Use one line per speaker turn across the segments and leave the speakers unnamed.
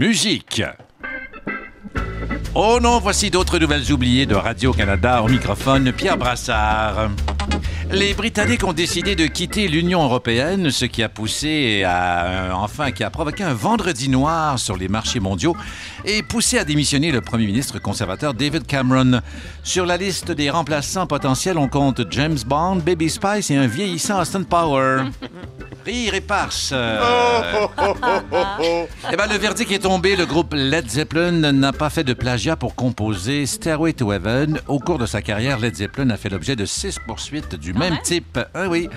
Musique Oh non, voici d'autres nouvelles oubliées de Radio-Canada au microphone Pierre Brassard. Les Britanniques ont décidé de quitter l'Union européenne, ce qui a poussé à, un- enfin, qui a provoqué un vendredi noir sur les marchés mondiaux et poussé à démissionner le premier ministre conservateur David Cameron. Sur la liste des remplaçants potentiels, on compte James Bond, Baby Spice et un vieillissant Austin Power. Rire éparse. euh, eh ben, le verdict est tombé. Le groupe Led Zeppelin n'a pas fait de plagiat pour composer Stairway to Heaven. Au cours de sa carrière, Led Zeppelin a fait l'objet de six poursuites du même type. Ah oui.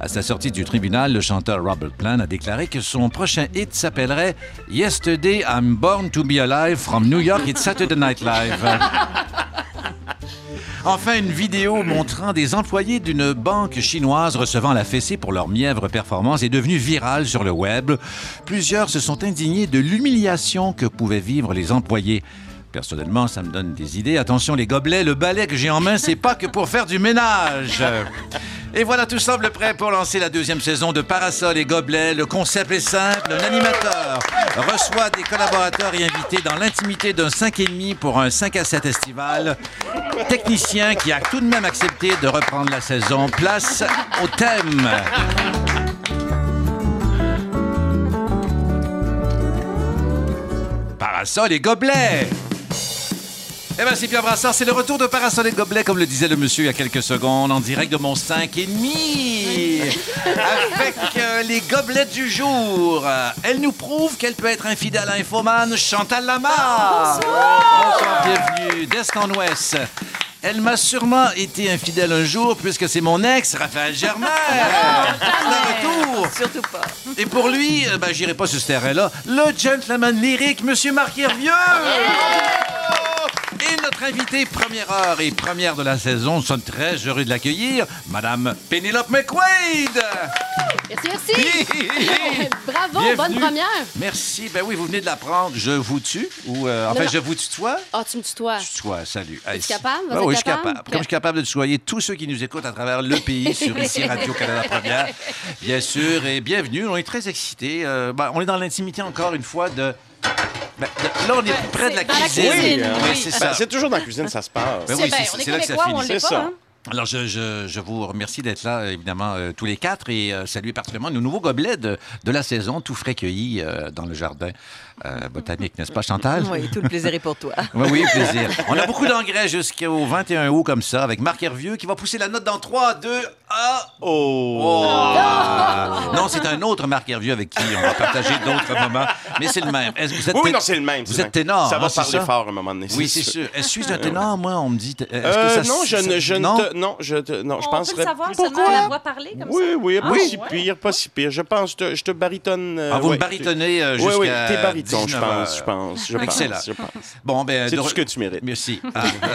À sa sortie du tribunal, le chanteur Robert Plant a déclaré que son prochain hit s'appellerait Yesterday I'm Born to Be Alive from New York It's Saturday Night Live. Enfin, une vidéo montrant des employés d'une banque chinoise recevant la fessée pour leur mièvre performance est devenue virale sur le web. Plusieurs se sont indignés de l'humiliation que pouvaient vivre les employés. Personnellement, ça me donne des idées. Attention les gobelets, le balai que j'ai en main, c'est pas que pour faire du ménage. Euh, Et voilà, tout semble prêt pour lancer la deuxième saison de Parasol et Gobelets. Le concept est simple. Un animateur reçoit des collaborateurs et invités dans l'intimité d'un 5,5 pour un 5 à 7 estival. Technicien qui a tout de même accepté de reprendre la saison. Place au thème. Parasol et Gobelets. Eh bien, c'est Pierre Brassard, c'est le retour de Parasol et de Gobelet, comme le disait le monsieur il y a quelques secondes, en direct de mon 5 et demi, avec euh, les gobelets du jour. Euh, Elle nous prouve qu'elle peut être infidèle à Infoman, Chantal Lamarre. Bonsoir, bienvenue d'Est en Ouest. Elle m'a sûrement été infidèle un jour, puisque c'est mon ex, Raphaël Germain. C'est un retour.
Surtout pas.
Et pour lui, euh, ben, j'irai pas sur ce terrain-là, le gentleman lyrique, Monsieur Marc Hervieux! Et notre invitée première heure et première de la saison, nous sommes très heureux de l'accueillir, Madame Penelope McQuaid!
Merci, merci. Bravo, bonne
Bienvenue.
première.
Merci, ben oui, vous venez de l'apprendre, je vous tue, ou euh, en fait,
non.
je vous tutoie?
Ah, tu me tutoies.
Tutoie, salut.
Es-tu capable? Vous
Ben
êtes
oui, je suis
capable?
capable. Comme je suis capable de tutoyer tous ceux qui nous écoutent à travers le pays sur ici Radio-Canada Première, bien sûr, et bienvenue. On est très excités. Euh, ben, on est dans l'intimité encore une fois de... ben, de- Là, on est près de la
dans la
cuisine.
cuisine,
Oui,
oui.
c'est
Ben,
ça.
c'est toujours dans la cuisine, ça se passe.
Ben
C'est
oui,
bien,
c'est-
on
c'est
est
là que ça
québécois, on
finit.
l'est
C'est
pas.
ça.
hein?
Alors, je, je- je vous remercie d'être là, évidemment, euh, tous les quatre, et euh, saluer particulièrement nos nouveaux gobelets de, de la saison, tout frais cueillis euh, dans le jardin euh, botanique, n'est-ce pas, Chantal?
Oui, tout le plaisir est pour toi.
Oui, oui, plaisir. On a beaucoup d'engrais jusqu'au 21 août comme ça, avec Marc Hervieux qui va pousser la note dans 3, 2, 1. Oh! Non, c'est un autre Marc Hervieux avec qui on va partager d'autres moments, mais c'est le même. Est-ce que vous êtes
Oui,
té-
non, c'est le même. c'est
Vous
le
êtes
même.
ténor.
Ça va
hein, c'est
parler fort à un moment donné.
Oui, c'est sûr. Est-ce que je suis un ténor, moi? On me dit. est-ce que
Euh,
ça-
non, je
ça-
ne, je
non?
ne te- non, je te- non, je
On
penserais-
peut le savoir seulement à la
Pourquoi?
voix parler comme
Oui,
ça?
oui,
Ah,
pas si
ouais.
pire, pas si pire. Je pense, je te, je te baritonne. euh,
Ah, vous
ouais,
me baritonnez euh,
t'es-
jusqu'à.
Oui, oui, t'es bariton, je
19,
pense, je
euh,
pense, je pense.
Excellent.
je pense.
Bon, ben.
C'est
de-
tout ce que tu mérites.
Merci. Ah, euh,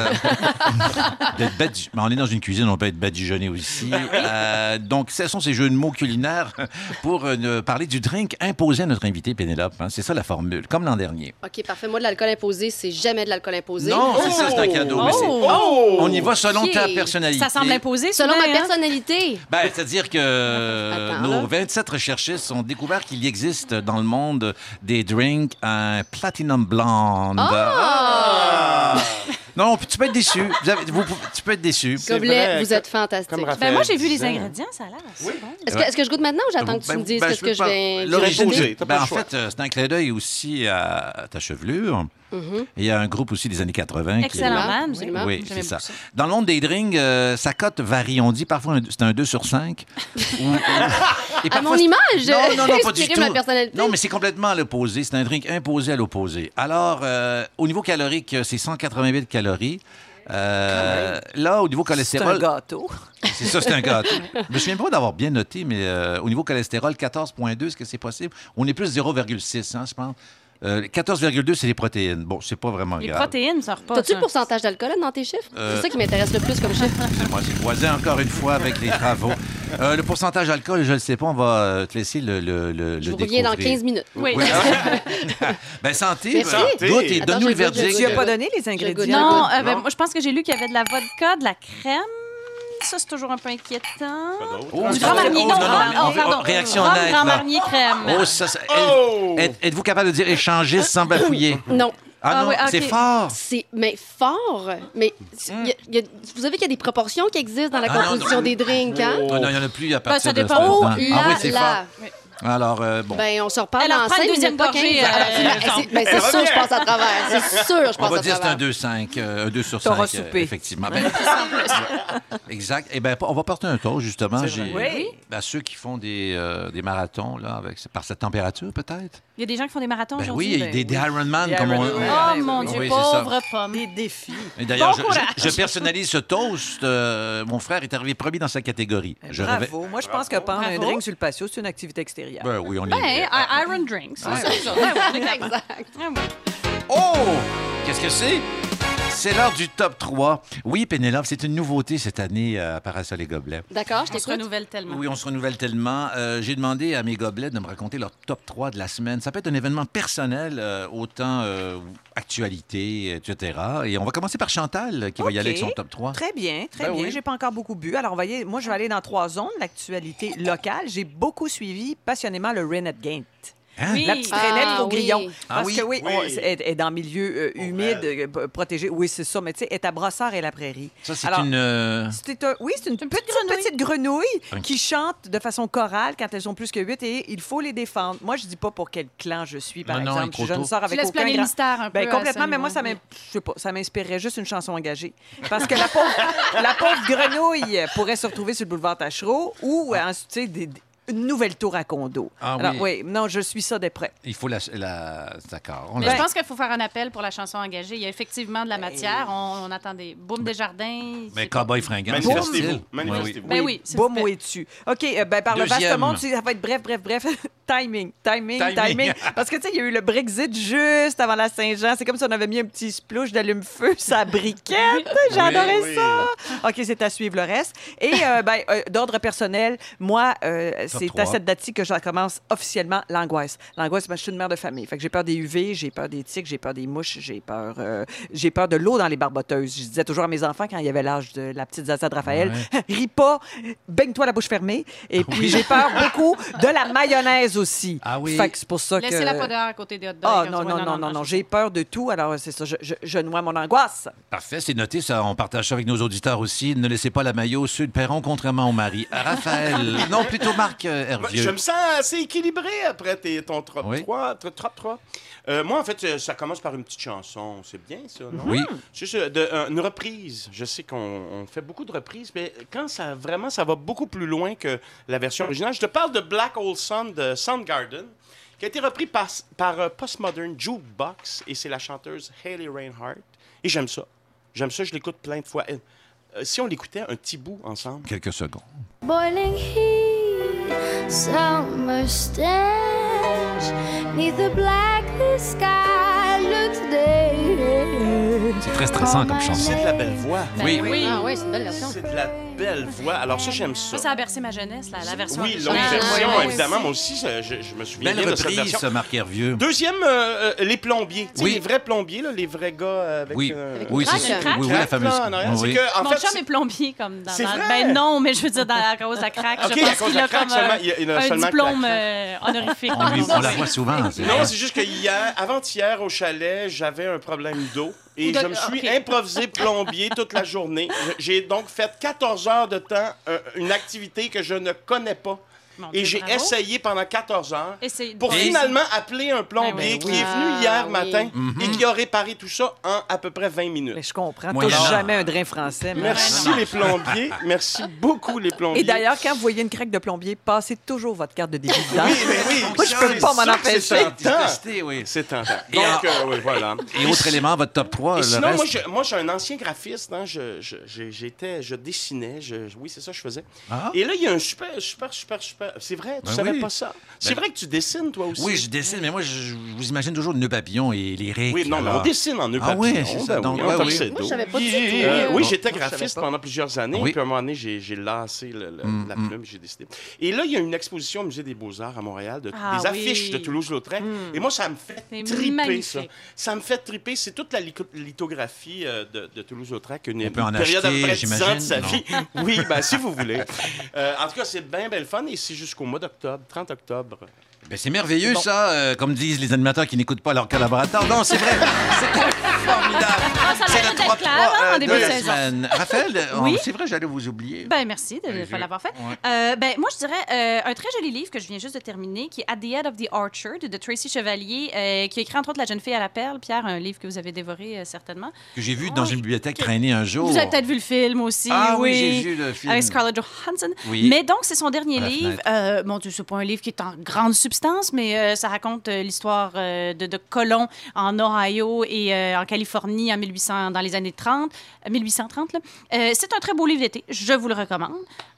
d'être badi- Mais on est dans une cuisine, on peut être badigeonné aussi.
Ah
Euh, donc, ce sont ces jeux de mots culinaires pour euh, ne- parler du drink imposé à notre invité Pénélope. hein. C'est ça la formule, comme l'an dernier.
OK, parfait. Moi, de l'alcool imposé, c'est jamais de l'alcool imposé. Oh!
Non, c'est ça, c'est un cadeau. mais c'est- On y va selon
Ok.
ta personnalité.
Ça semble imposé,
Selon
soudain,
ma
hein?
personnalité.
Ben, C'est-à-dire que euh,
Attends,
nos
là.
27 recherchistes ont découvert qu'il existe dans le monde des drinks un platinum blonde.
Ah!
Ah! Non, puis tu peux être déçu. Vous avez- vous pouvez- tu peux être déçu.
C'est
Gobelet,
vrai,
vous
comme-
êtes fantastique.
comme Raphaël.
Ben moi, j'ai vu les
disait.
ingrédients, ça a l'air assez bon.
Est-ce que, est-ce que je goûte maintenant ou j'attends que tu
Ben,
me dises
ben,
qu'est-ce que
peux
je
pas-
vais.
L'origine
J'ai
du-
imposé, t'as
ben,
pas le
en
choix.
fait, euh, c'est un clin d'œil aussi à ta chevelure. Et il y a un groupe aussi des années 80
Excellent,
Absolument,
man.
absolument.
qui... Oui,
J'aime
c'est ça.
beaucoup ça.
Dans le monde des drinks, euh, sa cote varie. On dit parfois un- c'est un 2 sur 5. et
À mon image.
non, non, non, pas du
Inspirer
tout.
ma personnalité.
Non, mais c'est complètement à l'opposé. C'est un drink imposé à l'opposé. Alors, euh, au niveau calorique, c'est 188 calories. Euh, là, au niveau
C'est un
cholestérol,
gâteau.
c'est ça, c'est un gâteau. Je me souviens pas d'avoir bien noté, mais euh, au niveau cholestérol, 14,2, est-ce que c'est possible? On est plus 0,6, hein, je pense. Euh, 14,2, c'est les protéines. Bon, c'est pas vraiment
Les
grave.
protéines, ça repas.
T'as-tu
ça.
le pourcentage d'alcool là, dans tes chiffres?
Euh,
C'est ça qui m'intéresse le plus comme chiffre.
Excusez-moi, c'est le voisin encore une fois avec les travaux. Euh, le pourcentage d'alcool, je le sais pas, on va euh, te laisser le, le, le,
Je
le
vous reviens dans
découvrir.
15 minutes.
Oui.
Oui. hein? ben, santé.
Merci.
ben, Goûte et
Attends,
donne-nous le
je goûte, je
verdict.
Tu n'as
goûte.
pas donné les
goûte.
ingrédients.
Non,
Non.
euh, ben, moi, je pense que j'ai lu qu'il y avait de la vodka, de la crème. Ça, c'est toujours un peu inquiétant.
Pas d'autre.
Oh,
Du
c'est-
grand marnier.
oh, non,
Non,
non,
rhum.
mais on
Oh,
veut-
pardon.
oh, réaction
Rhum,
honnête,
grand
là.
marnier crème.
Oh, ça, ça-
Oh!
Êtes- Êtes-vous capable de dire échangiste sans bafouiller?
Non.
Ah
Ah
non,
oui,
c'est
ok.
fort. Hmm.
C'est mais fort, mais c'est- y a- y a- vous savez qu'il y a des proportions qui existent dans la
Ah, non,
composition
non.
des drinks, hein?
Oh, non, il n'y en a plus à
Ben,
partir
ça
de
dépend.
ce
Oh
temps.
là
ah oui, c'est fort.
là.
Alors, euh, bon.
Ben, on se reparle
Elle en
dans
prend
5
une deuxième
minutes, pas
gorgée,
15.
euh,
Alors, tu m'as-
genre.
c'est- ben, c'est sûr, je passe à travers. C'est sûr, je
On
passe
va dire
à
que c'est un
travers.
2-5, euh, un 2 sur 5.
T'auras soupé.
effectivement. Ben, exact. Eh bien, on va porter un tour, justement. J'ai-
Oui.
À ceux qui font des, euh, des marathons, là, avec, par cette température, peut-être?
Il y a des gens qui font des marathons
Ben
aujourd'hui.
oui, des, des Ironman, comme on...
Ironman.
Oh
Oui,
mon
oui,
Dieu,
oui, c'est ça.
pauvre pomme.
Des défis.
Et D'ailleurs,
Bon
je-
courage.
je, je personnalise ce toast. euh, mon frère est arrivé premier dans sa catégorie.
Eh,
Je
Bravo.
rêvais-
Moi, je pense que prendre un
Bravo.
drink sur le patio, c'est une activité extérieure.
Ben oui, on
Ben,
est.
I- Iron Drinks.
Ouais.
C'est ça. Ouais, ouais, exactement.
Exact.
Ouais, ouais.
Oh! Qu'est-ce que c'est? C'est l'heure du top 3. Oui, Pénélope, c'est une nouveauté cette année euh, à Parasol et Gobelets.
D'accord, je
On se
t'écoute.
renouvelle tellement.
Oui, on se renouvelle tellement. Euh, J'ai demandé à mes gobelets de me raconter leur top 3 de la semaine. Ça peut être un événement personnel, euh, autant euh, actualité, etc. Et on va commencer par Chantal, qui va y
OK.
aller avec son top 3.
Très bien, très
Ben
bien.
oui.
J'ai pas encore beaucoup bu. Alors, on va y- moi, je vais aller dans trois zones. L'actualité locale. J'ai beaucoup suivi passionnément le Rain at Gate.
Hein?
Oui.
La petite
Ah,
rainette au
oui.
grillon.
Ah
Parce
oui.
que oui,
Oui.
on- c'est- elle est dans milieu euh,
Au
humide,
raid.
euh, p- protégé. Oui, c'est ça. Mais tu sais, elle est à Brossard et la Prairie.
Ça, c'est
Alors,
une. euh,
C'était un- oui, c'est une, petite, petite
grenouille.
grenouille,
Ok.
qui chante de façon chorale quand elles ont plus que huit et il faut les défendre. Moi, je dis pas pour quel clan je suis, par
Non, non, il est
exemple.
trop
je ne
tôt.
sors
Tu
avec
laisses
aucun
planer le
grand-
mystère un peu.
Ben,
à
complètement,
ce
mais moi, ça
niveau-là.
m'im- je sais pas, ça m'inspirerait juste une chanson engagée. Parce que la pauvre, la pauvre grenouille pourrait se retrouver sur le boulevard Tachereau ou, euh, en- tu sais, des- des- une nouvelle tour à condo.
Ah oui.
Alors, oui. non, je suis ça de près.
Il faut la. la- D'accord. on
Mais
la-
Ben, je pense qu'il faut faire un appel pour la chanson engagée. Il y a effectivement de la
Ben
matière. On, on attend des boum
Ben,
des jardins.
Mais Cowboy Fringant, c'est
Manifestez-vous.
facile.
Manifestez-vous.
Ben oui, s'il vous
boum,
plaît.
où es-tu? OK, euh, ben, par le
Deuxième.
vaste monde, tu sais, ça va être bref, bref, bref. timing, timing,
Timing.
timing, Parce que, tu sais, il y a eu le Brexit juste avant la Saint-Jean. C'est comme si on avait mis un petit splouche d'allume-feu sa briquette. J'ai
Oui,
adoré
oui.
ça. OK, c'est à suivre le reste. Et, euh, ben, euh, d'ordre personnel, moi, euh,
Top
c'est
trois.
à cette date-ci que je commence officiellement l'angoisse. L'angoisse, ben, je suis une mère de famille. Fait que j'ai peur des UV, j'ai peur des tiques, j'ai peur des mouches, j'ai peur, euh, j'ai peur de l'eau dans les barboteuses. Je disais toujours à mes enfants quand il y avait l'âge de la petite Zaza de Raphaël, ris pas, baigne-toi la bouche fermée. Et puis j'ai peur beaucoup de la mayonnaise aussi.
Ah oui.
Fait que c'est pour ça que.
Laissez la pas dehors à côté des hot dogs.
Ah
Comme
non,
ça,
non, non, non, non, j'ai peur de tout. Alors c'est ça, je, je- je noie mon angoisse.
Parfait, c'est noté, ça. On partage ça avec nos auditeurs aussi. Ne laissez pas la maillot sur le perron, contrairement au mari. À Raphaël. non, plutôt Marc euh,
Ben, Je
Hervieux.
me sens assez équilibré après tes- ton top
Oui.
3. t- top 3. Euh, moi, en fait, euh, ça commence par une petite chanson. C'est bien, ça, non?
Oui.
C'est ça, de- euh, une reprise. Je sais qu'on on fait beaucoup de reprises, mais quand ça vraiment, ça va beaucoup plus loin que la version originale. Je te parle de Black Hole Sun de Soundgarden, qui a été repris par, par euh, Postmodern Jukebox, et c'est la chanteuse Hayley Reinhardt. Et j'aime ça. J'aime ça, je l'écoute plein de fois. Euh, euh, si on l'écoutait un petit bout ensemble.
Quelques secondes.
Boiling heat, summer stench, neath the blackest sky looks day.
C'est très stressant comme chanson.
C'est de la belle voix.
Oui.
Ben oui.
Ah ouais, c'est une belle version.
Ben C'est de la belle voix. Alors ça, j'aime ça.
Ça, ça a bercé ma jeunesse, la, la version
oui, l'autre
originale. Ah,
version,
Ouais, ouais,
évidemment.
ouais.
Moi aussi, ça, je, je me souviens
Belle
bien de cette
reprise,
version.
ça, Marc Hervieux.
Deuxième, euh, euh, les plombiers. Tu sais,
Oui.
Les vrais plombiers, là, les vrais gars avec...
Oui,
euh,
oui,
une
c'est
craque.
oui, oui,
craque,
la fameuse.
là, en arrière.
oui.
C'est que, en
Mon
fait,
chum
c'est-
est plombier, comme dans
C'est
la-
vrai?
Ben non, mais je veux dire, dans la cause de la craque.
OK,
je
à
pense
cause de
qu'il
la
a
craque
comme
seulement,
euh,
il y a- il y en a
un
seulement de
diplôme
la
euh, honorifique.
On, lui- on la
Oui.
voit souvent. c'est-
Non, c'est juste que hier, avant-hier, au chalet, j'avais un problème d'eau et
De-
je me suis
ok.
improvisé plombier toute la journée. Je- J'ai donc fait 14 heures de temps euh, une activité que je ne connais pas.
Mon Dieu,
Et j'ai
bravo.
essayé pendant 14 heures
Essayez-
pour
Et-
finalement appeler un plombier
Ben oui.
qui est
Ah,
venu hier
oui.
matin
Mhm.
et qui a réparé tout ça en à peu près 20 minutes.
Mais je comprends.
Moyen
T'as
âge.
Hein, jamais un drain français. mais-
Merci
Non, non.
les plombiers, merci beaucoup les plombiers.
Et d'ailleurs, quand vous voyez une craque de plombier, passez toujours votre carte de débit dedans.
oui, mais oui,
Moi, je peux
c'est
pas m'en
sûr que
empêcher.
C'est testé, oui.
C'est tentant.
Et
Donc,
alors-
euh, oui, voilà.
Et autre élément, votre top 3,
Et
le
sinon, moi,
reste.
je, moi, je suis un ancien graphiste. Hein. Je, je- je- j'étais, je dessinais. Je, oui, c'est ça que je faisais.
Ah.
Et là, il y a un super, super, super, super fleurs. C'est vrai, tu
Ben
savais
oui.
pas ça. C'est
Ben-
vrai que tu dessines, toi aussi.
Oui, je dessine, mais moi, je, je vous imagine toujours le nœud papillon et les règles.
Oui, non, mais on dessine en nœud
Ah
papillon,
ouais, c'est ça.
ben
Donc,
oui,
ouais,
en
oui.
torsedo.
Moi, je savais pas du tout.
Euh, oui,
Non,
j'étais
moi, je savais
graphiste
pas.
pendant plusieurs années.
Oui.
Puis à un moment donné, j'ai j'ai lancé le- le-
Mm,
la
mm.
plume, j'ai décidé. Et là, il y a une exposition au Musée des Beaux-Arts à Montréal, de,
Ah
des
oui.
affiches de Toulouse-Lautrec. Et moi, ça me fait
C'est
triper,
magnifique.
ça. Ça me fait triper. C'est toute la lico- lithographie euh, de, de Toulouse-Lautrec, une,
On peut
une
en
période à peu
acheter,
près 10 ans de sa
j'imagine,
vie. oui, ben, si vous voulez. Euh, en tout cas, c'est bien, bien le fun. Et c'est jusqu'au mois d'octobre, 30 octobre.
Ben, c'est merveilleux, ça, euh, comme disent les animateurs qui n'écoutent pas leurs collaborateurs. Non, c'est vrai. c'est formidable.
Ah, ça
C'est
mérite
le
d'être
3
clair, hein, en début de
de la
saison.
semaine. euh, Raphaël, euh, on-
Oui?
c'est vrai, j'allais vous oublier.
Ben, merci de
Euh,
ne
je-
pas l'avoir fait.
Ouais.
Euh, ben, moi, je dirais euh, un très joli livre que je viens juste de terminer, qui est At the Head of the Orchard de Tracy Chevalier, euh, qui a écrit entre autres La jeune fille à la perle. Pierre, un livre que vous avez dévoré euh, certainement.
que j'ai vu dans une bibliothèque traîner un jour.
Vous avez peut-être vu le film aussi.
Ah oui, j'ai vu le film.
Avec Scarlett Johansson.
Oui.
Mais donc, c'est son dernier
À la
livre.
fenêtre.
Euh, mon Dieu, c'est pas un livre qui est en grande substance, mais euh, ça raconte euh, l'histoire euh, de, de colons en Ohio et euh, en Californie en 1800, dans les années 30, euh, 1830. là. Euh, c'est un très beau livre d'été. Je vous le recommande.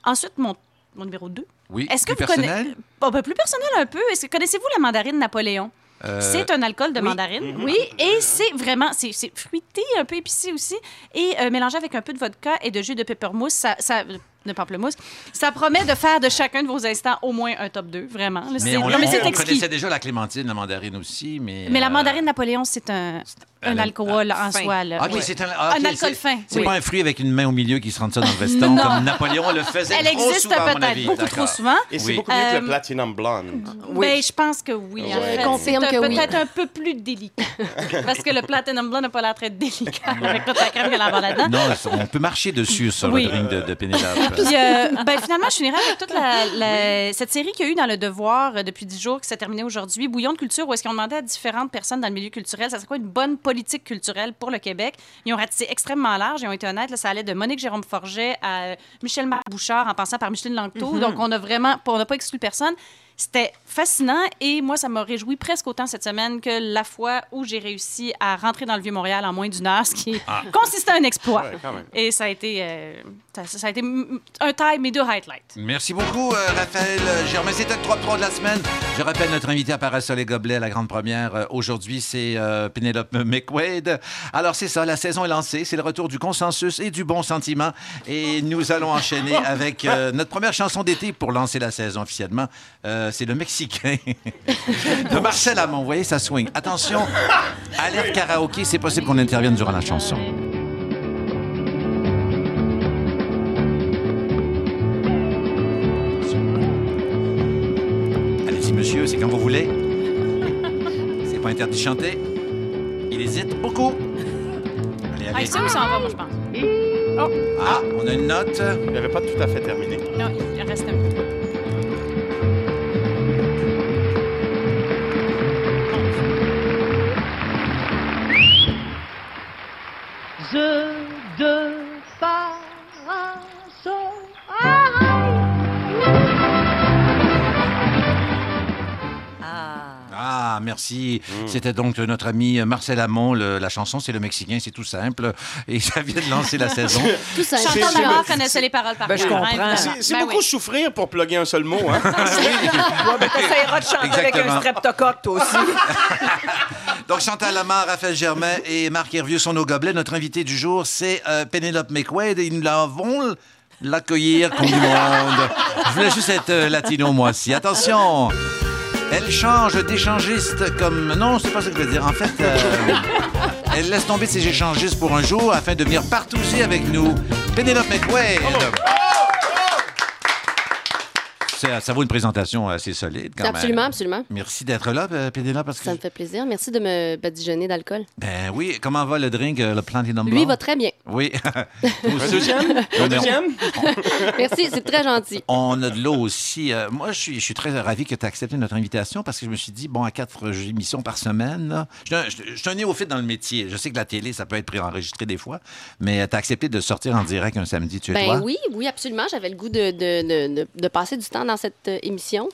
Ensuite, mon, mon numéro 2.
Oui,
Est-ce que
plus
vous
personnel?
connaissez... Bon, ben, plus personnel un peu. Est-ce que connaissez-vous la mandarine Napoléon?
Euh,
C'est un alcool de mandarine,
Mhm.
oui, et c'est vraiment, c'est c'est fruité, un peu épicé aussi, et euh, mélangé avec un peu de vodka et de jus de peppermousse, ça, ça, de pamplemousse, ça promet de faire de chacun de vos instants au moins un top 2, vraiment. là, c'est-
Mais on,
non, mais
on
c'est exquis.
connaissait déjà la clémentine, la mandarine aussi, mais...
Mais la
euh,
mandarine Napoléon, c'est un,
un
un
al-
alcool en
fin.
soi. là.
Ah, ok,
Ouais.
c'est un, ah, ok,
Un alcool
c'est-
fin,
C'est
oui.
pas un fruit avec une main au milieu qui se rentre ça dans le veston, comme Napoléon le faisait
Elle
trop
existe
souvent, à mon
peut-être
avis.
beaucoup trop
D'accord.
souvent.
Et c'est
Oui.
beaucoup mieux que le
Euh,
Platinum
Mm.
Blonde.
Oui.
Ben, je pense que oui.
Je
en fait.
confirme
C'est
que oui.
Peut-être un peu plus délicat. parce que le Platinum Blanc n'a pas l'air très délicat avec toute la crème qu'elle envoie là-dedans.
Non, on peut marcher dessus sur
Oui.
le drink de, de Pénélope.
Puis, euh, ben, finalement, je finirais avec toute la, la- cette série qu'il y a eu dans Le Devoir euh, depuis 10 jours, qui s'est terminée aujourd'hui, Bouillon de culture, où est-ce qu'on demandait à différentes personnes dans le milieu culturel, ça serait quoi une bonne politique culturelle pour le Québec? Ils ont ratissé extrêmement large, ils ont été honnêtes, là, ça allait de Monique Jérôme Forget à euh, Michel Marc Bouchard, en passant par Micheline Langteau. Donc, on a vraiment, on n'a pas exclu personne. C'était fascinant et moi, ça m'a réjoui presque autant cette semaine que la fois où j'ai réussi à rentrer dans le Vieux-Montréal en moins d'une heure, ce qui consistait à un exploit.
Ouais, quand même.
Et ça a été, euh, ça, ça a été mm, un time et deux highlights.
Merci beaucoup, euh, Raphaël Germain. C'était le 3-3 de la semaine. Je rappelle notre invité à Parasol et Gobelet à la grande première. euh, Aujourd'hui, c'est euh, Penelope McQuaid. Alors, c'est ça, la saison est lancée. C'est le retour du consensus et du bon sentiment. Et nous allons enchaîner avec euh, notre première chanson d'été pour lancer la saison officiellement. Euh, c'est le Mexicain de Marcel Amon. Vous voyez, ça swing. Attention, alerte karaoké. C'est possible qu'on intervienne durant la chanson. Allez-y, monsieur, c'est quand vous voulez. C'est pas interdit de chanter. Il hésite beaucoup. Allez,
Ah,
allez.
ça, il s'en va, moi, je pense.
Ah, on a une note.
Il n'avait pas tout à fait terminé.
Non, il reste un peu.
Je de Parasol.
Ah, merci.
Mm.
C'était donc notre ami Marcel Amont. Le- la chanson, c'est le Mexicain, c'est tout simple. Et ça vient de lancer la saison.
Tout ça.
C'est-
Chantal
c'est-
Bernard connaissait les paroles par
Ben, je
cœur. hein,
comprends.
évidemment.
C'est c'est
Ben
beaucoup
oui.
souffrir pour plugger un seul mot, hein?
T'essaieras de chanter avec
Exactement.
un streptocoque, toi aussi.
Donc, Chantal Lamar, Raphaël Germain et Marc Hervieux sont nos gobelets. Notre invité du jour, c'est euh, Penelope McQuaid. Et nous l'avons l'accueillir comme du monde. Je voulais juste être euh, latino, moi aussi. Attention! Elle change d'échangiste comme... Non, c'est pas ça que je veux dire. En fait, euh, elle laisse tomber ses échangistes pour un jour afin de venir partouzer avec nous. Penelope McQuaid!
Oh.
Ça, ça vaut une présentation assez solide, quand même.
Absolument, absolument.
Merci d'être là, euh, Penelope, parce que...
Ça me fait plaisir. Merci de me badigeonner d'alcool.
Ben oui, comment va le drink, euh, le Platinum
Lui, il
Blanc?
va très bien.
Oui. Toi
Un
aussi.
deuxième? Un
mais on-
deuxième?
Merci, c'est très gentil.
On a de l'eau aussi. Euh, moi, je suis, je suis très ravi que tu aies accepté notre invitation parce que je me suis dit, bon, à quatre émissions par semaine, là, je suis un- je je suis un néophyte dans le métier. Je sais que la télé, ça peut être préenregistré des fois, mais euh, tu as accepté de sortir en direct un samedi, tu es
Ben
toi?
oui, oui, absolument. J'avais le goût de, de, de, de- de passer du temps dans cette euh, émission.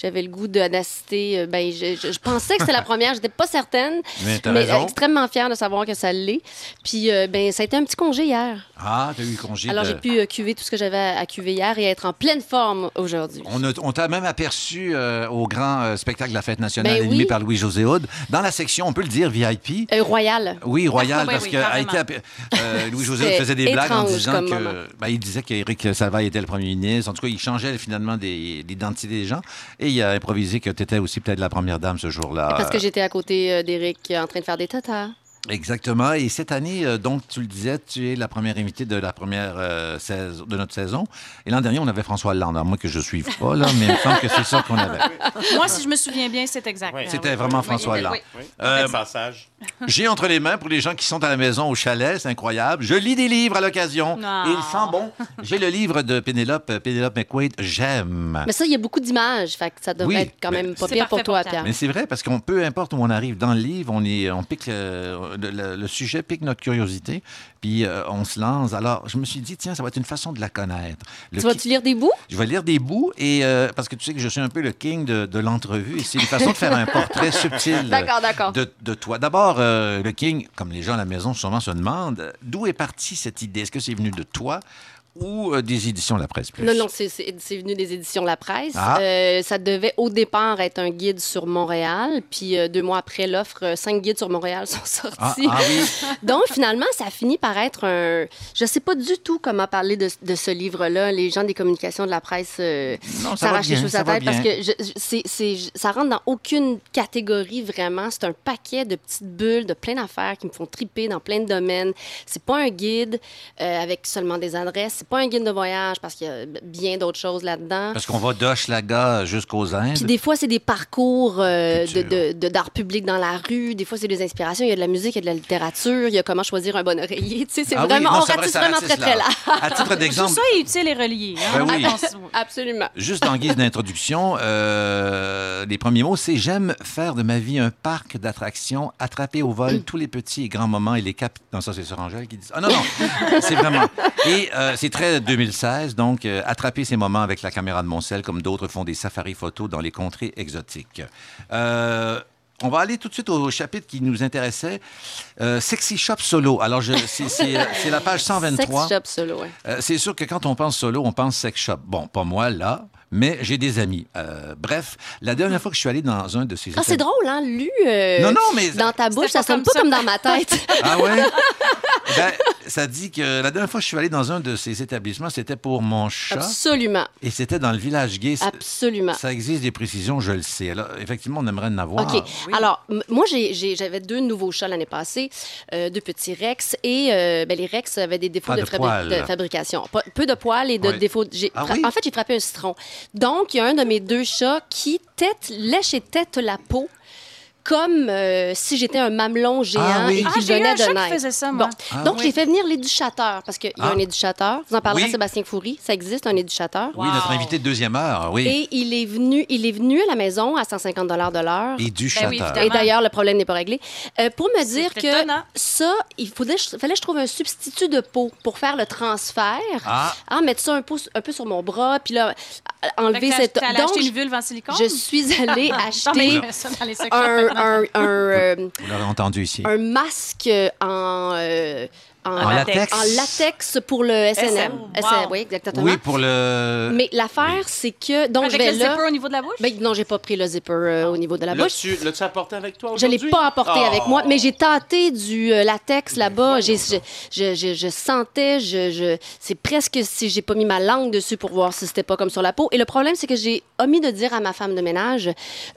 J'avais le goût de- d'assister. euh, ben, je, je- je pensais que c'était la première, j'étais pas certaine,
Mais t'as
mais euh,
raison.
extrêmement fière de savoir que ça l'est. Puis, euh, ben, ça a été un petit congé hier.
Ah, t'as eu congé
Alors,
de-
j'ai pu euh, cuver tout ce que j'avais à, à cuver hier et être en pleine forme aujourd'hui.
On a- on t'a même aperçu euh, au grand euh, spectacle de la fête nationale
Ben
animé
oui.
par Louis-José Houd, dans la section, on peut le dire, VIP.
Euh, royal.
Oui, Royal,
Ah, ben
parce
oui,
que a
carrément.
été appelé- euh, Louis-José Hood
C'était
faisait des blagues en
étrange
disant
comme
que.
moment.
ben, il disait qu'Éric Salvaille était le premier ministre. En tout cas, il changeait finalement des- l'identité des gens. Et il a improvisé que tu étais aussi peut-être la première dame ce jour-là.
Parce que j'étais à côté euh, d'Éric euh, en train de faire des tatas.
Exactement. Et cette année, euh, donc, tu le disais, tu es la première invitée de la première euh, saison, de notre saison. Et l'an dernier, on avait François Hollande. Alors, moi, que je suis pas, Oh là, mais il me semble que c'est ça qu'on avait.
Ben Moi, si je me souviens bien, c'est exact.
Oui.
Ah,
C'était
oui.
vraiment
Oui,
François
oui,
Hollande.
oui.
Oui.
Euh,
Quel passage.
J'ai entre les mains, pour les gens qui sont à la maison au chalet, c'est incroyable. Je lis des livres à l'occasion.
Non.
Et il sent bon. J'ai le livre de Pénélope, euh, Pénélope McQuaid, J'aime.
Mais ça, il y a beaucoup d'images. Fait que ça devrait
Ah. Oui,
être quand
mais-
même pas
C'est
pire pour
parfait
toi,
pour ta-
Pierre.
Mais c'est vrai, parce qu'on peu importe où on arrive dans le livre, on, est, on pique euh, le, le- le sujet, pique notre curiosité, puis euh, on se lance. Alors, je me suis dit, tiens, ça va être une façon de la connaître. Le
Tu
qui-
vas-tu lire des bouts?
Je vais lire des bouts, et, euh, parce que tu sais que je suis un peu le king de, de l'entrevue, et c'est une façon de faire un portrait subtil.
D'accord, d'accord.
de, de toi. D'abord, euh, le King, comme les gens à la maison sûrement se demandent, euh, d'où est partie cette idée? Est-ce que c'est venu de toi ou euh, des éditions de la presse plus?
Non, non, c'est- c'est c'est venu des éditions La Presse.
Ah.
Euh, ça devait au départ être un guide sur Montréal. Puis euh, deux mois après l'offre, euh, cinq guides sur Montréal sont
Ah,
sortis.
ah oui,
Donc finalement, ça finit par être un... Je sais pas du tout comment parler de, de ce livre-là. Les gens des communications de la presse euh,
non, ça va
s'arrachent les
bien,
choses à
ça va
tête parce
bien.
que je, Euh, je- c'est- c'est- je- ça rentre dans aucune catégorie vraiment. C'est un paquet de petites bulles, de plein d'affaires qui me font triper dans plein de domaines. C'est pas un guide euh, avec seulement des adresses. C'est pas un guide de voyage parce qu'il y a bien d'autres choses là-dedans.
Parce qu'on va d'Hochelaga jusqu'aux
Puis
Indes.
des fois, c'est des parcours euh, de-
Culture.
de- de- d'art public dans la rue. Des fois, c'est des inspirations. Il y a de la musique, il y a de la littérature. Il y a comment choisir un bon oreiller. Tu sais, c'est
Ah oui,
vraiment...
non,
on
c'est vrai,
ratisse
ça
vraiment
ratisse
très, très
large.
large.
À titre
Tout
d'exemple,
ça est utile et relié. hein.
Ben oui.
On pense-
Absolument.
Juste en guise d'introduction, euh, les premiers mots, c'est j'aime faire de ma vie un parc d'attractions, attraper au vol tous les petits et grands moments et les caps. Non, ça c'est Sir Angèle qui dit. ça. Ah non non, c'est vraiment. Et euh, c'est très 2016, donc euh, attraper ces moments avec la caméra de mon sel, comme d'autres font des safaris photos dans les contrées exotiques. Euh, on va aller tout de suite au chapitre qui nous intéressait. Euh, Sexy Shop Solo. Alors, je- c'est c'est, euh, c'est la page 123.
Sex shop solo, ouais.
Euh, c'est sûr que quand on pense solo, on pense sex shop. Bon, pas moi, là, mais j'ai des amis. Euh, bref, la dernière fois que je suis allé dans un de ces...
Ah, c'est
établ-
drôle, hein? Lu euh,
Non, non, mais...
dans ta bouche,
C'était
ça
pas
sonne
comme
pas
ça.
comme dans ma tête.
Ah ouais? Ben, ça dit que la dernière fois que je suis allé dans un de ces établissements, c'était pour mon chat
absolument,
et c'était dans le village gay. C'est-
absolument.
Ça existe des précisions, je le sais. Alors, effectivement, on aimerait en avoir.
OK. Alors, m- moi, j'ai- j'ai- j'avais deux nouveaux chats l'année passée, euh, deux petits Rex, et euh, ben, les Rex avaient des défauts
Pas
de,
de
fabri-
poils.
de fabrication. Pas- peu de poils et de
Ouais.
défauts. j'ai
Ah
fra-
oui?
En fait, j'ai frappé un citron. Donc, il y a un de mes deux chats qui tête, lèche et tête la peau. Comme euh, si j'étais un mamelon géant
Ah oui.
et
Ah,
qui
j'ai eu
venait
un
de
chat qui
naître.
faisait ça, moi.
bon.
Ah
Donc,
oui.
j'ai fait venir l'éducateur, parce qu'il y a
Ah.
un éducateur. Vous en parlerez
Oui.
à Sébastien Foury. Ça existe, un éducateur.
Oui, notre
Wow.
invité de deuxième heure, oui.
Et il est venu, il est venu à la maison à 150 de l'heure.
Et, du
Ben oui,
chatter.
évidemment.
Et d'ailleurs, le problème n'est pas réglé. Euh, pour me dire que
étonnant.
ça, il faudrait, fallait que je trouve un substitut de peau pour faire le transfert. Ah,
ah,
mettre ça un peu, un peu sur mon bras, puis là, à-
Fait que
enlever
t'as-
cette...
t'as allé acheter
je-
une vulve en silicone?
je suis allée
Non, mais
acheter
je fais ça dans les sex shops.
un, un, un, euh,
vous l'aurez entendu ici.
un masque en... euh,
En latex.
en latex pour le SNM.
Wow.
SNM, oui, exactement.
Oui, pour le...
Mais l'affaire, c'est que... Donc, je
Avec
vais
le
là...
zipper au niveau de la bouche?
Ben, non, j'ai pas pris le zipper euh, au niveau de la bouche.
L'as-tu l'as-tu apporté avec toi
Je
aujourd'hui?
l'ai pas apporté
Oh.
avec
Ah.
moi, mais j'ai tâté du euh, latex là-bas. J'ai- Je, je, je, je sentais, je, je- c'est presque si j'ai pas mis ma langue dessus pour voir si c'était pas comme sur la peau. Et le problème, c'est que j'ai omis de dire à ma femme de ménage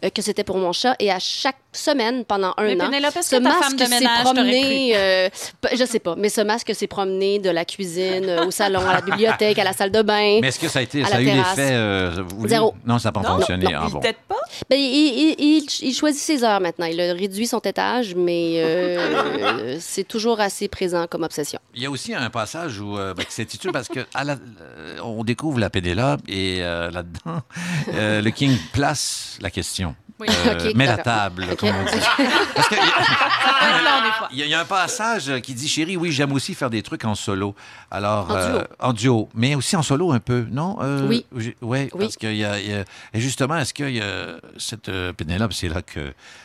euh, que c'était pour mon chat. Et à chaque semaine, pendant un
Mais
an,
Pénélope, est-ce
ce
que ta femme
masque
de
s'est
ménage t'aurait
promené, euh, p- je sais pas, mais ce masque s'est promené de la cuisine euh, au salon, à la bibliothèque, à la salle de bain.
Mais est-ce que ça a, été,
à
ça
la
a eu
terrasse.
l'effet... euh, voulu?
Zéro.
Non, ça n'a pas
Non,
fonctionné.
non,
Ah,
Il
bon.
tête pas?
Ben, il, il- il- il choisit ses heures maintenant. Il a réduit son étage, mais euh, c'est toujours assez présent comme obsession.
Il y a aussi un passage où euh, ben, qui s'intitule parce que à la- euh, on découvre la Pénélope et euh, là-dedans, euh, le King place la question.
Oui.
Euh,
Ok,
met la
d'accord.
table,
Ok.
comme on dit. Parce que,
Ça peut être long, des fois.
Il y, a- il y a un passage qui dit Chérie, oui, j'aime aussi faire des trucs en solo. Alors, euh,
En duo.
en duo, mais aussi en solo un peu, non Euh,
Oui.
j'ai- ouais,
Oui.
parce qu'il y a. il y a- et justement, est-ce que y a cette euh, Pénélope, c'est là que.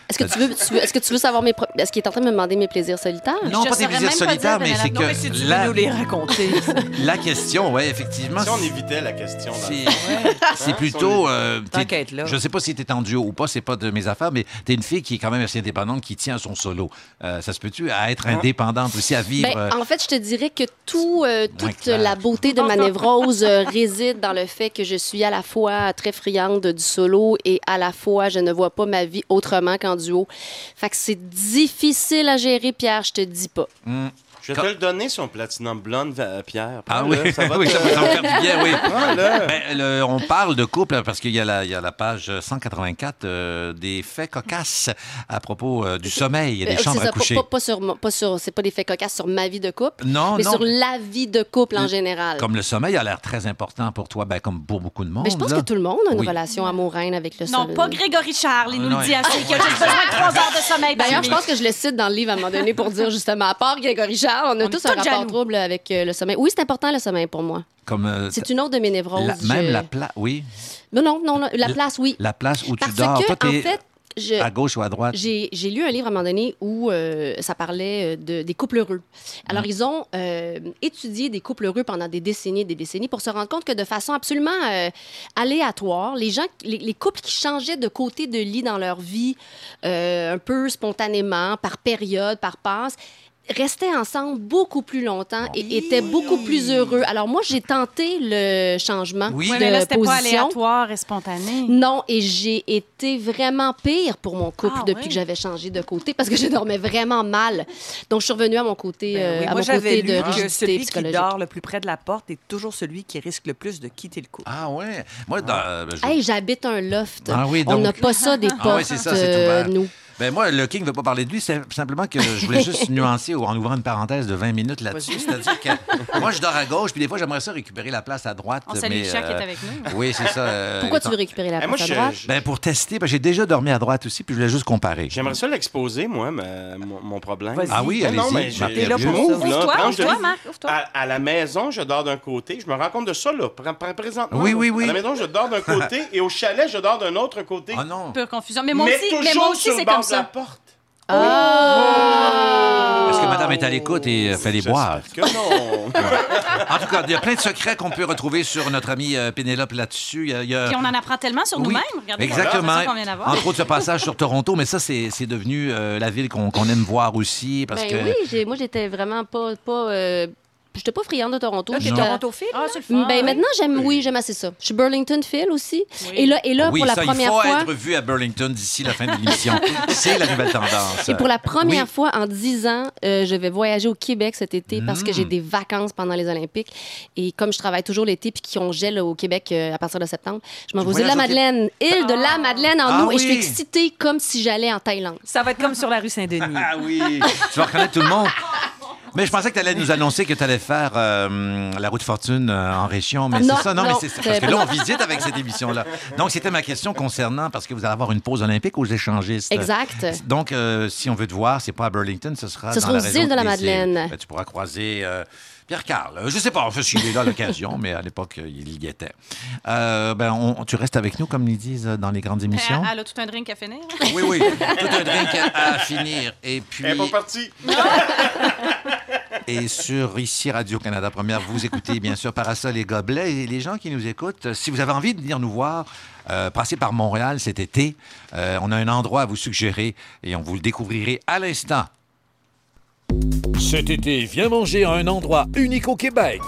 Est-ce que
Ben,
tu veux, tu veux- est-ce que tu veux savoir mes, pro- est-ce qu'il est en train de me demander mes plaisirs solitaires?
Non,
je
pas des
saurais
plaisirs
même pas dire,
solitaires, mais
Pénélope.
c'est
Non,
que
mais si tu veux
la,
nous les raconter.
la question, ouais, effectivement.
Si on évitait la question. dans le
C'est
fond.
c'est
Hein,
plutôt. euh, t'es-
T'inquiète, là.
Je sais pas si t'es en duo ou pas, c'est pas de mes affaires, mais t'es une fille qui est quand même assez indépendante, qui tient à son solo. Euh, ça se peut-tu à être indépendante aussi, à vivre.
Hein? Ben,
euh,
en fait, je te dirais que tout, euh,
Moins
toute
clair.
la beauté de ma névrose euh, réside dans le fait que je suis à la fois très friande du solo et à la fois je ne vois pas ma vie autrement qu'en duo. Fait que c'est difficile à gérer, Pierre, je te dis pas.
hmm.
Je vais te le donner, son platinum blonde, euh, Pierre.
Ah
Prends-le,
oui,
ça va
oui,
te-
ça va ça va faire du bien, oui.
Prends-le.
Ben, le- on parle de couple hein, parce qu'il y, a la- il y a la page 184 euh, des faits cocasses à propos euh, du sommeil et
Euh,
des
c'est
chambres
ça,
à
pas-
coucher.
Pas, pas sur, mon- pas sur, c'est pas des faits cocasses sur ma vie de couple,
Non,
mais
non.
sur la vie de couple en
Le-
général.
Comme le sommeil a l'air très important pour toi, ben, comme pour beaucoup de monde.
Mais je pense
là.
que tout le monde hein, a une
Oui.
relation amoureuse avec le
Non,
sommeil.
pas Ah, Grégory Charles, il nous
Oh Non,
le dit
il-
assez que j'ai besoin de trois heures de sommeil. par
D'ailleurs, Ben, je
nuit.
pense que je le cite dans le livre à un moment donné pour dire justement, à part Grégory Charles, on a
On est
tous
tous
un rapport
jaloux.
trouble avec euh, le sommeil. Oui, c'est important le sommeil pour moi.
Comme, euh,
C'est une euh, autre de mes névroses.
la- même
Je-
la place, oui,
Non, non, non, non, la
La-
place, oui.
la place où
Parce
tu dors.
que,
Toi,
en
t'es
fait, je-
à gauche ou à droite.
j'ai j'ai lu un livre à un moment donné où euh, ça parlait euh, de, des couples heureux. Alors,
Ah.
ils ont euh, étudié des couples heureux pendant des décennies et des décennies pour se rendre compte que de façon absolument euh, aléatoire, les, gens, les, les couples qui changeaient de côté de lit dans leur vie, euh, un peu spontanément, par période, par passe, restaient ensemble beaucoup plus
Ah
longtemps et étaient beaucoup plus heureux. Alors moi, j'ai tenté le changement
Oui.
Ouais,
de
mais là, c'était
position.
pas aléatoire et spontané.
Non, et j'ai été vraiment pire pour mon couple
Ah,
depuis
ouais?
que j'avais changé de côté parce que je dormais vraiment mal. Donc, je suis revenue à mon côté, euh,
Ben oui,
à mon
moi,
côté
j'avais
de
lu que
rigidité
celui qui
psychologique.
dort le plus près de la porte est toujours celui qui risque le plus de quitter le couple.
Ah ouais. Moi, dans- euh, ben, je-
Hey, j'habite un loft.
Ah oui,
On
donc-
n'a pas ça des portes,
Ah ouais, c'est ça, c'est
euh,
ouvert.
nous.
ben, moi, le King ne veut pas parler de lui, c'est simplement que je voulais juste nuancer ou- en ouvrant une parenthèse de 20 minutes là-dessus. C'est-à-dire que moi, je dors à gauche, puis des fois, j'aimerais ça récupérer la place à droite.
On salue
mais,
Richard qui
euh,
est avec nous.
Oui, c'est ça. euh,
Pourquoi
étant-
tu veux récupérer la
Eh,
place
moi,
à
je-
droite?
je-
Ben, pour tester, ben, j'ai déjà dormi à droite aussi, puis je voulais juste comparer.
j'aimerais ça l'exposer, moi, ma- mon, mon problème.
Vas-y.
Ah oui,
Non, non, mais
allez-y. ma
j'ai-
T'es là
période.
pour
J'ouvre,
ça.
là,
Ouvre-toi,
tranche de-
ouvre-toi, Marc, ouvre-toi.
À, à la maison, je dors d'un côté. Je me rends compte de ça, là, pr- pr- présentement.
Oui,
là.
oui, oui.
À la maison, je dors d'un côté et au chalet, je dors d'un autre côté.
Ah non.
Pure confusion. Mais moi aussi,
toujours
mais moi aussi
sur le
c'est
bord
comme
de la
ça.
porte.
Oh! Ah!
Parce que madame est à l'écoute et euh, fait les
J'espère
boires.
que non.
En tout cas, il y a plein de secrets qu'on peut retrouver sur notre amie euh, Pénélope là-dessus. Il y a- il y a-
Puis on en apprend tellement sur
Euh, Oui,
nous-mêmes. Regardez
Exactement.
la conversation qu'on vient d'avoir.
Entre autres, ce passage sur Toronto, mais ça, c'est c'est devenu euh, la ville qu'on qu'on aime voir aussi. Parce
Ben
que...
oui, j'ai- moi, j'étais vraiment pas... pas euh, J'étais pas friande de Toronto.
Là, t'es
J'étais-
Torontophile?
Ah, c'est le fun.
Ben maintenant j'aime oui j'aime assez ça. Je suis Burlington Phil aussi
Oui.
et là et là
Oui,
pour la
ça, il
première
faut
fois
être vu à Burlington d'ici la fin de l'émission. c'est la nouvelle tendance.
Et pour la première
Oui.
fois en 10 ans, euh, je vais voyager au Québec cet été parce que
Mm.
j'ai des vacances pendant les Olympiques. Et comme je travaille toujours l'été puis qu'on gèle au Québec euh, à partir de septembre, je m'en
Tu
vais aux îles de la
voyages au Québec?
Madeleine. Île de la Madeleine en
Ah
nous. Et je suis
oui.
excitée comme si j'allais en Thaïlande.
Ça va être comme sur la rue Saint-Denis.
Ah oui, tu vas reconnaître tout le monde. Mais je pensais que tu allais nous annoncer que tu allais faire euh, la route fortune euh, en région. Mais
Ah, non,
c'est ça, non, mais
non,
c'est ça.
c'est
Parce que
pas-
là, on visite avec cette émission-là. Donc, c'était ma question concernant, parce que vous allez avoir une pause olympique aux échangistes.
Exact.
Donc, euh, si on veut te voir, c'est pas à Burlington, ce sera
Ce
dans
sera
la
aux
région
îles de la
des
Madeleine.
Ben, tu pourras croiser euh, Pierre Carl. Je sais pas, enfin, s'il est là à l'occasion, mais à l'époque, euh, il y était. Euh, ben, on- tu restes avec nous, comme ils disent euh, dans les grandes
Euh,
émissions.
Elle a tout un drink à finir. hein?
Oui, oui, tout un drink à, à finir. Et puis,
Elle est Eh, pas partie.
et sur ici Radio-Canada Première, vous écoutez bien sûr Parasol et Gobelets. Et les gens qui nous écoutent, si vous avez envie de venir nous voir, euh, passez par Montréal cet été. Euh, on a un endroit à vous suggérer et on vous le découvrirez à l'instant.
Cet été, viens manger à un endroit unique au Québec.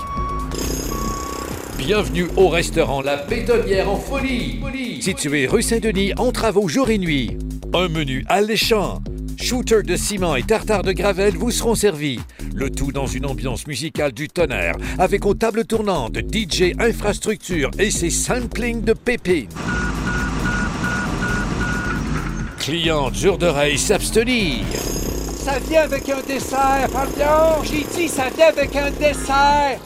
Bienvenue au restaurant La Bétonnière en folie. Situé rue Saint-Denis, en travaux jour et nuit. Un menu alléchant. Shooters de ciment et tartare de gravelle vous seront servis. Le tout dans une ambiance musicale du tonnerre, avec aux tables tournantes, DJ infrastructure et ses samplings de pépites. Clients durs d'oreille s'abstenir. Ça vient avec un dessert, Fabien! J'ai dit, ça vient avec un dessert!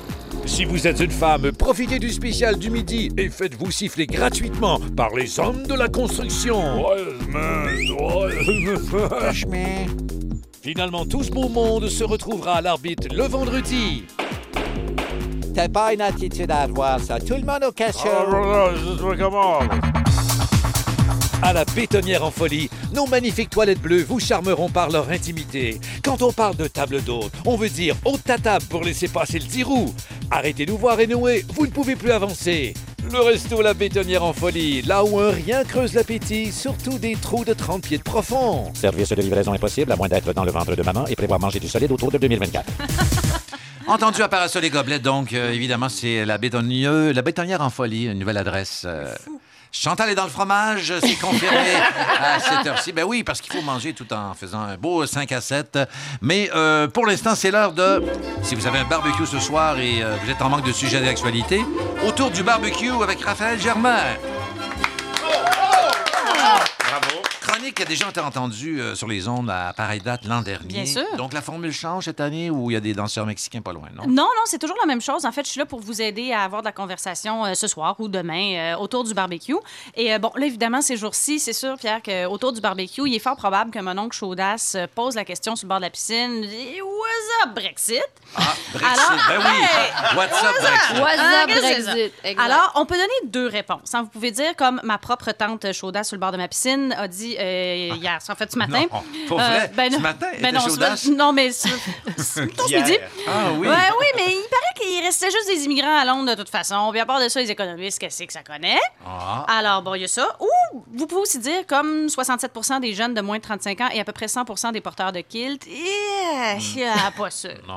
Si vous êtes une femme, profitez du spécial du midi et faites-vous siffler gratuitement par les hommes de la construction. Finalement, tout ce beau monde se retrouvera à l'arbitre le vendredi.
T'as pas une attitude à avoir, ça. Tout le monde au cachot.
À la bétonnière en folie, nos magnifiques toilettes bleues vous charmeront par leur intimité. Quand on parle de table d'hôte, on veut dire haute ta table pour laisser passer le tirou. Arrêtez de nous voir et nouer, vous ne pouvez plus avancer. Le resto La Bétonnière en folie, là où un rien creuse l'appétit, surtout des trous de 30 pieds de profond.
Service de livraison impossible, à moins d'être dans le ventre de maman et prévoir manger du solide autour de 2024.
Entendu à Parasol et Gobelet, donc, euh, évidemment, c'est la, bétonnière, la bétonnière en folie, une nouvelle adresse. euh, Chantal est dans le fromage, c'est confirmé à cette heure-ci. Ben oui, parce qu'il faut manger tout en faisant un beau 5 à 7. Mais euh, pour l'instant, c'est l'heure de... Si vous avez un barbecue ce soir et euh, vous êtes en manque de sujets d'actualité, autour du barbecue avec Raphaël Germain.
Bravo.
Chronique a déjà été entendue euh, sur les ondes à pareille date l'an dernier.
Bien sûr.
Donc la formule change cette année où il y a des danseurs mexicains pas loin, non?
Non, non, c'est toujours la même chose. En fait, je suis là pour vous aider à avoir de la conversation euh, ce soir ou demain euh, autour du barbecue. Et euh, bon, là, évidemment, ces jours-ci, c'est sûr, Pierre, qu'autour du barbecue, il est fort probable que mon oncle Chaudas euh, pose la question sur le bord de la piscine. Et What's up, Brexit?
Ah, Brexit,
Alors,
ben oui!
hey,
What's up, Brexit?
What's
Ah,
up,
qu'est-ce que c'est
Brexit?
ça?
Exact.
Alors, on peut donner deux réponses. hein. Vous pouvez dire, comme ma propre tante Chaudas sur le bord de ma piscine a dit euh, hier, en fait, ce matin.
Ah. Non, pour vrai?
ben
Ce
non.
matin, elle
Ben
était
non, ce
chaudasse?
ma- non, mais ce, ce- plutôt ce midi.
Hier.
Ah oui!
Ouais, oui, mais il paraît qu'il restait juste des immigrants à Londres de toute façon. Puis à part de ça, les économistes, qu'est-ce que ça connaît?
Ah.
Alors, bon, il y a ça. Ou vous pouvez aussi dire comme 67 des jeunes de moins de 35 ans et à peu près 100 des porteurs de kilt. Yeah,
Hmm.
yeah, pas sûr.
Non.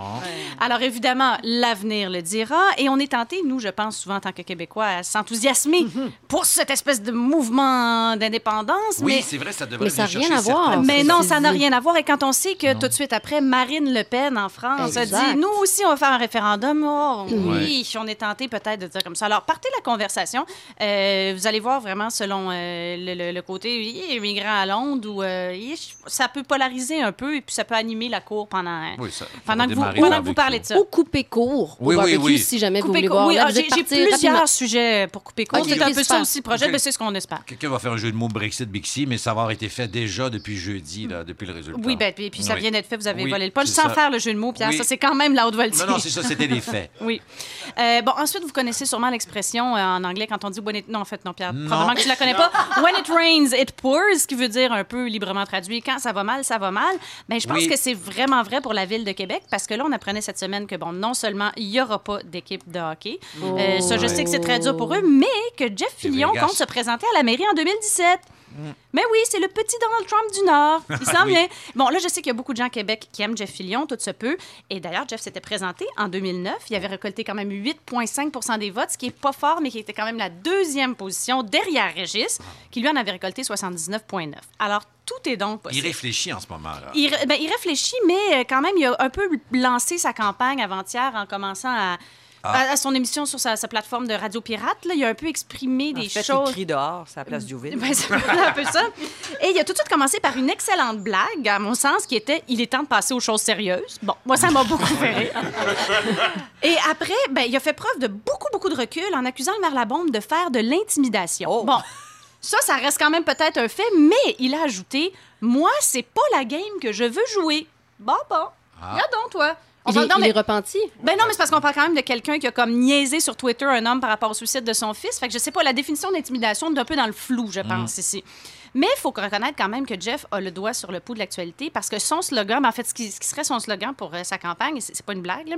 Alors, évidemment, l'avenir le dira. Et on est tenté, nous, je pense, souvent en tant que Québécois, à s'enthousiasmer
Mhm.
pour cette espèce de mouvement d'indépendance.
Oui,
mais-
c'est vrai, ça devrait
Mais ça n'a
venir
rien à
chercher
voir.
certaines-
mais non, ça n'a
dit.
rien à voir. Et quand on sait que tout de suite après, Marine Le Pen en France a
Exact.
dit Nous aussi, on va faire un référendum. Oh, oui, on est tenté peut-être de dire comme ça. Alors, partez la conversation. Euh, vous allez voir vraiment selon euh, le, le- le côté hi, immigrant à Londres où euh, hi, ça peut polariser un peu et puis ça peut animer la cour pendant,
Oui, ça- ça va
pendant, que, vous,
démarrer
pendant
le
que
barbecue.
vous parlez de ça.
Ou couper court
Oui,
au
oui,
barbecue
oui.
si jamais vous
Couper
voulez
court.
voir.
Oui,
Là,
ah,
vous
j'ai
êtes
j'ai
partis
plusieurs
rapidement.
sujets pour couper court.
Ok,
C'est un peu ça
super.
aussi le projet,
Ok.
mais c'est ce qu'on espère.
Quelqu'un va faire un jeu de mots Brexit Bixi, mais ça va avoir été fait déjà depuis jeudi, là, depuis le résultat.
Oui, ben, puis, puis ça
Oui.
vient d'être fait, vous avez
Oui,
volé le punch
c'est ça.
sans faire le jeu de mots, Pierre.
Oui.
Ça, c'est quand même la haute voltige.
Non, non, c'est ça, c'était les faits.
Oui. Euh, bon, ensuite, vous connaissez sûrement l'expression euh, en anglais quand on dit when it... Non, en fait, non, Pierre,
Non.
probablement que tu la connais pas. When it rains, it pours, ce qui veut dire un peu librement traduit quand ça va mal, ça va mal. Ben, je pense
Oui.
que c'est vraiment vrai pour la ville de Québec parce que là, on apprenait cette semaine que, bon, non seulement il n'y aura pas d'équipe de hockey, euh, ça, je sais que c'est très dur pour eux, mais que Jeff
C'est
Fillion
Vegas. Mm.
compte se présenter à la mairie en 2017. Mais oui, c'est le petit Donald Trump du Nord. Il s'en
Oui.
vient. Bon, là, je sais qu'il y a beaucoup de gens à Québec qui aiment Jeff Fillion, tout se peut. Et d'ailleurs, Jeff s'était présenté en 2009. Il avait récolté quand même 8,5 des votes, ce qui est pas fort, mais qui était quand même la deuxième position derrière Régis, qui lui en avait récolté 79,9. Alors, tout est donc
Il
possible.
réfléchit en ce moment, là.
Il, ré- ben, il réfléchit, mais euh, quand même, il a un peu lancé sa campagne avant-hier en commençant à,
Ah.
à- à son émission sur sa, sa plateforme de Radio Pirate. Là, il a un peu exprimé
En
des
fait, il
choses.
crie dehors, c'est la place du vide.
Ben, c'est un peu ça. Et il a tout de suite commencé par une excellente blague, à mon sens, qui était Il est temps de passer aux choses sérieuses. Bon, moi, ça m'a beaucoup
Ah
fait rire. Et après, ben, il a fait preuve de beaucoup, beaucoup de recul en accusant le maire Labombe de faire de l'intimidation.
Oh.
Bon, ça, ça reste quand même peut-être un fait, mais il a ajouté Moi, c'est pas la game que je veux jouer. Bon, bon, regarde donc, toi. On
Il
va-
est,
non,
il
mais-
est repenti.
ben non, mais c'est parce qu'on parle quand même de quelqu'un qui a comme niaisé sur Twitter un homme par rapport au suicide de son fils. Fait que je sais pas, la définition d'intimidation est un peu dans le flou, je pense, ici. Mais il faut reconnaître quand même que Jeff a le doigt sur le pouls de l'actualité parce que son slogan, ben en fait, ce qui, ce qui serait son slogan pour euh, sa campagne, et c'est c'est pas une blague, là,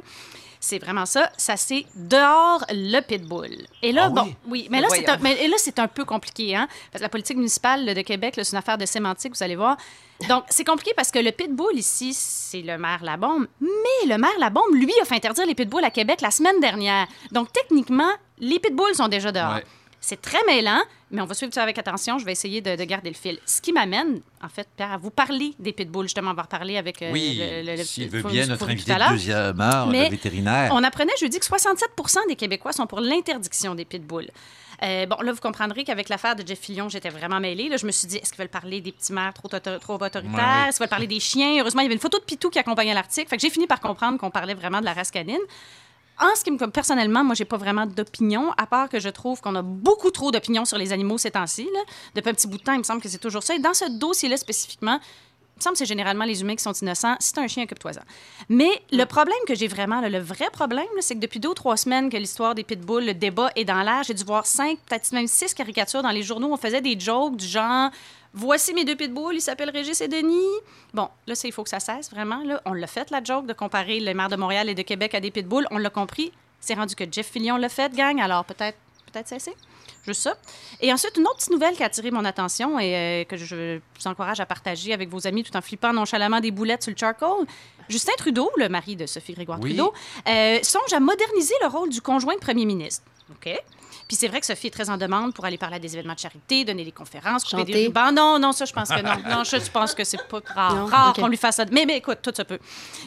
c'est vraiment ça, ça c'est dehors le pitbull. Et là,
Ah oui?
bon, oui, mais là, c'est un,
Voyons.
mais là, c'est un peu compliqué, hein? Parce que la politique municipale là, de Québec, là, c'est une affaire de sémantique, vous allez voir. Donc, c'est compliqué parce que le pitbull ici, c'est le maire Labombe, mais le maire Labombe, lui, a fait interdire les pitbulls à Québec la semaine dernière. Donc, techniquement, les pitbulls sont déjà dehors.
Ouais.
C'est très mêlant, mais on va suivre ça avec attention. Je vais essayer de, de garder le fil. Ce qui m'amène, en fait, Pierre, à vous parler des pitbulls. Justement, on va reparler avec euh,
Oui,
le, le- le-
s'il
le-
veut
faut-
bien,
faut-
notre
tout à
invité
l'heure.
de deuxième heure, le
Mais
vétérinaire.
On apprenait jeudi que 67 des Québécois sont pour l'interdiction des pitbulls. Euh, bon, là, vous comprendrez qu'avec l'affaire de Jeff Fillion, j'étais vraiment mêlée. Là, je me suis dit, est-ce qu'ils veulent parler des petits mères trop, auto- trop autoritaires?
Ouais, ouais.
Est-ce qu'ils veulent parler des chiens? Heureusement, il y avait une photo de Pitou qui accompagnait l'article. Fait que j'ai fini par comprendre qu'on parlait vraiment de la race canine. En ce qui me personnellement, moi, j'ai pas vraiment d'opinion, à part que je trouve qu'on a beaucoup trop d'opinions sur les animaux ces temps-ci. là. Depuis un petit bout de temps, il me semble que c'est toujours ça. Et dans ce dossier-là spécifiquement, Il me semble que c'est généralement les humains qui sont innocents. Si t'as un chien, occupe-toi-en. Mais le problème que j'ai vraiment, là, le vrai problème, là, c'est que depuis deux ou trois semaines que l'histoire des pitbulls, le débat est dans l'air, j'ai dû voir cinq, peut-être même six caricatures dans les journaux. où On faisait des jokes du genre Voici mes deux pitbulls, ils s'appellent Régis et Denis. Bon, là, c'est- il faut que ça cesse, vraiment. Là, on l'a fait, la joke, de comparer les maires de Montréal et de Québec à des pitbulls. On l'a compris. C'est rendu que Jeff Fillion l'a fait, gang. Alors, peut-être peut-être cesser. Juste ça. Et ensuite, une autre petite nouvelle qui a attiré mon attention et euh, que je vous encourage à partager avec vos amis tout en flippant nonchalamment des boulettes sur le charcoal. Justin Trudeau, le mari de Sophie Grégoire
Oui.
Trudeau, euh, songe à moderniser le rôle du conjoint de premier ministre. OK? Puis c'est vrai que Sophie est très en demande pour aller parler à des événements de charité, donner des conférences, couper
Chanter.
des rubans. Non, non, ça, je pense que non. Non, je je pense que c'est pas rare,
Non?
rare
OK.
qu'on lui fasse ça. Mais, mais écoute, tout ça peut,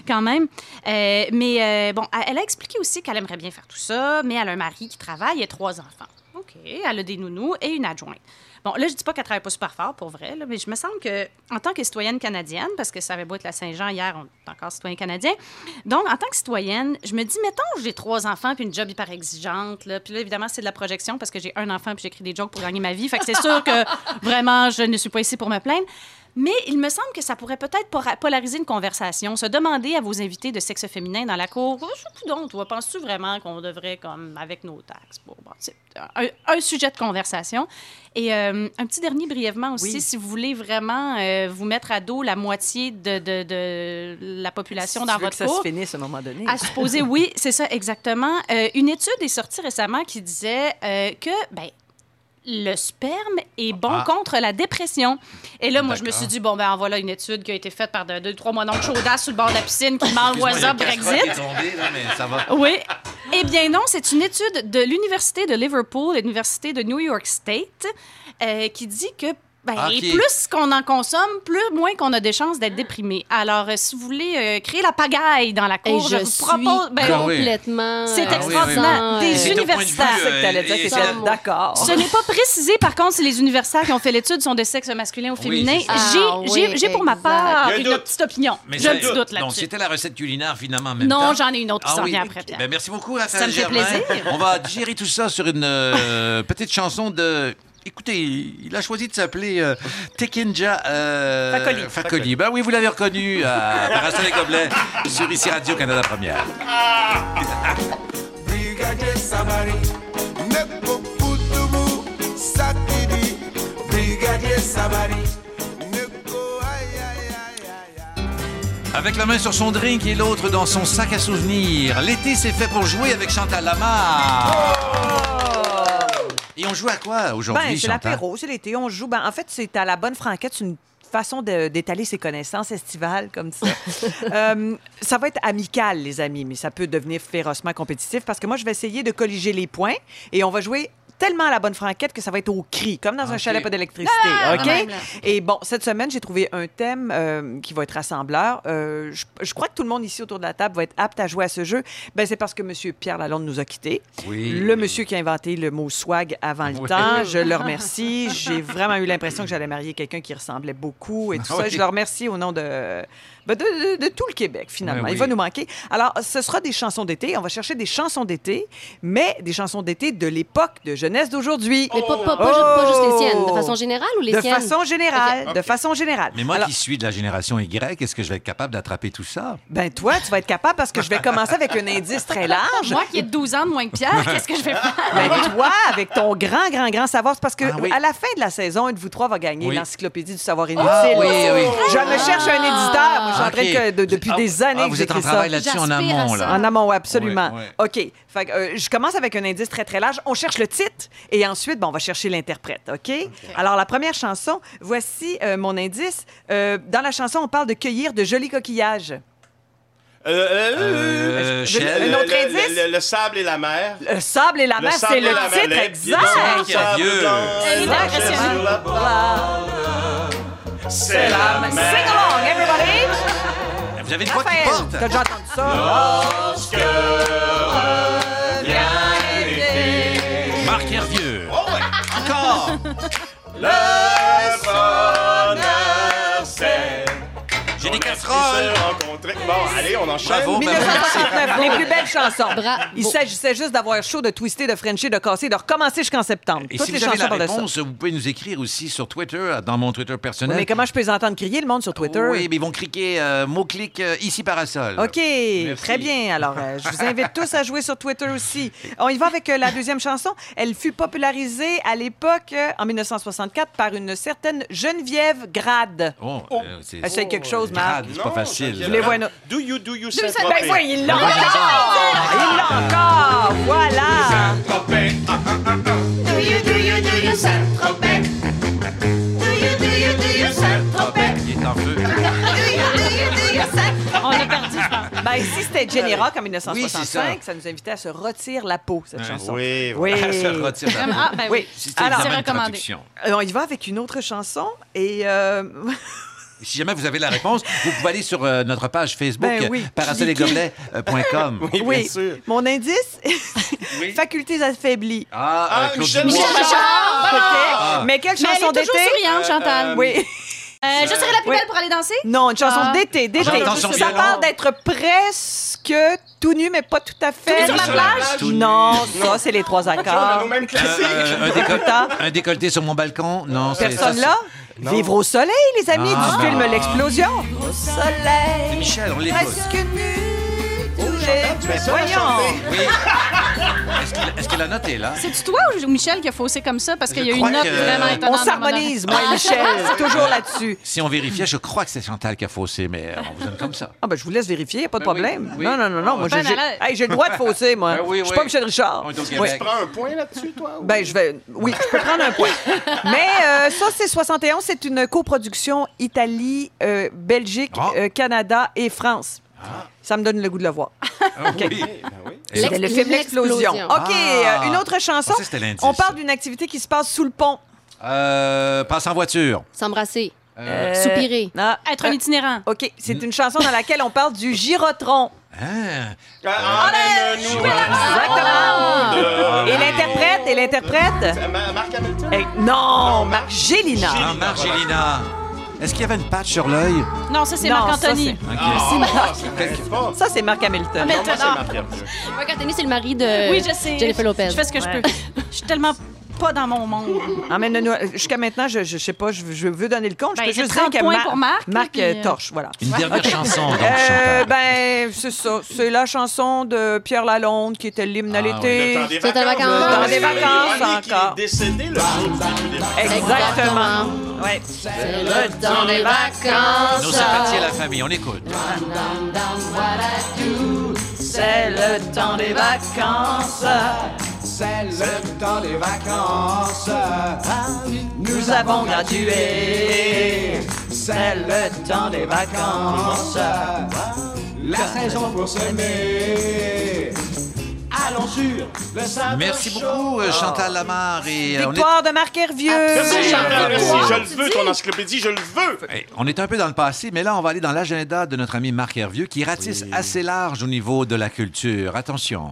quand même. Euh, mais euh, bon, elle a expliqué aussi qu'elle aimerait bien faire tout ça, mais elle a un mari qui travaille et trois enfants. OK, elle a des nounous et une adjointe. Bon, là, je dis pas qu'elle travaille pas super fort, pour vrai, là, mais je me semble que, en tant que citoyenne canadienne, parce que ça avait beau être la Saint-Jean hier, on est encore citoyen canadien, donc en tant que citoyenne, je me dis, mettons, j'ai trois enfants puis une job hyper exigeante, là, puis là, évidemment, c'est de la projection parce que j'ai un enfant puis j'écris des jokes pour gagner ma vie, fait que c'est sûr que, vraiment, je ne suis pas ici pour me plaindre. Mais il me semble que ça pourrait peut-être pora- polariser une conversation, se demander à vos invités de sexe féminin dans la cour, oh, je donc, toi, penses-tu vraiment qu'on devrait, comme, avec nos taxes, euh, bon, bon, c'est un, un sujet de conversation. Et euh, un petit dernier brièvement aussi,
Oui.
si vous voulez vraiment euh, vous mettre à dos la moitié de, de- de la population
Si
dans
tu veux
votre
que ça
cour,
se finisse à un moment donné.
Ah.
à supposer, oui, c'est ça, exactement. Euh, une étude est sortie récemment qui disait euh, que, ben, le sperme est bon
Ah.
contre la dépression. Et là, moi, je me
D'accord.
suis dit, bon, ben, en voilà une étude qui a été faite par de- deux, trois mois donc chaudasse sur le bord de la piscine qui mange WhatsApp Brexit. Oui. Eh bien non, c'est une étude de l'Université de Liverpool et de l'Université de New York State euh, qui dit que ben,
Ah, Ok.
plus qu'on en consomme, plus moins qu'on a des chances d'être déprimé. Alors, euh, si vous voulez euh, créer la pagaille dans la
Et
cour,
je,
vous
suis
propose... ben,
Ah oui.
complètement...
C'est
euh,
Ah oui,
extraordinaire.
sans,
Des
euh,
C'est au point de vue,
universitaires.
C'est ça que t'allais dire,
euh,
que
et-
j'étais
Sans-
d'accord.
Ce n'est pas précisé, par contre, si les universitaires qui ont fait l'étude sont de sexe masculin ou
Oui,
féminin.
c'est ça.
J'ai-
Ah
J'ai
oui,
j'ai pour ma part
exact. Il
une
y a un doute.
petite opinion.
Mais
J'ai un
ça-
petit doute
Donc,
là-dessus.
c'était la recette culinaire, finalement, en même
Non,
temps.
j'en ai une autre qui
Ah
s'en
oui,
vient
ok.
après. Pierre.
Ben, merci beaucoup, Raphaël
Ça me fait
Germain.
plaisir.
On va digérer tout ça sur une euh, petite chanson de... Écoutez, il a choisi de s'appeler euh, Tekinja euh,
Facoli. Facoli.
Ben oui, vous l'avez reconnu à Parasol et Gobelets sur ici Radio-Canada Première.
Brigadier Savary, ne koputubu sakidi. Brigadier Savary, ne ko aïe aïe aïe aïe aïe.
Avec la main sur son drink et l'autre dans son sac à souvenirs. L'été, c'est fait pour jouer avec Chantal Lamar. Et on joue à quoi aujourd'hui,
Oh Ben, c'est
Chantal?
l'apéro, c'est l'été, on joue. Ben, en fait, c'est à la bonne franquette, c'est une façon de- d'étaler ses connaissances estivales comme ça. Euh, ça va être amical, les amis, mais ça peut devenir férocement compétitif parce que moi, je vais essayer de colliger les points et on va jouer tellement à la bonne franquette que ça va être au cri, comme dans un
Ok. Ah!
chalet pas d'électricité. OK?
quand même, là.
Et bon, cette semaine, j'ai trouvé un thème euh, qui va être rassembleur. Euh, je, je crois que tout le monde ici autour de la table va être apte à jouer à ce jeu. Ben, c'est parce que M. Pierre Lalonde nous a quittés.
Oui.
Le monsieur qui a inventé le mot swag avant le
Oui.
temps, je le remercie. J'ai vraiment eu l'impression que j'allais marier quelqu'un qui ressemblait beaucoup et tout
Ah
ça.
oui.
Je le remercie au nom de, ben, de, de- de tout le Québec, finalement.
Ben oui.
Il va nous manquer. Alors, ce sera des chansons d'été. On va chercher des chansons d'été, mais des chansons d'été de l'époque de jeunesse d'aujourd'hui.
Mais pas, pas, pas ju- pas juste les siennes, de façon générale ou les
De
siennes?
façon générale, de façon générale.
Mais moi
Alors,
qui suis de la génération Y, est-ce que je vais être capable d'attraper tout ça?
ben toi, tu vas être capable parce que je vais commencer avec un indice très large.
Moi qui ai 12 ans de moins que Pierre, Ah, qu'est-ce que je vais faire?
Ben, toi, avec ton grand, grand, grand savoir, c'est parce que
Ah oui.
à la fin de la saison, un de vous trois va gagner
Oui.
l'encyclopédie du savoir inutile.
Ah oui, oui.
Je me cherche un éditeur. Moi, je suis en train
Ok.
que de- depuis
Ah,
des années
ah,
que
vous êtes en
j'écris ça.
travail là-dessus en
J'aspire à
amont,
ça.
là.
En amont, oui, absolument.
Ouais, ouais.
OK. Fait que, euh, je commence avec un indice très, très large. On cherche le titre et ensuite, bon, on va chercher l'interprète. OK? Alors, la première chanson, voici euh, mon indice. Euh, dans la chanson, on parle de cueillir de jolis coquillages.
Euh, euh,
Euh,
je-
Shell.
le-
Un autre
le-
indice?
le- le- le sable et la mer.
Le sable et la mer,
sable
c'est
et
le
la mer,
titre
les pieds dans
exact.
le sable
Dieu.
blanc,
Elle est
la
impressionnante.
chaise sur la plage. C'est la
Sing
mer.
along, everybody!
Vous avez une voix qui
Raphaël,
porte.
t'as déjà entendu ça?
Marc Hervieux. Encore.
Le bonheur, c'est
J'ai des
qu'on a pu
casseroles.
se rencontrer. Bon, allez, on enchaîne.
Bravo,
ben
bravo,
1969,
merci.
les plus belles chansons.
Bravo.
Il s'agissait juste d'avoir chaud, de twister, de frencher, de casser, de recommencer jusqu'en septembre.
Et
Toutes
si
les
vous avez
chansons
la
parlaient de ça.
réponse, vous pouvez nous écrire aussi sur Twitter, euh, dans mon Twitter
Oui,
personnel.
Mais comment je peux les entendre crier, le monde, sur Twitter?
Oui, mais ils vont cliquer euh, mot-clic euh, ici parasol.
OK, très bien. Alors, euh, je vous invite tous à jouer sur Twitter aussi. On y va avec euh, la deuxième chanson. Elle fut popularisée à l'époque, euh, en 1964, par une certaine Geneviève Grade.
Oh, euh, c'est
Essaye quelque chose, Marc.
grave, c'est pas facile.
voulez voir notre-
Do you, do you,
Ben
Saint-Tropez?
oui, il l'a encore! Il l'a encore! Voilà!
Saint-Tropez, ah, ah, ah, ah.
Il est en feu.
Ah,
On a perdu, je pense.
Ben, si c'était Generoc en
Oui, c'est
1965, ça. nous invitait à se retirer la peau, cette chanson.
Oui,
Oui.
voilà.
Ça retire la
Ah, ben oui.
Oui.
Si
Alors-
Alors,
C'est
c'est
recommandé.
traduction.
Euh, on y va avec une autre chanson et euh,
Si jamais vous avez la réponse, vous pouvez aller sur euh, notre page Facebook,
Ben oui.
euh, parasolegoblet.com.
Oui, bien
oui,
sûr.
mon indice,
Oui.
facultés affaiblies.
Ah,
Ah,
euh, Claude
Michel
Dubois.
Michel
Richard!
Ah.
OK. Mais quelle
Bah, Mais elle est
chanson
toujours
d'été
souriante, Chantal.
Euh,
Oui,
Euh, je serais la plus
Oui.
belle pour aller danser?
non, une chanson
Ah.
d'été, d'été.
J'entends son
Ça
violon.
parle d'être presque tout nu, mais pas tout à fait.
Tout nu sur la plage?
Tout nu.
Non, ça c'est les trois accords.
Nos mêmes classiques.
Euh, un, décolleté, un décolleté sur mon balcon? Non, c'est ça,
Personne là.
Non.
Vivre au soleil, les amis,
Ah.
du film L'explosion. Au
c'est-
soleil.
Michel, on l'écoute.
Presque nu. tous les-
tu fais ça,
Voyons.
chanter.
Est-ce qu'il- est-ce qu'elle a noté, là?
C'est-tu toi ou Michel qui a faussé comme ça? Parce qu'il y a
Je
une
crois
note
que-
vraiment
On
étonnante. dans mon
On
oreille.
s'harmonise, moi et Michel.
Ah.
C'est toujours là-dessus.
Si on vérifiait, je crois que c'est Chantal qui a faussé, mais euh, on vous donne comme ça.
Ah ben je vous laisse vérifier, y a pas de
Ben oui,
problème.
oui.
Non, non, non, non. Moi, j'ai,
Ben,
j'ai-
alors-
Hey, j'ai le droit de fausser, moi.
Ben oui,
Je suis
oui.
pas Michel Richard.
On est au
Oui.
Québec.
Tu prends un point là-dessus, toi? ou-
Ben je vais. Oui, je peux prendre un point. Mais euh, ça, c'est 71. C'est une coproduction Italie, euh, Belgique,
Ah.
euh, Canada et France. Ça me donne le goût de le voir.
Ah, oui.
Eh, ben oui.
Et-
C'était le film L'explosion.
L'explosion.
OK,
Ah.
euh, une autre
Je
chanson.
pensais que c'était l'indice,
On
ça.
parle d'une activité qui se passe sous le pont.
Euh, passe en voiture.
S'embrasser.
Euh,
Euh,
Soupirer.
ah,
Être un
euh,
itinérant.
OK, c'est une chanson dans laquelle on parle du girotron.
hein?
Ah, Emmène-nous
Ah,
Exactement.
à-
Et l'interprète, et l'interprète.
Euh, Ma- Marc Hamilton?
Eh, non,
Non,
Marc Gélina.
Gélina.
Ah, Margelina. Est-ce qu'il y avait une patch sur l'œil?
Non, ça, c'est
Non,
Marc-Anthony. Ah,
Ok.
ça,
Ah, c'est pas-
Ça, c'est Marc Hamilton.
Mais-
Non, moi, c'est ma préférée.
Marc Anthony, c'est le mari de
Oui, je sais.
Jennifer Lopez.
Je fais ce que je
Ouais.
peux. Je suis tellement pas dans mon monde.
Emmène-nous- Jusqu'à maintenant, je, je sais pas, je, je veux donner le compte. Je
Ben,
peux
j'ai
juste
30
dire que
points
Mar-
pour Marc,
Marc
puis,
euh,
euh,
torche, voilà.
Une dernière chanson, donc,
Euh,
Chantal.
ben, c'est ça. C'est la chanson de Pierre Lalonde qui était l'hymne à
Ah,
l'été.
Le temps des
C'est en
vacances.
vacances.
Dans des vacances, hein.
Ironique, il est
encore.
décédé
euh,
le jour du début.
Exactement. Ouais.
Dans les vacances.
Nos sympathies à la famille, on écoute.
Oh.
C'est le temps des vacances.
C'est le temps des vacances.
Nous avons gradué.
C'est le temps des vacances. La saison pour semer. Allons sur le sable.
Merci
chaud.
beaucoup, euh, Chantal Lamar. Et euh, on est-
Victoire de Marc Hervieux.
Merci, Chantal, merci.
Wow,
Je le veux, ton encyclopédie, je le veux.
Hey, Eh, on est un peu dans le passé, mais là, on va aller dans l'agenda de notre ami Marc Hervieux qui ratisse assez large au niveau de la culture. Attention.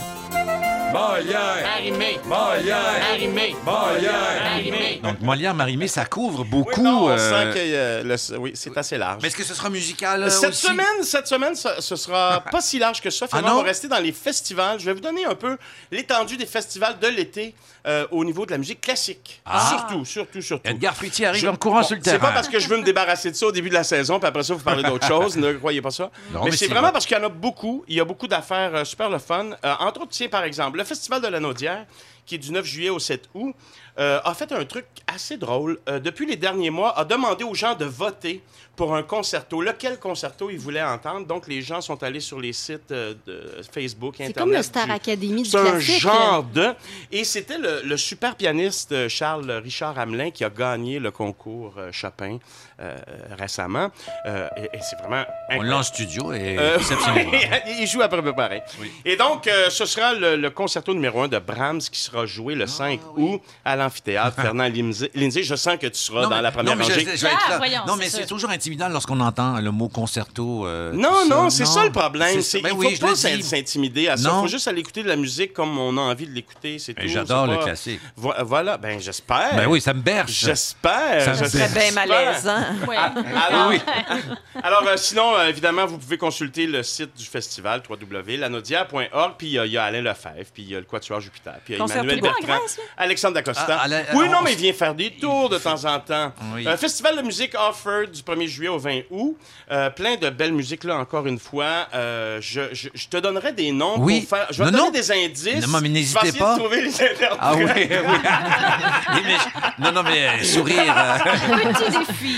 Donc, Molière Marimé, ça couvre beaucoup.
Oui, non, on
euh,
sent que, euh, le- oui, c'est assez large.
Mais est-ce que ce sera musical? euh,
Cette
aussi?
semaine, cette semaine, ce, ce sera pas si large que ça. Finalement,
Ah non?
on va rester dans les festivals. Je vais vous donner un peu l'étendue des festivals de l'été euh, au niveau de la musique classique.
Ah.
Surtout, surtout, surtout.
Edgar Fruitier arrive
Je-
en courant
bon,
sur le
C'est pas
terrain.
parce que je veux me débarrasser de ça au début de la saison, puis après ça, vous parlez d'autre chose. Ne croyez pas ça.
Non, mais
mais
c'est
c'est vraiment
bon.
parce qu'il y en a beaucoup. Il y a beaucoup d'affaires euh, super le fun. Euh, entre autres, tiens, par exemple, le Festival de la Naudière, qui est du 9 juillet au 7 août, euh, a fait un truc assez drôle. Euh, depuis les derniers mois, a demandé aux gens de voter pour un concerto, lequel concerto ils voulaient entendre. Donc, les gens sont allés sur les sites euh, de Facebook,
C'est
Internet.
comme le Star
du-
Academy du
c'est un
classique.
genre de. Et c'était le, le super pianiste euh, Charles Richard Hamelin qui a gagné le concours euh, Chopin euh, récemment. Euh, et et c'est vraiment
On
incroyable.
l'a en studio et
Euh,
exceptionnellement.
il joue à peu près pareil.
Oui.
Et donc, euh, ce sera le, le concerto numéro un de Brahms qui sera sera joué
Ah,
le 5 août à l'amphithéâtre Fernand Lindsay. Lindsay, je sens que tu seras
Non,
dans
mais-
la première
non, mais je-
rangée.
je vais être
Ah,
là.
voyons,
non,
c'est
mais
ça.
c'est toujours intimidant lorsqu'on entend euh, le mot concerto. euh,
Non,
tout
non, c'est ça le
C'est
problème.
ça.
C'est,
Ben
il faut
oui, je
pas
le
s'in-
dis.
s'intimider à ça.
Non.
Il faut juste aller écouter de la musique comme on a envie de l'écouter. C'est
Mais
tout.
j'adore
C'est
le
pas-
classique.
Vo- voilà, ben j'espère.
Ben oui, ça me berce.
J'espère.
Ça me
je-
berce.
Ben,
Très bien
j'espère.
malaisant.
Ouais.
Alors, alors, euh, sinon, euh, évidemment, vous pouvez consulter le site du festival, www.lanodia.org, puis euh, il y a Alain Lefebvre, puis il y a le Quatuor Jupiter, puis il y a
Concerto
Emmanuel
de
Bois en
Bertrand,
Grèce, là?
Alexandre Dacosta.
Ah, Alain-
oui, non,
on-
mais il vient faire des tours de temps en temps.
Oui.
Euh, festival de musique Offered du 1er juillet au 20 août. Euh, plein de belles musiques, là, encore une fois. Euh, je, je- je te donnerai des noms
Oui.
pour faire... Je
Non,
vais te donner
non.
des indices.
Non, mais n'hésitez
Je vais essayer
pas.
de trouver les interprètes.
Ah oui, oui. Oui, mais je- non, non, mais euh, sourire. euh,
Petit défi.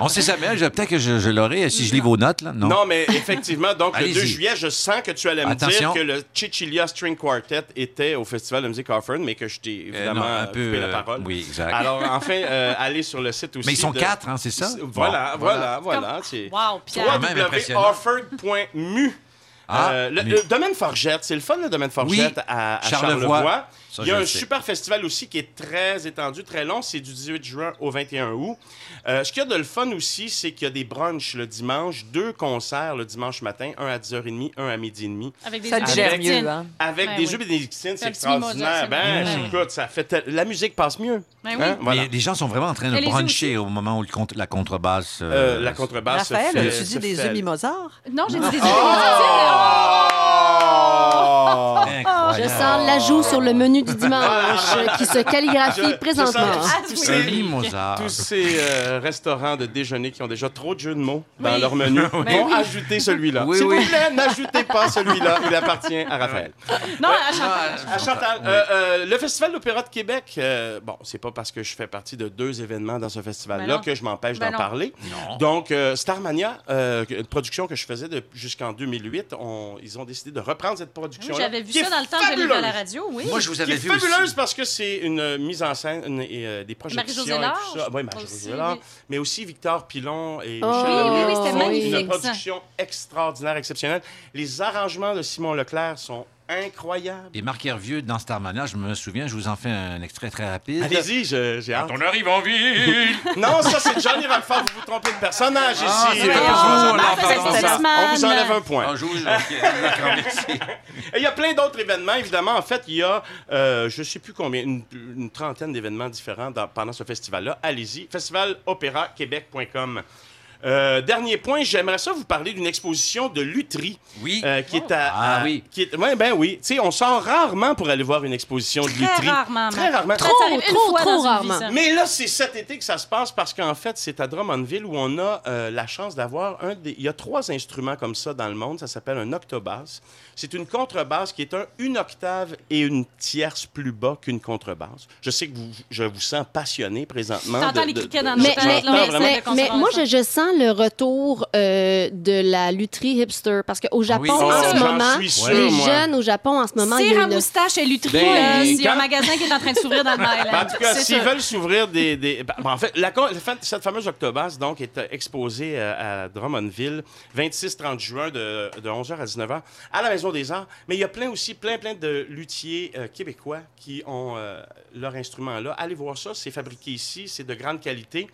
on sait jamais. je- Peut-être que je, je l'aurai si je lis vos notes. Là. Non.
Non, mais effectivement, donc le
Allez-y.
2 juillet, je sens que tu allais
Attention.
me dire que le Chichilia String Quartet était au Festival de musique Offern, mais que je t'ai évidemment
non, un
euh,
peu,
coupé la
euh,
parole.
oui, exact.
Alors, enfin, euh, allez sur le site aussi.
mais ils sont
de-
quatre, hein, c'est ça?
Voilà,
Bon,
voilà, voilà. c'est
Wow, Pierre.
Quand même impressionnant.
www.offerd.mu.
Ah,
Euh, le,
mu.
le domaine Forgette, c'est le fun le domaine Forgette
Oui,
à, à
Charlevoix.
Charlevoix.
Ça,
Il y a
je
un
le sais.
super festival aussi qui est très étendu, très long. C'est du 18 juin au 21 août. Euh, ce qu'il y a de le fun aussi, c'est qu'il y a des brunchs le dimanche, deux concerts le dimanche matin, un à 10h30, un à midi et demi.
Avec des
Ça digère
Avec-
mieux, hein?
Avec
Ben
des
oui.
jeux bénédictines, c'est
un petit mimosa,
extraordinaire.
c'est
Ben,
bon.
écoute, ça fait tel- la musique passe mieux.
Ben oui.
Mais les gens sont vraiment en train de
Et les
bruncher au moment où le contre- la contrebasse. euh,
Euh, la contrebasse. se
Raphaël,
fait-
tu dis
se
des
fait-
œufs Mozart?
Non, j'ai dit des
Oh!
Je
incroyable.
sens l'ajout sur le menu du dimanche qui se
Je-
calligraphie
je
présentement.
sens tous
oui.
Un
ces-
mimosa.
Tous ces euh, restaurants de déjeuner qui ont déjà trop de jeux de mots dans
Oui.
leur menu vont
Ben oui.
ajouter celui-là.
Oui,
S'il
oui.
vous plaît, n'ajoutez pas Ah, celui-là. Il appartient à Raphaël.
Non, à Chantal.
À Chantal, euh, euh, le Festival d'Opéra de Québec, euh, bon, c'est pas parce que je fais partie de deux événements dans ce
Ben
festival-là
non.
que je m'empêche
Ben
d'en
non.
parler.
Non.
Donc, euh, Starmania, euh, une production que je faisais de- jusqu'en 2008, on- ils ont décidé de reprendre cette
Oui,
production-là.
J'avais vu
qui
ça
est
dans le temps que je l'ai à
fabuleuse.
la radio, oui.
Moi, je vous
Qui
avais
est
vu
fabuleuse
aussi.
parce que c'est une euh, mise en scène une- et, euh, des projections
Marie-Josée
et
Large,
tout ça. Oui, Marie-Josée
aussi.
Large. Mais aussi Victor Pilon et
Oh,
Michel
oui,
Lemieux
oui, oui, c'était
font
magnifique,
Une production extraordinaire, exceptionnelle. Les arrangements de Simon Leclerc sont incroyables.
Et Marc Hervieux dans Starmania, je me souviens, je vous en fais un extrait très rapide.
Allez-y, je- j'ai hâte.
On arrive en ville!
Non, ça, c'est Johnny Ralph. Vous vous trompez de personnage
Ah,
ici.
c'est
Euh,
pas
je
vous, on
vous en-
en parle
on vous en-
ensemble.
on vous enlève un point.
Ah, je vous- D'accord, merci.
Et il y a plein d'autres événements, évidemment. En fait, il y a, euh, je ne sais plus combien, une, une trentaine d'événements différents dans- pendant ce festival-là. Allez-y, festivalopéraquebec.com. Euh, dernier point, j'aimerais ça vous parler d'une exposition de lutherie
Oui.
euh, qui est à,
Ah
à-
oui.
qui est, ouais, ben oui, tu sais, on sort rarement pour aller voir une exposition de
Très
lutherie.
rarement.
Très rarement.
Ça, ça arrive une
Trop,
fois
trop,
dans une
rarement.
vie, ça.
Mais là, c'est cet été que ça se passe parce qu'en fait, c'est à Drummondville où on a euh, la chance d'avoir un des. Il y a trois instruments comme ça dans le monde. Ça s'appelle un octobasse. C'est une contrebasse qui est un, une octave et une tierce plus bas qu'une contrebasse. Je sais que vous, je vous sens passionné présentement.
T'entends
de-
les
de-
criquets dans
de-
nos
Mais,
J'entends
mais,
vraiment
mais-
le
mais-
conservateur.
mais moi, je, je sens le retour euh, de la lutherie hipster parce qu'au Japon,
Oui.
en
Oh,
ce
j'en
moment,
suis sûr,
les
moi.
jeunes au Japon, en ce moment, il y
Cire
a
à
une...
moustache et lutherie,
Ben,
là, c'est
quand-
un magasin qui est en train de s'ouvrir dans le Maryland.
Ben, en tout cas,
C'est
s'ils
ça.
veulent s'ouvrir des. des- ben, en fait, la, con- la fa- cette fameuse Octobasse, donc, est euh, exposée euh, à Drummondville, 26-30 juin, de, de 11h à 19h, à la Maison des Arts. Mais il y a plein aussi, plein, plein de luthiers euh, québécois qui ont euh, leur instrument là. Allez voir ça, c'est fabriqué ici, c'est de grande qualité.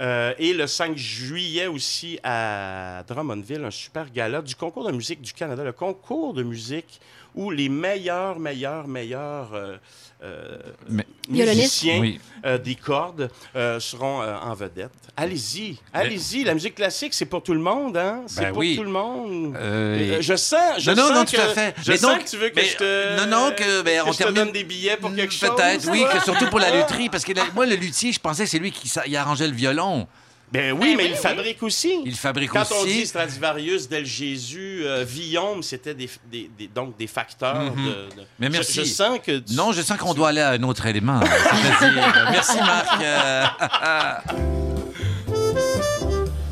Euh, et le 5 juillet aussi à Drummondville, un super gala du concours de musique du Canada, le concours de musique où les meilleurs, meilleurs, meilleurs euh, euh,
Mais-
musiciens
Oui.
euh, des cordes euh, seront euh, en vedette. Allez-y, allez-y. La musique classique, c'est pour tout le monde, hein? C'est
Ben
pour
oui.
tout le monde.
Euh,
Euh, je sens, je
non, non,
sens
non,
que,
tout à fait.
Je
Mais
sens
donc-
que tu veux que
mais,
je
euh,
te...
non, non, que, ben, on
je
termine-
te donne des billets pour quelque chose. Ah!
Peut-être, oui,
voilà.
que surtout pour la lutherie, parce que la- moi, le luthier, je pensais que c'est lui qui sa- il arrangeait le violon.
Ben oui,
Ben
mais
oui,
il
oui.
fabrique aussi.
Il fabrique
Quand
aussi.
on dit Stradivarius, Del Jésus, euh, Villaume, c'était des, des- des- donc des facteurs
Mhm.
de, de-
Mais
Je-
merci.
Je, sens que... tu-
Non, je sens qu'on doit aller à un autre élément. C'est-à-dire, euh, Merci, Marc. Euh,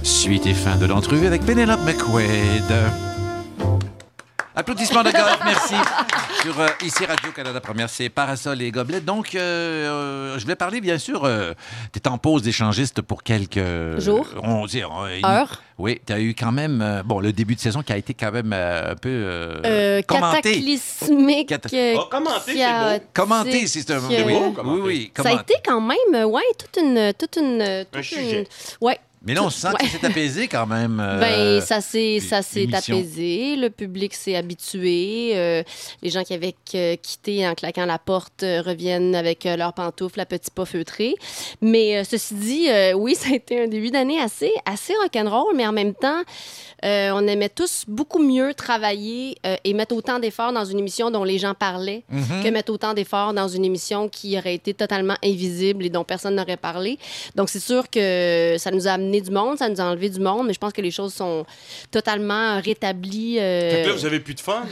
Suite et fin de l'entrevue avec Penelope McQuaid. Applaudissements de golf, merci. Sur euh, ici Radio-Canada Première, c'est Parasol et Gobelets. Donc, euh, euh, je vais parler, bien sûr, tu es en pause d'échangiste pour quelques...
Jours.
On dit... on- il-
Heures.
Oui, tu as eu quand même... euh, bon, le début de saison qui a été quand même euh, un peu... euh,
Euh,
commenté.
cataclysmique.
Cata-
euh,
Oh, commenté, c'est beau.
chaotique,
Commenté, si c'est un
euh,
oui,
beau,
oui,
commenté.
oui,
Ça a
comment-
été quand même, euh, ouais, toute une, toute une, euh, toute
sujet.
Une... Ouais.
Mais là, on se sent que
Ouais.
c'est apaisé quand même. euh,
Ben, ça s'est, ça s'est
l'émission.
apaisé, le public s'est habitué, euh, les gens qui avaient euh, quitté en claquant la porte euh, reviennent avec euh, leurs pantoufles à petits pas feutrés. Mais euh, ceci dit, euh, oui, ça a été un début d'année assez, assez rock'n'roll, mais en même temps, euh, on aimait tous beaucoup mieux travailler euh, et mettre autant d'efforts dans une émission dont les gens parlaient
Mhm.
que mettre autant d'efforts dans une émission qui aurait été totalement invisible et dont personne n'aurait parlé. Donc, c'est sûr que ça nous a amené du monde, ça nous a enlevé du monde, mais je pense que les choses sont totalement rétablies. euh,
Fait que là, vous avez plus de fun.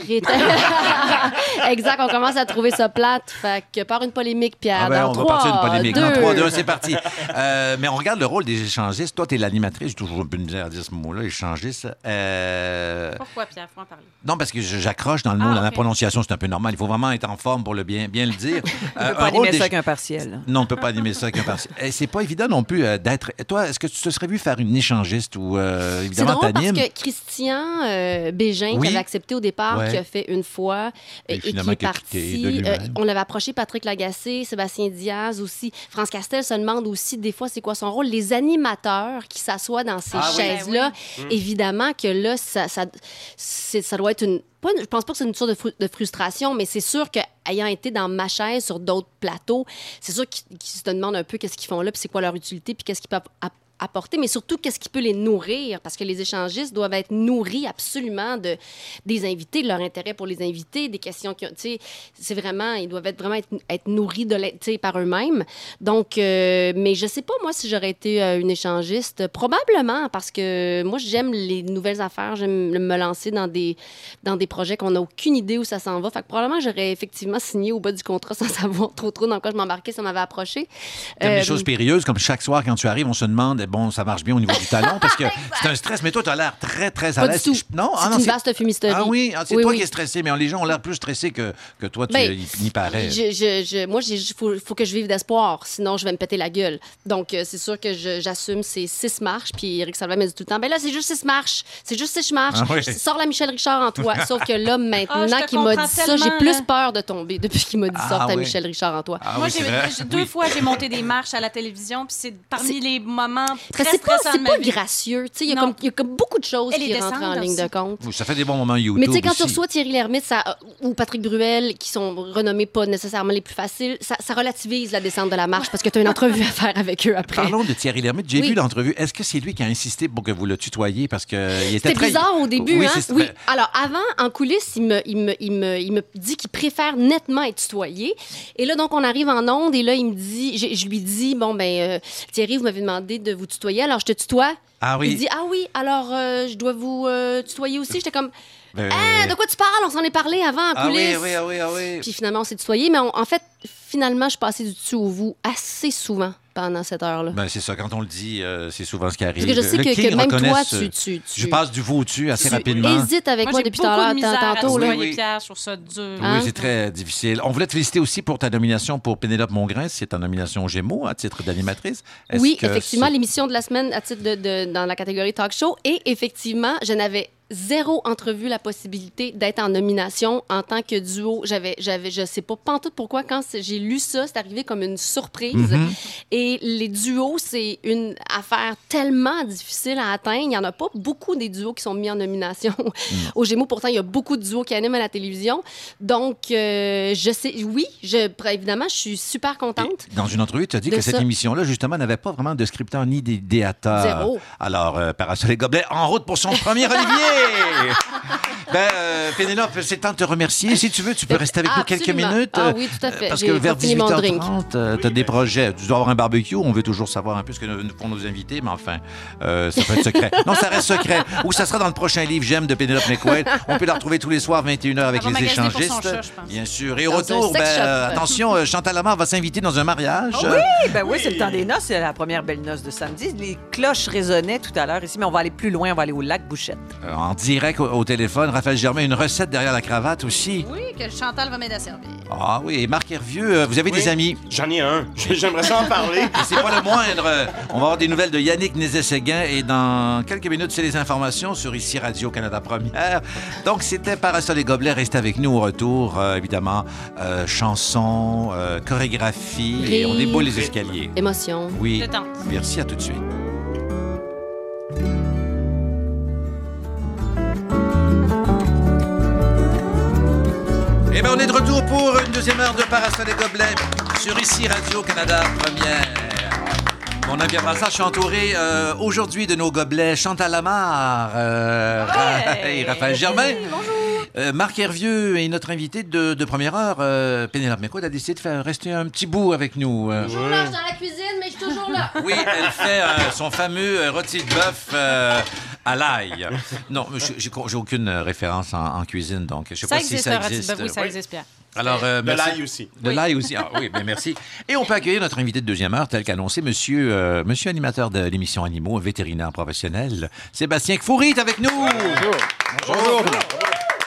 réta- exact, on commence à trouver ça plate. Fait que par une polémique, Pierre.
Ah ben,
dans
on
trois,
va partir d'une polémique. Dans
deux.
3, 2, c'est parti. Euh, mais on regarde le rôle des échangistes. Toi, tu es l'animatrice. J'ai toujours un peu de misère à dire ce mot-là, échangiste. Euh,
Pourquoi, Pierre? Faut en parler.
Non, parce que je- j'accroche dans le mot,
Ah,
dans la
ok.
prononciation, c'est un peu normal. Il faut vraiment être en forme pour le bien, bien le dire.
On
Euh,
peut pas
un rôle
animer ça
d'éch-
avec un
hein.
partiel.
Non, on ne peut pas animer ça avec un partiel. Et c'est pas évident non plus euh, d'être. Toi, est-ce que tu te serais vu faire une échangiste ou euh,
C'est
évidemment
drôle parce
t'animes?
que Christian euh, Bégin,
Oui.
qui avait accepté au départ,
Ouais.
qui a fait une fois
Et
euh, et, qui
finalement,
est
qui a quitté
parti. euh,
de lui-même.
on l'avait approché Patrick Lagacé, Sébastien Diaz aussi. France Castel se demande aussi des fois c'est quoi son rôle. Les animateurs qui s'assoient dans ces
Ah oui.
chaises-là, évidemment que là, ça, ça, c'est- ça doit être une. Pas une- je pense pas que c'est une source de, fru- de frustration, mais c'est sûr que ayant été dans ma chaise sur d'autres plateaux, c'est sûr qu'ils qu'ils se demandent un peu qu'est-ce qu'ils font là, puis c'est quoi leur utilité, puis qu'est-ce qu'ils peuvent app- apporter, mais surtout qu'est-ce qui peut les nourrir, parce que les échangistes doivent être nourris absolument de des invités, de leur intérêt pour les invités, des questions qui ont, tu sais, c'est vraiment, ils doivent être vraiment être, être nourris de, l'in- tu sais, par eux-mêmes. Donc, euh, mais je sais pas moi si j'aurais été euh, une échangiste, probablement parce que moi j'aime les nouvelles affaires, j'aime le- me lancer dans des dans des projets qu'on n'a aucune idée où ça s'en va. Fait que probablement j'aurais effectivement signé au bas du contrat sans savoir trop trop dans quoi je m'embarquais, ça m'avait approché.
T'aimes les
Euh,
choses périlleuses, comme chaque soir quand tu arrives, on se demande, eh, bon, ça marche bien au niveau du talon, parce que c'est un stress, mais toi, tu as l'air très, très à
Pas du
l'aise.
tout.
Je- Non, ah
c'est
non,
une
c'est-
vaste fumisterie.
Ah oui, ah, c'est
Oui,
toi
oui.
qui es stressé, mais les gens ont l'air plus stressés que, que toi, tu
Ben,
n'y n'y parais.
Je, je- je- moi, il faut, faut que je vive d'espoir, sinon je vais me péter la gueule. Donc, euh, c'est sûr que je- j'assume ces six marches. Puis Eric Salva m'a dit tout le temps, ben là, c'est juste six marches. C'est juste six marches.
Ah oui.
Sors la Michel Richard en toi. Sauf que là,
Ah, je
maintenant
te
qu'il m'a
comprends
dit ça, j'ai
tellement,
plus
là.
peur de tomber depuis qu'il m'a dit
Ah
sors ta
oui.
Michel Richard en toi.
Ah
Moi,
oui, c'est
j'ai-
vrai.
j'ai- deux
Oui.
fois, j'ai monté des marches à la télévision, puis c'est parmi les moments très
Parce que c'est pas,
stressants
c'est
de
pas
ma vie.
gracieux. Tu sais, Il y, a
Non.
comme- il y a comme beaucoup de choses
Et les
qui rentrent en
descentes
ligne de
aussi.
compte.
Ça fait des bons moments YouTube.
Mais tu sais, quand tu
aussi.
reçois Thierry Lhermitte ça, euh, ou Patrick Bruel, qui sont renommés pas nécessairement les plus faciles, ça, ça relativise la descente de la marche parce que tu as une entrevue à faire avec eux après.
Parlons de Thierry Lhermitte. J'ai
Oui.
vu l'entrevue. Est-ce que c'est lui qui a insisté pour que vous le tutoyiez? Parce que il était
C'était
très...
bizarre au début,
oui,
hein?
c'est- Euh,
Oui. Alors, avant, en coulisses, il me, il me, il me, il me dit qu'il préfère nettement être tutoyé. Et là, donc, on arrive en onde et là, il me dit, je, je lui dis, bon, ben, euh, Thierry, vous m'avez demandé de vous tutoyer, alors je te tutoie.
Ah oui.
Il dit, ah oui, alors, euh, je dois vous euh, tutoyer aussi. J'étais comme,
Ben,
hein, de quoi tu parles? On s'en est parlé avant en
ah oui,
coulisses.
oui, ah oui, ah oui.
Puis finalement, on s'est tutoyé, mais on- en fait, finalement, je passais du dessus au vous assez souvent pendant cette heure-là.
Ben, c'est ça, quand on le dit, euh, c'est souvent ce qui arrive.
Parce que je sais
Le
que,
King
que même toi,
reconnaît ce-
tu, tu, tu-
Je passe du vous au tu assez
tu
rapidement.
hésites avec moi,
Moi, j'ai
depuis
beaucoup
tout à
de
l'heure,
misère à
tantôt. là.
Oui,
tutoyer
oui.
Pierre, je trouve ça dur.
Oui,
Hein?
c'est très difficile. On voulait te féliciter aussi pour ta nomination pour Pénélope Mongrain. C'est ta nomination aux Gémeaux à titre d'animatrice. Est-ce
Oui,
que
effectivement,
c'est-
l'émission de la semaine à titre de, de- dans la catégorie talk show. Et effectivement, je n'avais zéro entrevue la possibilité d'être en nomination en tant que duo. J'avais, j'avais, je sais pas pantoute pourquoi quand c'est- j'ai lu ça, c'est arrivé comme une surprise.
Mhm.
Et les duos, c'est une affaire tellement difficile à atteindre. Il y en a pas beaucoup des duos qui sont mis en nomination aux Gémeaux. Pourtant, il y a beaucoup de duos qui animent à la télévision. Donc, euh, je sais, oui, je, évidemment, je suis super contente.
Et Dans une entrevue, tu as dit
De
que cette
ça.
émission-là, justement, n'avait pas vraiment de scripteur ni d'idéateur.
Zéro.
Alors, euh, Parasol et Gobelet, en route pour son premier Olivier! ben, euh, Pénélope, c'est le temps de te remercier. Si tu veux, tu peux rester avec nous quelques
Absolument.
minutes.
Ah
euh,
oui, tout à fait.
Parce
J'ai
que vers
pas fini mon drink.
18h30, tu as euh, des projets. Tu dois avoir un barbecue. On veut toujours savoir un peu ce que nous- font nos invités, mais enfin, euh, ça peut être secret. non, ça reste secret. Ou ça sera dans le prochain livre J'aime de Pénélope McQuaid. On peut la retrouver tous les soirs, 21h, avec
Elle va
les
magasiner pour son
échangistes.
chat, je pense.
Bien sûr. Et au
Dans un
retour,
sex
ben,
shop.
euh, attention, euh, Chantal Lamar va s'inviter dans un mariage. Euh,
Eh ben oui, c'est le temps des noces. C'est la première belle noce de samedi. Les cloches résonnaient tout à l'heure ici, mais on va aller plus loin. On va aller au lac Bouchette.
Euh, En en direct au, au téléphone. Raphaël Germain, une recette derrière la cravate aussi.
Oui, que Chantal va m'aider à servir.
Ah oui, et Marc Hervieux, euh, vous avez des amis?
J'en ai un. J'aimerais ça en parler.
C'est pas le moindre. Euh, On va avoir des nouvelles de Yannick Nézet-Séguin et dans quelques minutes, c'est les informations sur ici Radio-Canada Première. Donc, c'était Parasol et Gobelets. Restez avec nous au retour, euh, évidemment. euh, chansons, euh, chorégraphie et on
Rire.
déboule les escaliers.
Émotion.
Oui.
Détente.
Merci, à tout de suite. Eh bien, on est de retour pour une deuxième heure de Parasol et Gobelets sur ici Radio-Canada Première. Mon ami Abrassa, je suis entouré euh, aujourd'hui de nos gobelets Chantal Lamar euh, Ra- et Raphaël Germain. Euh, Marc Hervieux et notre invité de, de première heure, euh, Pénélope Mécode, a décidé de faire rester un petit bout avec nous. euh.
Toujours là, je suis dans la cuisine, mais je suis toujours là.
Oui, elle fait euh, son fameux euh, rôti de bœuf euh, à l'ail. Non, mais j'ai- j'ai j'ai aucune euh, référence en, en cuisine, donc je sais
Ça
pas si
existe,
ça
un rôti de
existe. euh,
bœuf. Oui, ça
Oui.
existe, Pierre.
Alors, euh,
De
merci.
l'ail aussi.
De
Oui.
l'ail aussi. Ah oui, bien merci. Et on peut accueillir notre invité de deuxième heure, tel qu'annoncé, monsieur, euh, monsieur animateur de l'émission Animaux, un vétérinaire professionnel, Sébastien Kfouri est avec nous.
Bonjour.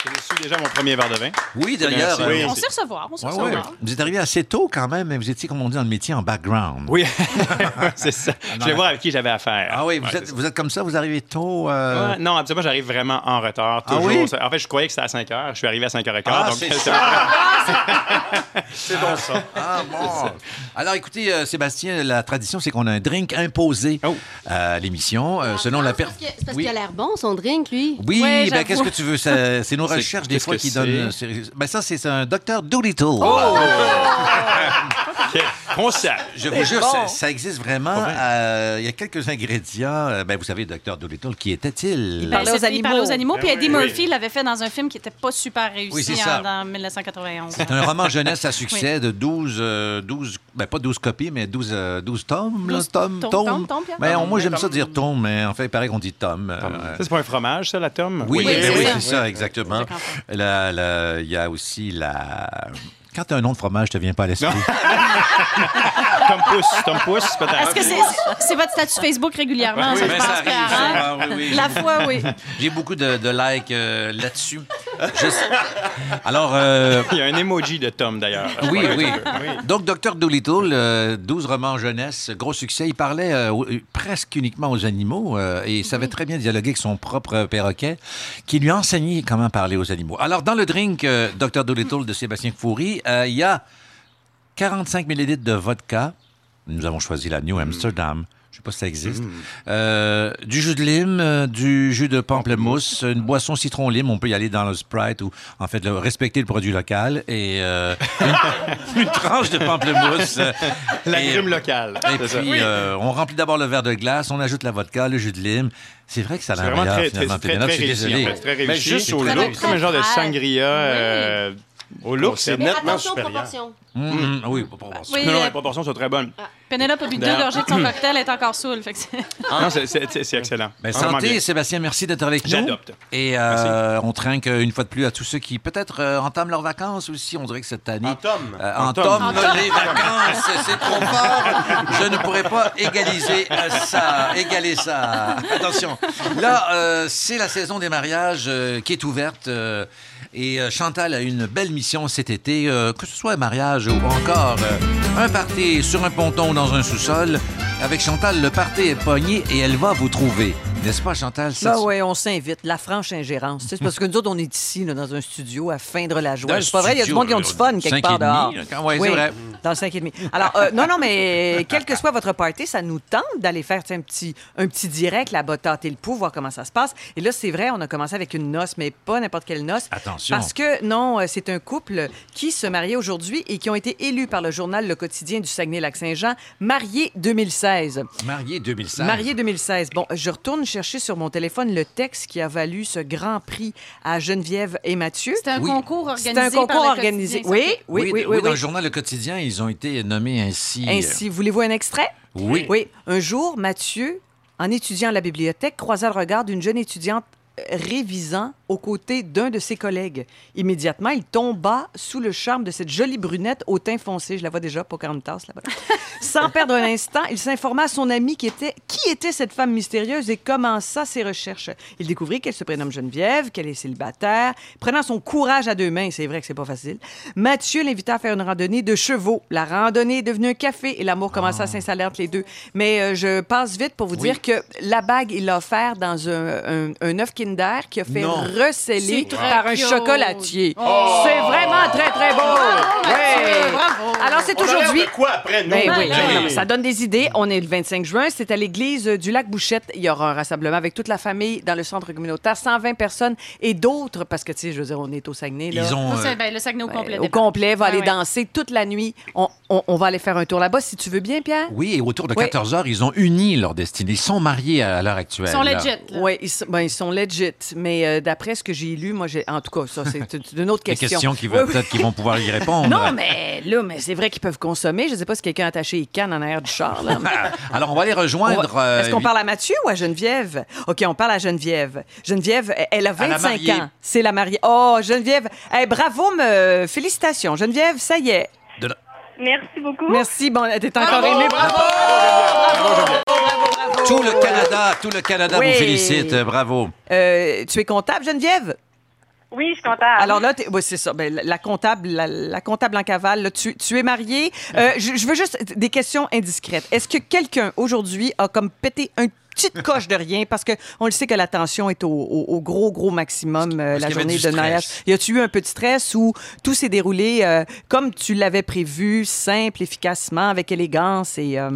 J'ai su déjà mon premier verre de vin.
Oui, d'ailleurs.
Merci.
euh,
On sait recevoir, on sait
ouais, ouais.
recevoir.
Vous êtes arrivé assez tôt quand même, mais vous étiez, comme on dit dans le métier, en background.
Oui, c'est ça. Je vais
mais-
voir avec qui j'avais affaire.
Ah oui, vous,
Ouais,
êtes,
c'est
vous êtes comme ça, vous arrivez tôt.
ça.
euh,
Ouais, non, absolument, j'arrive vraiment en retard.
Ah
Toujours.
oui?
En fait, je croyais que c'était à 5 h. Je suis arrivé à 5 h 15.
Ah,
donc,
c'est
c'est-
C'est bon ça.
Ah bon. Alors écoutez, euh, Sébastien, la tradition, c'est qu'on a un drink imposé
Oh.
à l'émission, euh, selon la
C'est
per...
parce que- c'est parce
Oui.
qu'il a l'air bon, son drink, lui.
Oui,
Ah, Ouais,
ben
j'avoue.
qu'est-ce que tu veux? ça- C'est nos
C'est-
recherches des
qu'est-ce
fois
que
qui
c'est? Oh!
donnent. c'est- Ben ça, c'est un docteur Doolittle.
Oh.
Ok, Qu'on sache.
Je vous jure, ça, ça existe vraiment. Euh, Il y a quelques ingrédients. Euh, Ben, vous savez, docteur Doolittle, qui était-il?
parlait aux
Ben, c'était- Il parlait
animaux.
aux animaux. Puis
Ben
Eddie
oui.
Murphy l'avait fait dans un film qui n'était pas super réussi
Oui, c'est
en-
ça.
dans 1991.
C'est un roman jeunesse à succès de 12, euh, 12 ben pas 12 copies, mais 12, euh, 12 tomes. là,
12
tomes,
tomes,
tomes.
tomes, tomes, Pierre?
Ben,
Tomes,
moi, j'aime
tomes.
ça dire tomes, mais en fait, il paraît qu'on dit tome. euh, euh,
Ça, c'est pas un fromage, ça, la tome?
Oui,
Oui,
ben
c'est
oui,
ça.
c'est ça, exactement. La- la- Il y a aussi la. Quand tu as un nom de fromage, je te viens pas à l'esprit.
Tom Pouce, Tom Pouce,
Ah, Est-ce
peut-être.
que c'est c'est- c'est votre statut Facebook régulièrement, ça, je
ben,
pense,
ça arrive,
Pierre,
ça.
hein?
Ah, oui, oui.
La fois, oui.
J'ai beaucoup de, de likes euh, là-dessus. Je sais- Alors, euh,
Il y a un emoji de Tom, d'ailleurs.
oui,
Ouais,
oui.
oui.
Donc, Docteur Doolittle, euh, 12 romans jeunesse, gros succès. Il parlait euh, au- euh, presque uniquement aux animaux euh, et il savait très bien dialoguer avec son propre perroquet qui lui enseignait comment parler aux animaux. Alors, dans le drink euh, Docteur Doolittle de Sébastien Foury, euh, il y a 45 millilitres de vodka. Nous avons choisi la
Mm.
New Amsterdam. Je sais pas si ça existe. Euh, du jus de lime, euh, du jus de pamplemousse, une boisson citron-lime. On peut y aller dans le Sprite ou, en fait, le- respecter le produit local. Et euh, une, une tranche de pamplemousse. euh,
La
et-
grume locale.
Et
C'est ça.
puis, euh, on remplit d'abord le verre de glace, on ajoute la vodka, le jus de lime. C'est vrai que ça a
C'est
l'air
vraiment
meilleur,
très, très,
finalement.
très,
Pénélope,
très
je suis
réussi,
désolé.
en fait. Très
Mais
réussi.
juste au
C'est
look.
très, comme un genre de
Très frais.
sangria. euh,
Au look, c'est
Mais
nettement
attention aux
supérieur.
proportions.
Hum, hum, oui, pas pour voir ça.
Oui,
Mm. Non, non,
euh,
les proportions sont très bonnes.
Pénélope a bu deux
D'ailleurs-
gorgées de son cocktail, elle est encore saoule. Fait que c'est-
Ah.
Non, c'est- c'est c'est excellent.
Ben,
Vraiment
santé,
bien.
Sébastien, merci d'être avec nous.
J'adopte.
Et euh, on trinque euh, une fois de plus à tous ceux qui peut-être euh, entament leurs vacances aussi. On dirait que cette année.
En tome.
Euh,
En tome.
entament les vacances. C'est trop fort. Je ne pourrais pas égaliser euh, ça. Égaler ça. Attention. Là, euh, c'est la saison des mariages euh, qui est ouverte. euh, et euh, Chantal a une belle mission cet été, euh, que ce soit un mariage ou encore euh, un party sur un ponton ou dans un sous-sol. Avec Chantal, le party est pogné et elle va vous trouver. N'est-ce pas, Chantal? Ça,
Là,
tu-
oui, Bah on s'invite. La franche ingérence. tu sais, C'est parce que nous autres, on est ici, là, dans un studio, à feindre la
Dans un
joie. C'est pas vrai, il y a du
studio,
monde qui ont
là,
du fun quelque
cinq
part
et demi,
dehors.
là, quand- ouais, c'est vrai.
Dans le 5 et demi. Alors, euh, non, non, mais quel que soit votre party, ça nous tente d'aller faire tu sais, un petit, un petit direct là-bas, tâter le pouls, voir comment ça se passe. Et là, c'est vrai, on a commencé avec une noce, mais pas n'importe quelle noce.
Attention.
Parce que, non, euh, c'est un couple qui se mariait aujourd'hui et qui ont été élus par le journal Le Quotidien du Saguenay-Lac-Saint-Jean, mariés 2016.
Marié 2016.
Marié 2016. Bon, je retourne chercher sur mon téléphone le texte qui a valu ce grand prix à Geneviève et Mathieu.
C'est un
Oui.
concours organisé.
C'est un
par
concours
le
organisé.
quotidien,
Oui, oui, oui, oui.
Dans le
oui.
journal Le Quotidien, ils ont été nommés ainsi. euh,
Ainsi, voulez-vous un extrait?
Oui.
Oui. Un jour, Mathieu, en étudiant à la bibliothèque, croisa le regard d'une jeune étudiante euh, révisant aux côtés d'un de ses collègues. Immédiatement, il tomba sous le charme de cette jolie brunette au teint foncé. Je la vois déjà, pas comme tasse là-bas. Sans perdre un instant, il s'informa à son ami qui était, qui était cette femme mystérieuse et commença ses recherches. Il découvrit qu'elle se prénomme Geneviève, qu'elle est célibataire. Prenant son courage à deux mains, c'est vrai que c'est pas facile, Mathieu l'invita à faire une randonnée de chevaux. La randonnée est devenue un café et l'amour commença à s'installer entre les deux. Mais euh, je passe vite pour vous
Ah. Oui.
dire que la bague, il l'a offert dans un, un, un œuf Kinder qui a fait
Non.
receller
C'est
par
très
un
cute.
chocolatier.
Oh.
C'est vraiment très, très beau.
Bravo, Mathieu,
Ouais.
bravo.
Alors, c'est
On a l'air de
aujourd'hui.
quoi après, nous?
Ben oui,
Ben oui.
non, mais ça donne des idées. On est le 25 juin. C'est à l'église euh, du lac Bouchette. Il y aura un rassemblement avec toute la famille dans le centre communautaire. 120 personnes et d'autres, parce que, tu sais, je veux dire, on est au Saguenay. Là.
Ils ont, Ça, euh, ben, le Saguenay au complet,
Au
départ.
complet, va
Ah
aller
ouais.
danser toute la nuit. On, on- on va aller faire un tour là-bas, si tu veux bien, Pierre.
Oui, et autour de
Oui.
14 heures, ils ont uni leur destinée. Ils sont mariés à l'heure actuelle. ben là.
Oui, ils, sont- ben, ils sont legit. Mais euh, d'après ce que j'ai lu, moi, j'ai. En tout cas, ça, c'est une- une autre
Des
question.
questions qui
Oui,
veulent
oui.
peut-être qu'ils vont pouvoir y répondre.
Non, mais là, mais c'est vrai qu'ils peuvent consommer. Je ne sais pas si quelqu'un a attaché les cannes en arrière du char. là.
Alors, on va les
On
rejoindre.
va-
euh,
Est-ce qu'on parle à Mathieu ou à Geneviève? OK, on parle à Geneviève. Geneviève, elle- elle a
À la
25
mariée.
ans. C'est la mariée. Oh, Geneviève, eh, bravo, me... félicitations. Geneviève, ça y est.
de la-
Merci beaucoup.
Merci, bon, t'es encore
Bravo,
aimée. Bravo!
Tout le Canada, tout le Canada
Oui.
vous félicite. euh, Bravo.
Euh, tu es comptable, Geneviève?
Oui, je suis comptable.
Alors là, t'es- ouais, c'est ça. Ben, la- la comptable, la, la comptable en cavale, là, tu, tu es mariée. Euh, je, je veux juste des questions indiscrètes. Est-ce que quelqu'un aujourd'hui a comme pété une petite coche de rien parce que on le sait que la tension est au, au- au gros gros maximum euh, la
qu'il y avait
journée
du
de
stress?
mariage. Y a-tu eu un peu de stress ou tout s'est déroulé euh, comme tu l'avais prévu, simple, efficacement, avec élégance et euh,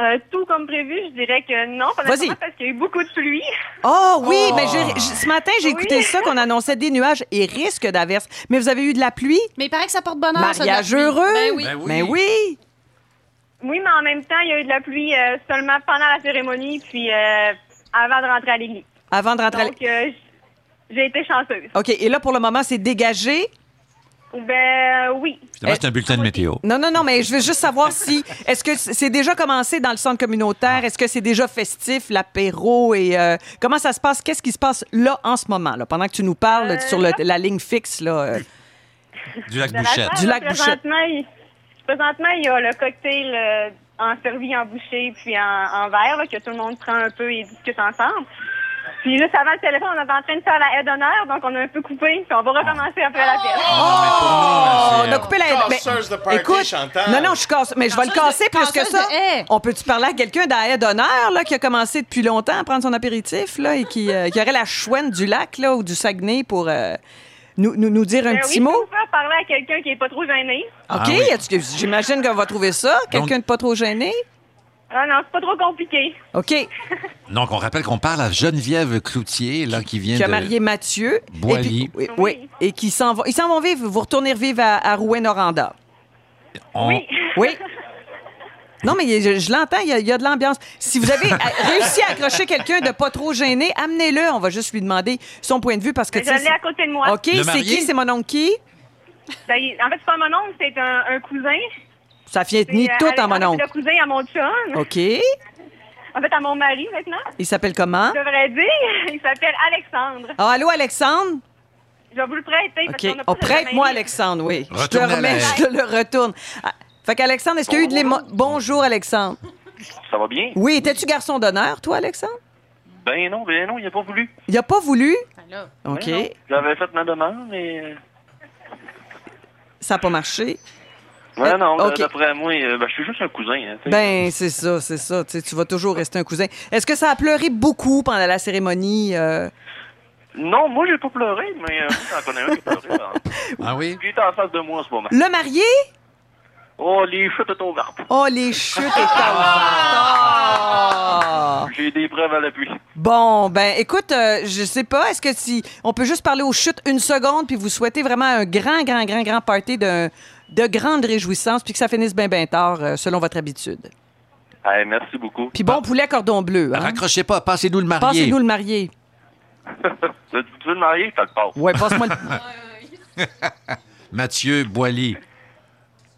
Euh, tout comme prévu, je dirais que non, pas
Vas-y.
nécessairement, parce qu'il y a eu beaucoup de pluie.
Oh oui,
Oh.
ben, j'ai- j- ce matin j'ai
Oui.
écouté ça qu'on annonçait des nuages et risque d'averses. Mais vous avez eu de la pluie
Mais il paraît que ça porte bonheur. ça, de la
Mariage
pluie.
heureux.
Ben oui.
Mais oui.
Oui, mais en même temps, il y a eu de la pluie euh, seulement pendant la cérémonie, puis euh, avant de rentrer à l'église.
Avant de rentrer. à l-
Donc, euh, j- j'ai été chanceuse.
OK, et là pour le moment, c'est dégagé. Eh,
Ben oui.
Finalement, c'est un bulletin de météo.
Non, non, non, mais je veux juste savoir si. Est-ce que c- c'est déjà commencé dans le centre
Ah.
communautaire? Est-ce que c'est déjà festif, l'apéro? Et euh, comment ça se passe? Qu'est-ce qui se passe là, en ce moment, là, pendant que tu nous parles
Euh,
sur le-
là.
la ligne fixe? Là, euh?
Du lac
De la
Bouchette.
salle,
Du lac
là, présentement, il- Présentement, il y a le cocktail euh, en servi, en bouchée, puis en, en verre, là, que tout le monde prend un peu et discute ensemble. Puis juste avant le téléphone, on était en train de faire la aide d'honneur, donc on a un peu coupé, puis on va recommencer après la
Ah,
pièce.
Oh, on a coupé la
Casseuse de party,
écoute,
Chantal.
non, non, je casse, mais je vais le casser plus que
casseuse
ça. On peut-tu parler à quelqu'un d'arrêt d'honneur là, qui a commencé depuis longtemps à prendre son apéritif là, et qui, euh, qui aurait la chouenne du lac là, ou du Saguenay pour euh, nous, nous, nous dire un
Ben
petit
oui,
mot? Ah,
faut faire parler à quelqu'un qui est pas trop gêné.
OK,
Ah
y a-tu- j'imagine qu'on va trouver ça. Quelqu'un de pas trop gêné.
Ah non, c'est pas trop compliqué.
OK.
Donc, on rappelle qu'on parle à Geneviève Cloutier, là, qui vient
Qui a
de...
marié Mathieu. Et
Boily.
puis- oui, oui. Et qui s'en vont. Ils s'en vont vivre. Vous retournez vivre à, à Rouen-Noranda.
On-
Oui. Non, mais je, je l'entends, il y, a, il y a de l'ambiance. Si vous avez à- réussi à accrocher quelqu'un de pas trop gêné, amenez-le. On va juste lui demander son point de vue parce que...
Mais
tu sais,
je l'ai
c'est-
à côté de moi.
OK,
Le
c'est
marié?
qui? C'est mon oncle qui?
Ben, il- en fait, c'est pas mon oncle, c'est un, un cousin.
Ça fait ni
C'est, euh,
tout en mon
Alexandre,
oncle.
C'est le cousin à mon chum.
OK.
En fait, à mon mari maintenant.
Il s'appelle comment?
Je devrais dire, il s'appelle Alexandre.
Ah, allô, Alexandre?
Je vais vous le prêter. Parce
OK.
qu'on a pas
On
de
prête-moi,
famille.
Alexandre, oui. Je te
Retourne à la-
remets, je te le retourne. Ah, Fait qu'Alexandre, est-ce qu'il y a eu de l'émo... Bonjour, Alexandre.
Ça va bien?
Oui, étais-tu garçon d'honneur, toi, Alexandre?
Ben non, ben non, il a pas voulu.
Il a pas voulu. OK.
Ben non. J'avais fait ma demande, euh, mais.
Ça n'a pas marché.
Ben non,
Euh, OK.
d'après moi, euh, ben, je suis juste un cousin. hein, tu sais.
Ben, c'est ça, c'est ça. Tu, sais, tu vas toujours rester un cousin. Est-ce que ça a pleuré beaucoup pendant la cérémonie? euh?
Non, moi, j'ai pas pleuré, mais euh, j'en connais un qui a pleuré.
Ah oui?
Qui est en face de moi en ce moment.
Le marié?
Oh, les chutes de ton garde.
Oh, les chutes et Ah!
J'ai des preuves à l'appui.
Bon, ben, écoute, euh, je sais pas, est-ce que si on peut juste parler aux chutes une seconde, puis vous souhaitez vraiment un grand, grand, grand, grand party de, de grande réjouissance, puis que ça finisse bien, bien tard, euh, selon votre habitude.
Hey, merci beaucoup.
Puis bon poulet cordon bleu. Hein?
Raccrochez pas, passez-nous le marié.
Passez-nous le marié.
Tu veux- tu veux le marier? Fait le passe.
Ouais, passe-moi le...
Mathieu Boily.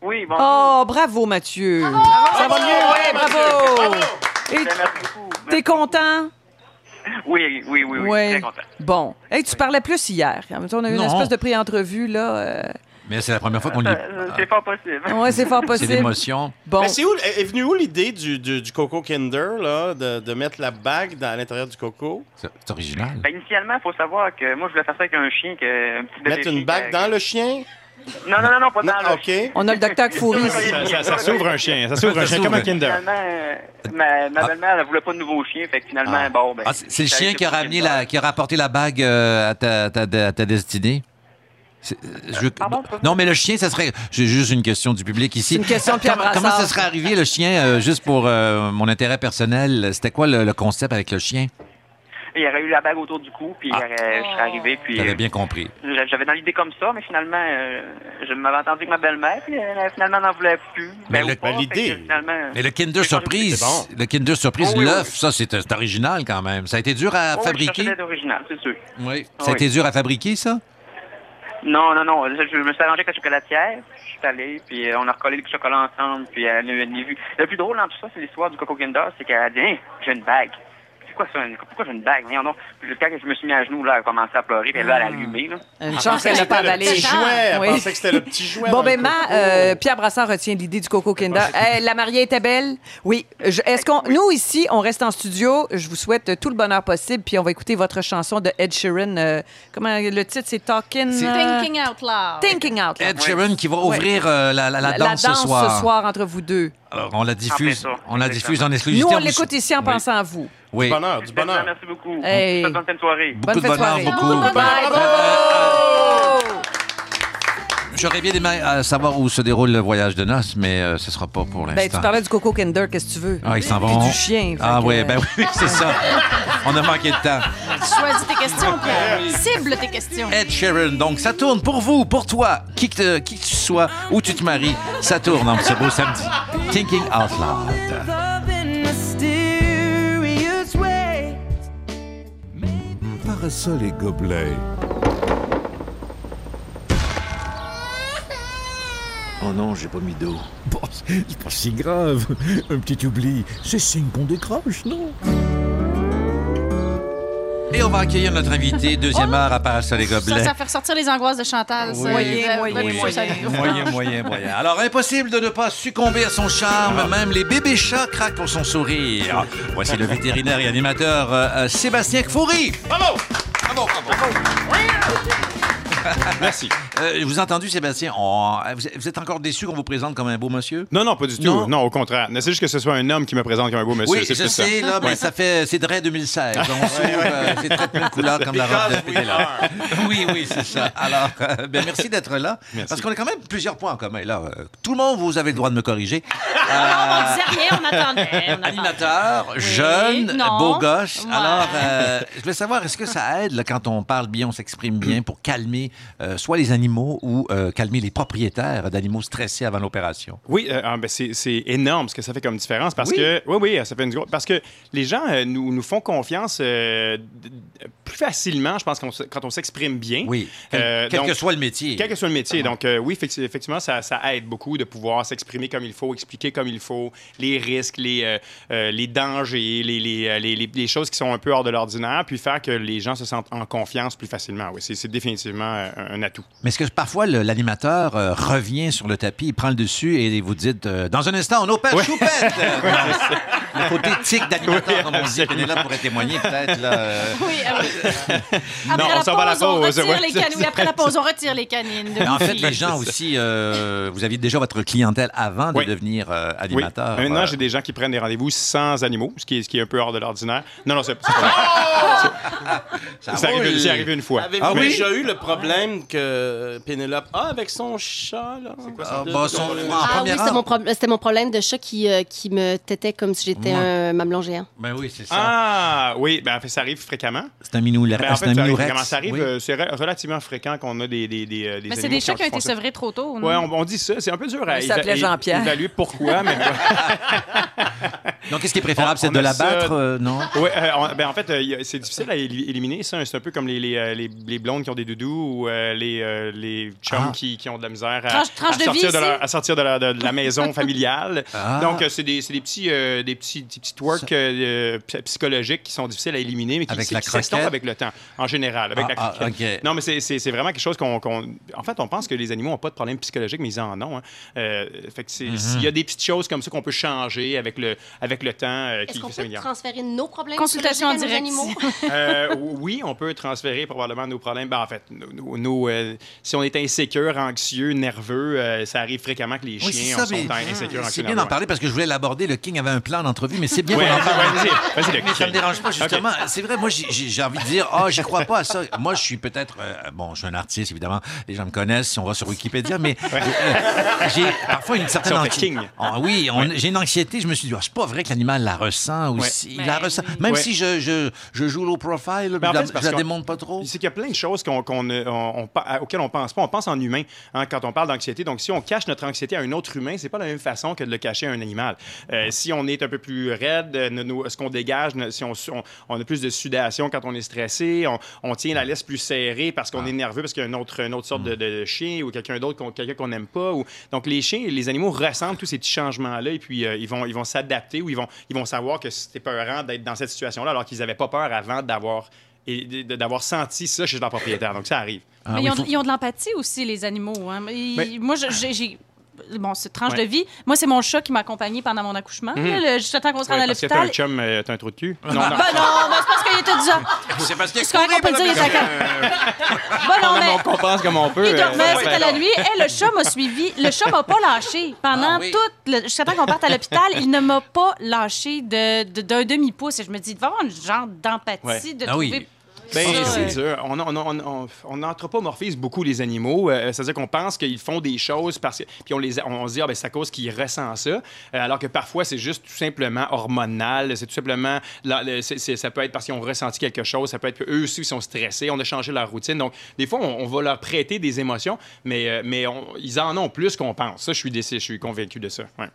Oui,
Oh, bravo, Mathieu.
Ben,
Ça va mieux, ouais, bravo. Et T'es content?
Oui, oui, oui, oui.
Ouais.
Très content.
Bon. Hey, tu parlais plus hier. En même temps, on a eu une
Non.
espèce de pré-entrevue, là. euh,
Mais c'est la première fois qu'on y
Euh, C'est fort possible.
Ouais, c'est fort possible.
C'est l'émotion.
Bon.
Mais Ben, c'est où est venue où l'idée du, du- du Coco Kinder, là, de, de mettre la bague dans à l'intérieur du coco?
C'est original.
Ben, initialement, il faut savoir que moi, je voulais faire ça avec un chien. Que, un petit bébé
Mettre
chien
une bague
que-
dans le chien?
Non, non, non, non, pas dans le chien.
On a le docteur Fourry.
Ça, ça- ça s'ouvre un chien, ça s'ouvre un chien comme un Kinder.
Finalement, euh, ma, ma belle-mère, elle voulait pas de nouveau chien. Fait que finalement,
Ah.
bon, ben.
Ah, c'est c'est le
j'étais
chien
avec
qui a
Coco
ramené
Kinder.
la, qui a rapporté la bague euh, à, ta, ta- ta- ta destinée. C'est- je- non, mais le chien, ça serait. J'ai juste une question du public ici.
C'est une question de Pierre
comment, comment
Brassard.
ça serait arrivé le chien, euh, juste pour euh, mon intérêt personnel C'était quoi le, le concept avec le chien
Il y aurait eu la bague autour du cou, puis il y aurait- je serais arrivé, puis. euh,
J'avais Ah. ben bien compris.
J'a- J'avais dans l'idée comme ça, mais finalement, euh, je m'avais entendu avec ma belle-mère, puis euh, finalement, elle n'en voulait plus.
Mais
Ben,
le-
ou pas,
ben, l'idée-
fait que finalement-
Mais le Kinder Surprise,
C'est
le Kinder Surprise,
Oh, oui,
l'œuf, ça, c'est c'est original quand même. Ça a été dur à
Oh, oui, je
fabriquer.
cherchais d'original, c'est sûr.
Oui.
Ah
Ça a été
oui.
dur à fabriquer, ça
Non, non, non. Je, je me suis arrangé avec la chocolatière. Je suis allé, puis euh, on a recollé le chocolat ensemble, puis elle elle l'a vu. Le plus drôle dans tout ça, c'est l'histoire du Coco Kinder, c'est qu'elle a dit Hein, j'ai une bague. C'est quoi ça? une- Pourquoi j'ai une bague? Voyons donc. Puis le- quand je me suis mis à genoux, là, elle a commencé à pleurer, puis elle l'a allumé, là.
Ah.
Ah,
Une chance qu'elle n'a Ah, pas avalé. Oui. Bon, ben, ma, euh, Pierre Brassard retient l'idée du Coco Kinder.
Ah,
Eh, la mariée était belle? Oui. Je- Est-ce qu'on, nous, ici, on reste en studio. Je vous souhaite tout le bonheur possible. Puis on va écouter votre chanson de Ed Sheeran. euh, comment le titre, c'est Talking... euh,
Thinking out loud.
Thinking Out Loud.
Ed Sheeran qui va
Ouais.
ouvrir euh, la, la- la danse ce soir.
entre vous deux.
Alors, on la diffuse,
ça,
on la diffuse en
Nous,
exclusivité.
on
vous-
l'écoute ici en
Oui.
pensant à vous.
Oui.
du bonheur.
Ah, Merci beaucoup.
Hey.
Bonne fin de soirée.
Beaucoup de bonheur, beaucoup.
Bye.
J'aurais bien aimé euh, savoir où se déroule le voyage de noces, mais euh, ce sera pas pour
Ben, tu
l'instant.
parlais du Coco Kinder, qu'est-ce que tu veux?
ah, ils s'en
Puis
vont.
du chien.
Ah
fait
oui,
que-
ben oui, c'est ça. On a manqué de temps.
Choisis tes questions, Pierre. Cible tes questions.
Ed Sheeran, donc ça tourne pour vous, pour toi, qui que, te- qui que tu sois, où tu te maries, ça tourne en ce beau samedi. Thinking Out Loud.
Love in mysterious ways.
Parasol et gobelet. Oh non, j'ai pas mis d'eau. Bon, c'est pas si grave. Un petit oubli, c'est signe qu'on décroche, non
Et on va accueillir notre invité, deuxième heure à Parasol et
Oh! Ça,
Gobelets.
ça fait ressortir les angoisses de Chantal. ça. Euh, ouais,
oui.
ça, ça-
moyen, moyen, moyen. Alors, impossible de ne pas succomber à son
Ah.
charme. Même les bébés chats craquent pour son sourire. Voici le vétérinaire et animateur euh, euh, Sébastien Kfouri.
Bravo!
Bravo, bravo. Merci. Je Euh, vous ai entendu, Sébastien. On- vous êtes- vous êtes encore déçu qu'on vous présente comme un beau monsieur?
Non, non, pas du tout.
Non.
Non, au contraire. Mais C'est juste que ce soit un homme qui me présente comme un beau monsieur.
oui,
c'est
je
plus
sais,
ça.
là, mais
Ouais.
ça fait. C'est Dray 2016. On s'ouvre, euh, c'est traitement de couleur comme la robe de Pénélope. Oui, oui, c'est ça. Alors, euh, ben, merci d'être là.
Merci.
Parce qu'on a quand même plusieurs points en commun. Là, Euh, tout le monde, vous avez le droit de me corriger.
On
Euh,
disait rien, on attendait.
Animateur, jeune,
non.
beau gosse.
Ouais.
Alors, euh, je voulais savoir, est-ce que ça aide là, quand on parle bien, on s'exprime bien pour calmer euh, soit les animaux ou euh, calmer les propriétaires d'animaux stressés avant l'opération?
Oui, euh, ah, ben, c'est- c'est énorme ce que ça fait comme différence parce
Oui.
que oui, oui, ça fait une grosse parce que les gens euh, nous, nous font confiance euh, d- d- plus facilement, je pense, qu'on se- quand on s'exprime bien. Euh,
Oui. Quel- quel que soit le métier.
Quel que soit le métier. Donc euh, oui, effecti- effectivement, ça, ça aide beaucoup de pouvoir s'exprimer comme il faut, expliquer comme il faut, les risques, les euh, euh, les dangers, les, les, euh, les- les- les choses qui sont un peu hors de l'ordinaire, puis faire que les gens se sentent en confiance plus facilement. Oui, c'est c'est définitivement euh, un atout.
Mais est-ce que parfois le- l'animateur euh, revient sur le tapis, il prend le dessus et vous dites euh, Dans un instant, on opère choupette! le côté tic d'animateur,
Oui,
comme on dit,
absolument.
Pénélope pourrait témoigner peut-être. là, euh.
Oui, ah oui. Après
Non,
la
on s'en va à la
pause, on
pause,
retire
ouais,
les
c'est
canines. Oui,
ça.
après la pause, on retire les canines. de
En fait,
Goofy.
les gens aussi, euh, vous aviez déjà votre clientèle avant de devenir euh,
Oui.
animateur.
Maintenant,
Euh,
j'ai des gens qui prennent des rendez-vous sans animaux, ce qui est, ce qui est un peu hors de l'ordinaire. Non, non, c'est c'est pas
Ça
C'est arrivé-
roule.
c'est arrivé une fois.
Avez-vous
Ah oui?
déjà eu le problème que Pénélope a avec son chat, là? C'est quoi
son bah, son- en
Ah oui,
première
c'était
heure.
mon, prob- c'était mon problème de chat qui, euh, qui me tétait comme si j'étais
Moi.
un mamelon géant.
Ben oui, c'est ça.
Ah, oui, ben, en fait, ça arrive fréquemment.
C'est un minou,
Ben, en
c'est
fait,
un
ça arrive
minou
fréquemment. Ça arrive,
oui.
euh, c'est re- relativement fréquent qu'on a des, des, des, euh, des
Mais c'est
animaux
des chats qui ont
font
été
ça.
sevrés trop tôt. non?
Ouais, on, on dit ça. C'est un peu dur à
Il s'appelait
éva-
Jean-Pierre.
évaluer pourquoi, mais...
Donc, est-ce qui est préférable,
On-
Ah, c'est
on
de
a
la
ça-
battre, euh, non?
Oui, euh, on- ben, en fait, euh, y a- c'est difficile à éli- éliminer ça. C'est un peu comme les, les, euh, les- les blondes qui ont des doudous ou euh, les, euh, les chums
Ah.
qui, qui ont de la misère à,
Tranche- tranche
à
de vie
sortir, de,
ici.
leur- à sortir de, leur- de- de la maison familiale.
Ah.
Donc, euh, c'est des, c'est des petits, euh, des petits, des petits twerks euh, p- psychologiques qui sont difficiles à éliminer, mais qui
Avec
qui
la
s'estompent
croquette?
avec le temps, en général, avec
Ah,
la
ah,
croquette.
ok.
Non, mais c'est- c'est c'est vraiment quelque chose qu'on. qu'on- En fait, on pense que les animaux n'ont pas de problème psychologique, mais ils en ont. hein. Euh, fait que c'est-
Mhm.
s'il y a des petites choses comme ça qu'on peut changer avec le, avec le temps euh, qui
Est-ce
qui
qu'on peut
s'améliorent.
transférer nos problèmes
Consultation
psychologiques à nos
en direct.
animaux?
Euh, oui, on peut transférer probablement nos problèmes. Ben, en fait, nos- nos- nos, euh, si on est insécure, anxieux, nerveux, euh, ça arrive fréquemment que les chiens
Oui, c'est
en
ça,
sont
mais
in- insécures,
c'est
anxieux,
bien
nerveux,
d'en parler parce que je voulais l'aborder. Le King avait un plan d'entrevue, mais c'est bien
Ouais,
qu'on en parle.
vas-y, vas-y, le
mais ça
King.
me dérange pas, justement. C'est vrai, moi, j'ai- j'ai j'ai envie de dire, ah, j'y crois pas à ça. Moi, je suis peut-être, euh, bon, je suis un artiste, évidemment. Les gens me connaissent si on va sur Wikipédia, mais euh, j'ai parfois une certaine
Si on fait
anxi-
King.
Ah oui, on- j'ai une anxiété. Je me suis dit, Ah, c'est pas vrai que l'animal la ressent aussi. Il la
Ben
ressent.
oui.
Même
Ouais.
si je, je, je joue low profile,
Mais Ben, en
je la-
fait, c'est parce
je la
qu'on-
démonte pas trop.
C'est qu'il y a plein de choses qu'on, qu'on, euh, on- on pa- à- auxquelles on pense pas. On pense en humain hein, quand on parle d'anxiété. Donc, si on cache notre anxiété à un autre humain, c'est pas la même façon que de le cacher à un animal. Euh, si on est un peu plus raide, euh, nos- nos- ce qu'on dégage, no- si on, su- on- on a plus de sudation quand on est stressé, on, on tient la laisse plus serrée parce
Ah.
qu'on est nerveux, parce qu'il y a une autre, une autre sorte
Hmm.
de, de chien ou quelqu'un d'autre, qu'on, quelqu'un qu'on n'aime pas. Ou... Donc, les chiens, les animaux ressentent tous ces petits changements-là et puis euh, ils, vont, ils vont s'adapter ou ils vont, ils vont savoir que c'était peurant d'être dans cette situation-là alors qu'ils n'avaient pas peur avant d'avoir et d- d- d'avoir senti ça chez leur propriétaire. Donc, ça arrive.
Mais ils, ont, ils ont de l'empathie aussi, les animaux. hein. Ils-
Ah Mais-
Moi, je- j'ai- j'ai. Bon, c'est tranche
Ouais.
de vie. Moi, c'est mon chat qui m'a accompagné pendant mon accouchement.
Mhm.
là, le- Juste le temps qu'on se rende
Ouais,
à
parce que t'as un
l'hôpital.
chum, euh, t'as un trou de cul. Non,
Ben non, ben, c'est parce qu'il était déjà.
C'est parce
C'est correct, on peut le dire, il était Ben non, mais.
on pense comme on peut.
Il
euh,
dormait,
ouais.
c'était la nuit. Et le chat m'a suivi. Le chat m'a pas lâché.
Ah
Pendant
oui.
tout, le- jusqu'à temps qu'on parte à l'hôpital, il ne m'a pas lâché de- de- d'un demi-pouce. Et je me dis, il devait avoir une genre d'empathie
Ouais.
de
Ah
trouver.
oui. Ben,
Ça, euh,
c'est
Ah, ouais.
dur. On, on, on, on, on anthropomorphise beaucoup les animaux. Euh, C'est-à-dire qu'on pense qu'ils font des choses parce que. Puis on, les, on se dit, ah, ben, c'est à cause qu'ils ressentent ça. Euh, alors que parfois, c'est juste tout simplement hormonal. C'est tout simplement. la- le- c'est- c'est- ça peut être parce qu'ils ont ressenti quelque chose. Ça peut être qu'eux aussi, ils sont stressés. On a changé leur routine. Donc, des fois, on, on va leur prêter des émotions, mais, euh, mais on- ils en ont plus qu'on pense. Ça, je suis, déci- je suis convaincu de ça. Ouais.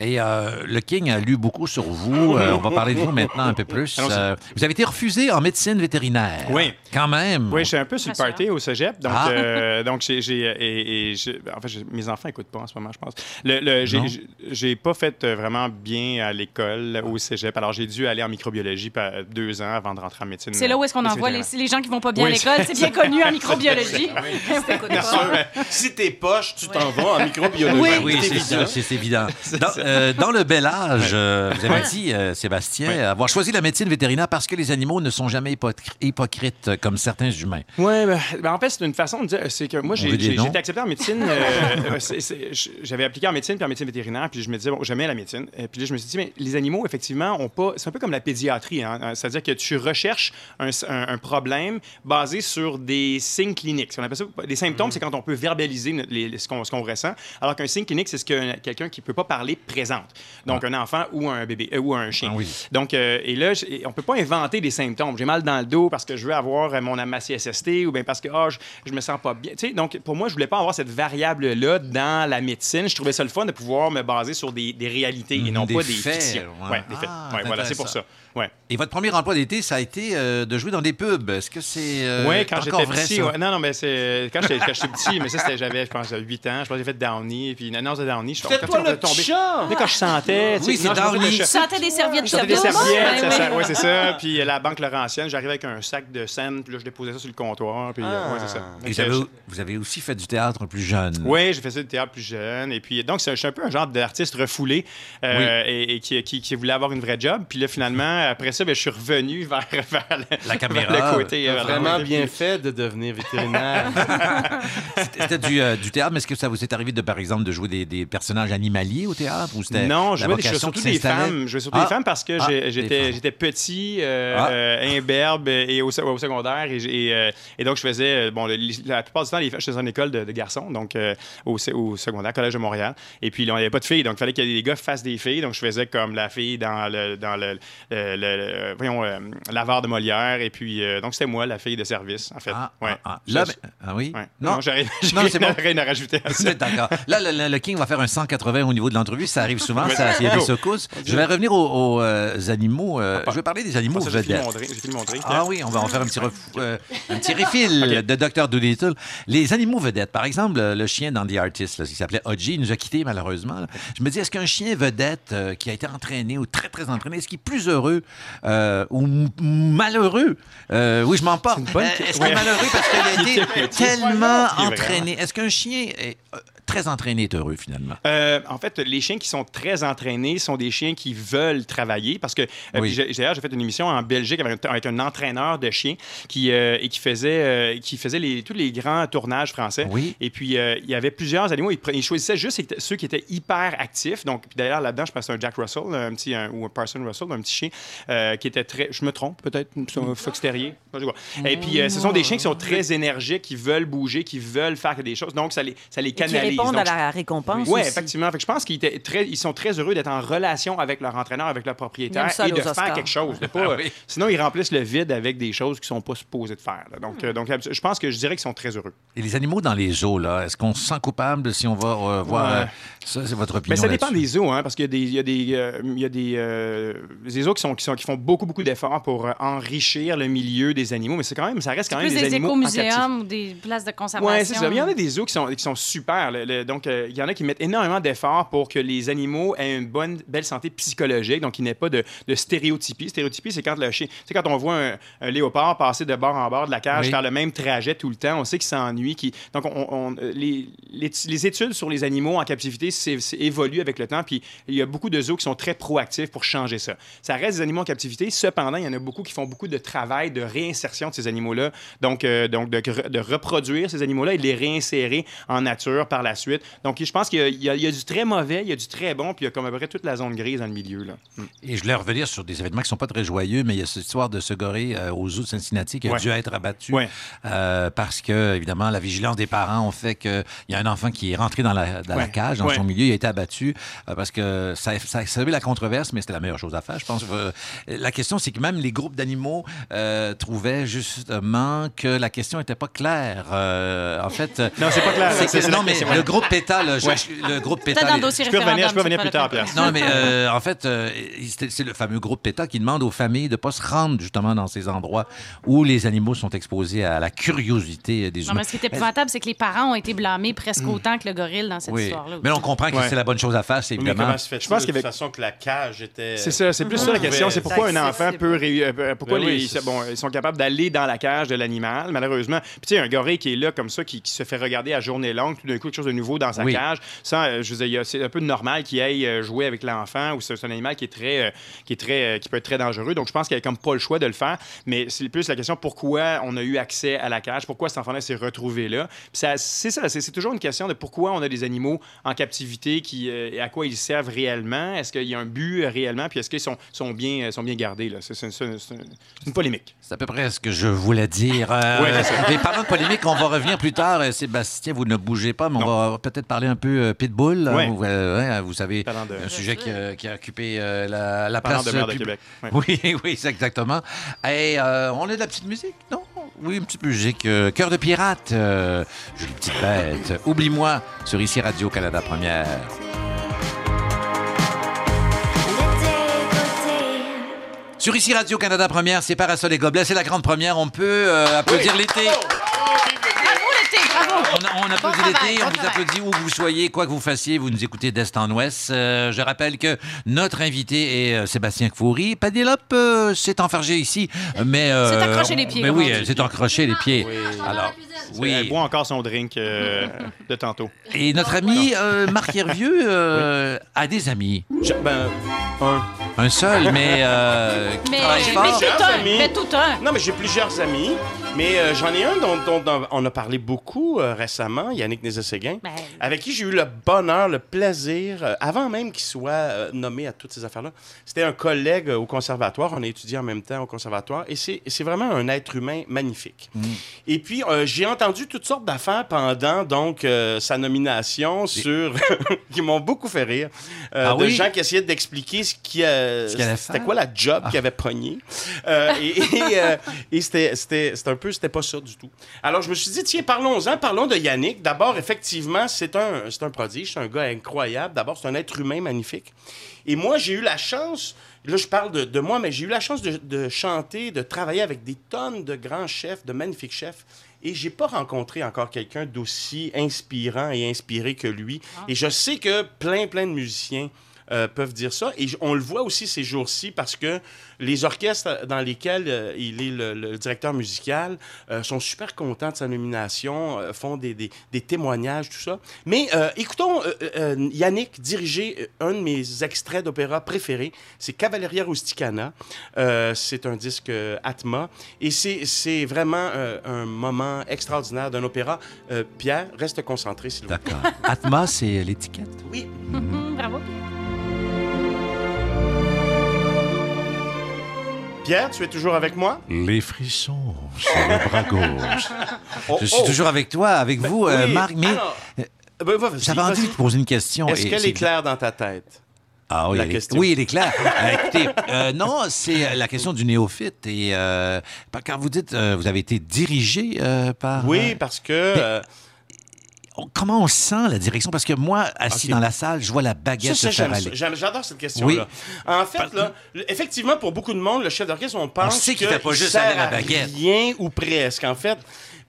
Et euh, le King a lu beaucoup sur vous. Euh, on va parler de vous maintenant un peu plus.
Allons-y.
Euh, vous avez été refusé en médecine vétérinaire.
Oui.
Quand même.
Oui, je suis un peu sur le party au cégep. Donc,
Ah.
euh, donc j'ai, j'ai- et- et j'ai- en fait, j'ai- mes enfants n'écoutent pas en ce moment, je pense. Le, le- j'ai,
Non.
j'ai- j'ai pas fait euh, vraiment bien à l'école, au cégep. Alors, j'ai dû aller en microbiologie pa- deux ans avant de rentrer en médecine.
C'est là où est-ce qu'on
médecine
envoie les,
vétérinaire.
les gens qui vont pas bien
Oui,
à l'école.
c'est-
C'est bien connu en microbiologie.
Bien sûr, euh, si t'es poche, tu t'en vas en microbiologie.
Ah Oui, oui, c'est
évident.
ça, c'est c'est évident. Dans, euh, dans le bel âge, euh, vous avez dit, euh, Sébastien, avoir choisi la médecine vétérinaire parce que les animaux ne sont jamais hypocr- hypocrites euh, comme certains humains.
Oui, ben, ben, en fait, c'est une façon de dire. C'est que moi,
On veut
j'ai
des
j'ai-
noms.
j'ai été accepté en médecine. euh, euh, c'est- c'est- j- J'avais appliqué en médecine puis en médecine vétérinaire, puis je me disais, bon, j'aimais la médecine. Et puis là, je me suis dit, mais les animaux, effectivement, ont pas. C'est un peu comme la pédiatrie. hein, hein, C'est-à-dire que tu recherches un, un- un problème basé sur des signes cliniques. Ce qu'on appelle ça, les symptômes,
Mm-hmm.
c'est quand on peut verbaliser no- les- ce qu'on ce qu'on ressent, alors qu'un signe clinique, c'est ce que quelqu'un qui ne peut pas parler présente.
Ah.
Donc, un enfant ou un bébé euh, ou un chien. Donc, euh, et là, j'ai- on peut pas inventer des symptômes. J'ai mal dans le dos parce que je veux avoir euh, mon amassi SST ou bien parce que ah, je, je me sens pas bien. Tu sais, donc, pour moi, je voulais pas avoir cette variable-là dans la médecine. Je trouvais ça le fun de pouvoir me baser sur des, des réalités et
Mhm.
non
Des
pas des
faits,
fictions.
ouais.
Ouais, des faits.
Ah,
Ouais,
c'est
voilà, c'est pour ça.
intéressant.
Ouais.
Et votre premier emploi d'été, ça a été euh, de jouer dans des pubs. Est-ce que c'est euh,
oui, quand
encore
j'étais
vrai,
petit.
ça?
ouais. Non, non, mais c'est. Quand j'étais quand j'étais petit, mais ça, c'était- j'avais, je pense, 8 ans. Je pense que j'ai fait Downy, puis une annonce de Downy. Je
C'était
quand
toi
on était
le petit
tombé-
chat!
Mais quand je sentais. tu sais,
Oui, c'est
non, je me faisais
Downy.
le
Tu
chat.
sentais des serviettes
Je sortais des
Pepto.
serviettes,
Ouais,
ça,
ouais.
ça- ouais, c'est ça. Puis euh, la banque Laurentienne, j'arrivais avec un sac de scène, puis là, je déposais ça sur le comptoir, puis euh,
Ah.
ouais, c'est ça.
Et vous, avez, vous avez aussi fait du théâtre plus jeune.
Oui, j'ai fait ça du théâtre plus jeune. Et puis, donc, c'est- je suis un peu un genre d'artiste refoulé euh, et, et qui, qui- qui voulait avoir une vraie job. Puis là, finalement, après ça, ben, je suis revenu vers, vers le, vers
caméra.
le côté. euh, vers
T'as
le
euh, vraiment
côté
bien
plus-
fait de devenir vétérinaire.
C'était du, euh, du théâtre, mais est-ce que ça vous est arrivé, de, par exemple, de jouer des, des personnages animaliers au théâtre? Ou c'était
Non,
la
je jouais, des- je jouais
vocation
surtout
qui
des
s'installait?
femmes. Je jouais surtout
Ah.
des femmes parce que
Ah,
j'ai-
des
j'étais
femmes.
j'étais petit, euh,
Ah.
euh, imberbe et au, se- au secondaire. Et, j'ai- et, euh, et donc, je faisais, euh, bon, le- la plupart du temps, les, je faisais en école de, de garçons, donc euh, au, se- au secondaire, Collège de Montréal. Et puis, là, il n'y avait pas de filles, donc il fallait que les gars fassent des filles. Donc, je faisais comme la fille dans le, dans le, le- le- le- voyons, euh, l'avare de Molière. Et puis, euh, donc, c'était moi, la fille de service, en fait. ouais.
Là,
Je-
ben- ah oui?
Ouais. Non, j'ai rien- j'ai
Non, c'est
rien-
bon.
rien à rajouter à ça.
Vous êtes d'accord. Là, le, le- le King va faire un 180 au niveau de entrevues, ça arrive souvent,
Mais-
ça, il y a des
Allô?
secousses. Je vais revenir aux, aux, euh, animaux. euh, je vais parler des animaux
Ah, ça, j'ai fini
vedettes.
mon drink, j'ai fini mon drink.
Ah oui, on va en faire un petit, ref- euh, un petit refill de Dr. Doolittle. Les animaux vedettes, par exemple, euh, le chien dans The Artist, là, qui s'appelait Hodgie, il nous a quittés malheureusement. là. Je me dis, est-ce qu'un chien vedette euh, qui a été entraîné ou très, très entraîné, est-ce qu'il est plus heureux euh, ou m- malheureux? Euh, oui, je m'emporte.
bonne
Euh, Est-ce qu'il est
question.
malheureux parce
Il
qu'il a
était
été
petit.
tellement
Il est vraiment.
entraîné? Est-ce qu'un chien est, euh, très entraîné est heureux, finalement?
Euh, en fait, les chiens qui sont très entraînés sont des chiens qui veulent travailler parce que euh, puis j'ai- d'ailleurs j'ai fait une émission en Belgique avec, un- avec un entraîneur de chiens qui euh, et qui faisait euh, qui faisait les- tous les grands tournages français. Et puis euh, il y avait plusieurs animaux. Il, pre- il choisissait juste ceux qui étaient hyper actifs. Donc puis d'ailleurs là-dedans je pense que c'est un Jack Russell, un petit un- ou un Parson Russell, un petit chien euh, qui était très. Je me trompe peut-être, c'est un fox terrier. Je sais pas. Et puis euh, ce sont des chiens qui sont très énergiques, qui veulent bouger, qui veulent faire des choses. Donc ça les ça les
Et qui
canalise.
répondent
Donc,
à la récompense.
oui,
aussi.
effectivement. Fait que je pense qu'ils étaient très- ils sont très heureux d'être en relation avec leur entraîneur, avec leur
Ils
propriétaire
aiment ça,
et
les
de faire
Oscars.
quelque chose. de pas-
Ah oui.
Sinon, ils remplissent le vide avec des choses qu'ils sont pas supposés de faire. là.
Hmm.
Donc, euh, donc, je pense que je dirais qu'ils sont très heureux.
Et les animaux dans les zoos, là, est-ce qu'on se sent coupable si on va euh, voir...
Ouais.
euh, ça, c'est votre opinion
Mais ça dépend
là-dessus.
des zoos, hein, parce qu'il y a des, il y a des, euh, il y a des, euh, des zoos qui, sont, qui, sont- qui font beaucoup, beaucoup d'efforts pour euh, enrichir le milieu des animaux, mais c'est quand même, ça reste quand même
Plus
des,
Hein, des
animaux en captivité.
écomuséums ou des places de conservation.
Oui, c'est ça. Mais Il y en a des zoos qui sont, qui sont super. là. Le- donc, euh, il y en a qui mettent énormément d'efforts pour que les animaux aient une bonne, belle santé psychologique. Donc, il n'y ait pas de, de stéréotypie. Stéréotypie, c'est quand le chien. C'est quand on voit un, un léopard passer de bord en bord de la cage,
Oui.
faire le même trajet tout le temps. On sait qu'il s'ennuie. qu'il- Donc, on, on- euh, les, les- les études sur les animaux en captivité c'est- c'est- évoluent avec le temps. Puis, il y a beaucoup de zoos qui sont très proactifs pour changer ça. Ça reste des animaux en captivité. Cependant, il y en a beaucoup qui font beaucoup de travail de réinsertion de ces animaux-là. Donc, euh, donc de, cr- de reproduire ces animaux-là et de les réinsérer en nature par la suite. Donc, je pense qu'il y a- il y, a- il y a du très mauvais, il y a du très bon, puis il y a comme à peu près toute la zone grise dans le milieu. Là.
Mm. Et je voulais revenir sur des événements qui ne sont pas très joyeux, mais il y a cette histoire de ce gorille euh, au zoo de Cincinnati qui a
Ouais.
dû être abattu
Ouais.
euh, parce que, évidemment, la vigilance des parents ont fait qu'il y a un enfant qui est rentré dans la, dans la
Ouais.
cage, dans
Ouais.
son milieu, il a été abattu euh, parce que ça, ça a servi la controverse, mais c'était la meilleure chose à faire, je pense. Euh, la question, c'est que même les groupes d'animaux euh, trouvaient justement que la question n'était pas claire. Euh, en fait,
Non, c'est pas clair.
c'est
C'est-
que-
c'est la
non, mais
question, ouais.
le groupe PETA, là, je-
Ouais.
je- le groupe
Peut-être
PETA,
dans le
les-
dossier Je peux référendum, revenir, je peux revenir plus tard, Pierre.
non, mais euh, en fait, euh, il- c'est c'est le fameux groupe PETA qui demande aux familles de ne pas se rendre justement dans ces endroits où les animaux sont exposés à la curiosité des
Non,
humains.
mais ce qui est épouvantable, c'est que les parents ont été blâmés presque autant que le gorille dans cette
Oui.
histoire-là.
Mais on comprend que
Ouais.
c'est la bonne chose à faire, c'est
Oui, mais
évidemment.
comment se fait-il Je pense de qu'il y avait- toute
façon que la cage était.
C'est ça, c'est plus ça la question. C'est pourquoi un enfant peut. ré- euh, euh, Pourquoi
Ben
les-
oui, c'est-
bon, ils sont capables d'aller dans la cage de l'animal, malheureusement. Puis, tu sais, un gorille qui est là comme ça, qui, qui se fait regarder à journée longue, tout d'un coup, quelque chose de nouveau dans sa
Oui.
cage, ça, euh, je veux dire, il y a- c'est un peu normal qu'il aille euh, jouer avec l'enfant ou c'est c'est un animal qui est très. euh, qui, est très euh, qui peut être très dangereux. Donc, je pense qu'il n'y a comme pas le choix de le faire. Mais c'est plus la question pourquoi on a eu accès à la cage, pourquoi cet enfant-là s'est retrouvé là. Puis ça- c'est ça, c'est c'est toujours une question de pourquoi on a des animaux en captivité qui, euh, et à quoi ils servent réellement. Est-ce qu'il y a un but euh, réellement, puis est-ce qu'ils sont, sont, bien, euh, sont bien gardés? là? C'est c'est- c'est- c'est une polémique.
C'est à peu près ce que je voulais dire. Euh,
Ouais, c'est ça.
mais parlant de polémique, on va revenir plus tard. Euh, Sébastien, vous ne bougez pas, mais on va peut-être parler un peu euh, Pitbull. hein,
Ouais.
ou, euh, hein, vous savez,
Parlant de-
un sujet qui, euh, qui a occupé euh, la, la
Parlant
place.
de maire de
pub-
Québec, ouais.
Oui, oui, c'est exactement. Et euh, on a de la petite musique, non? Oui, une petite musique. euh, Cœur de pirate, euh, Jolie petite bête. Oublie-moi sur ici Radio-Canada Première. Sur ici Radio-Canada Première, c'est Parasol et Gobelets. C'est la grande première. On peut euh, applaudir l'été.
Bravo l'été, bravo!
On, a- on applaudit
Ah bah,
l'été, on vous applaudit où que vous soyez, quoi que vous fassiez, vous nous écoutez d'Est en Ouest. Euh, je rappelle que notre invité est euh, Sébastien Kfouri. Padilop euh, s'est enfargé ici, mais... euh,
C'est accroché les pieds,
Mais
comme
oui,
on dit.
elle s'est encroché les pieds. Alors,
Oui. Elle boit encore son drink euh, de tantôt.
et notre ami euh, Marc Hervieux euh, a des amis.
ben,
un.
seul, mais... euh, qui
Mais,
travaille
mais
fort.
tout un,
amis.
mais tout un.
Non, mais j'ai plusieurs amis, mais euh, j'en ai un dont, dont- dont on a parlé beaucoup euh, récemment, Yannick Nézet-Séguin,
Ben.
avec qui j'ai eu le bonheur, le plaisir, euh, avant même qu'il soit euh, nommé à toutes ces affaires-là. C'était un collègue euh, au conservatoire, on a étudié en même temps au conservatoire, et c'est c'est vraiment un être humain magnifique.
Mm.
Et puis, euh, j'ai entendu toutes sortes d'affaires pendant donc euh, sa nomination sur... qui m'ont beaucoup fait rire. euh,
Ah
de
oui?
gens qui essayaient d'expliquer ce qui... euh,
Ce qu'elle allait
c'était
faire. Ah.
quoi la job qu'il avait pogné. Euh, et et, euh, et c'était c'était- c'était un peu, c'était pas ça du tout. Alors, je me suis dit, tiens, parlons-en, parlons de Yannick. D'abord, effectivement, c'est un, c'est un prodige, c'est un gars incroyable. D'abord, c'est un être humain magnifique. Et moi, j'ai eu la chance, là, je parle de, de moi, mais j'ai eu la chance de, de chanter, de travailler avec des tonnes de grands chefs, de magnifiques chefs. Et j'ai pas rencontré encore quelqu'un d'aussi inspirant et inspiré que lui. Et je sais que plein, plein de musiciens euh, peuvent dire ça. Et j- on le voit aussi ces jours-ci parce que les orchestres dans lesquels euh, il est le, le directeur musical euh, sont super contents de sa nomination, euh, font des, des- des témoignages, tout ça. Mais euh, écoutons euh, euh, Yannick diriger euh, un de mes extraits d'opéra préférés. C'est Cavalleria Rusticana. Euh, c'est un disque euh, Atma. Et c'est c'est vraiment euh, un moment extraordinaire d'un opéra. Euh, Pierre, reste concentré, s'il vous plaît.
D'accord. Atma, c'est l'étiquette.
Oui.
Mm, Bravo.
Pierre, tu es toujours avec moi?
Les frissons sur le bras gauche.
Oh,
Je suis
oh.
toujours avec toi, avec vous, euh,
oui.
Marc, mais
Alors,
euh,
ben, va- vas-y,
j'avais envie
vas-y.
de te poser une question.
Est-ce
et
qu'elle
c'est-
est claire dans ta tête?
Ah oui,
la
elle est-
question? Ah,
oui, il est clair. Euh, écoutez, euh, non, c'est la question du néophyte. Et euh, par- quand vous dites, euh, vous avez été dirigé euh, par.
Oui, parce que. euh,
on- Comment on sent la direction? Parce que moi, assis
Ok.
dans la salle, je vois la baguette
Ça, ça,
se faire
j'aime ça.
aller.
J'aime- J'adore cette question-là. En fait, là, le- effectivement, pour beaucoup de monde, le chef d'orchestre, on pense
sait qu'il
que
fait pas
il
juste
sert
aller la
à
baguette.
Rien ou presque, en fait.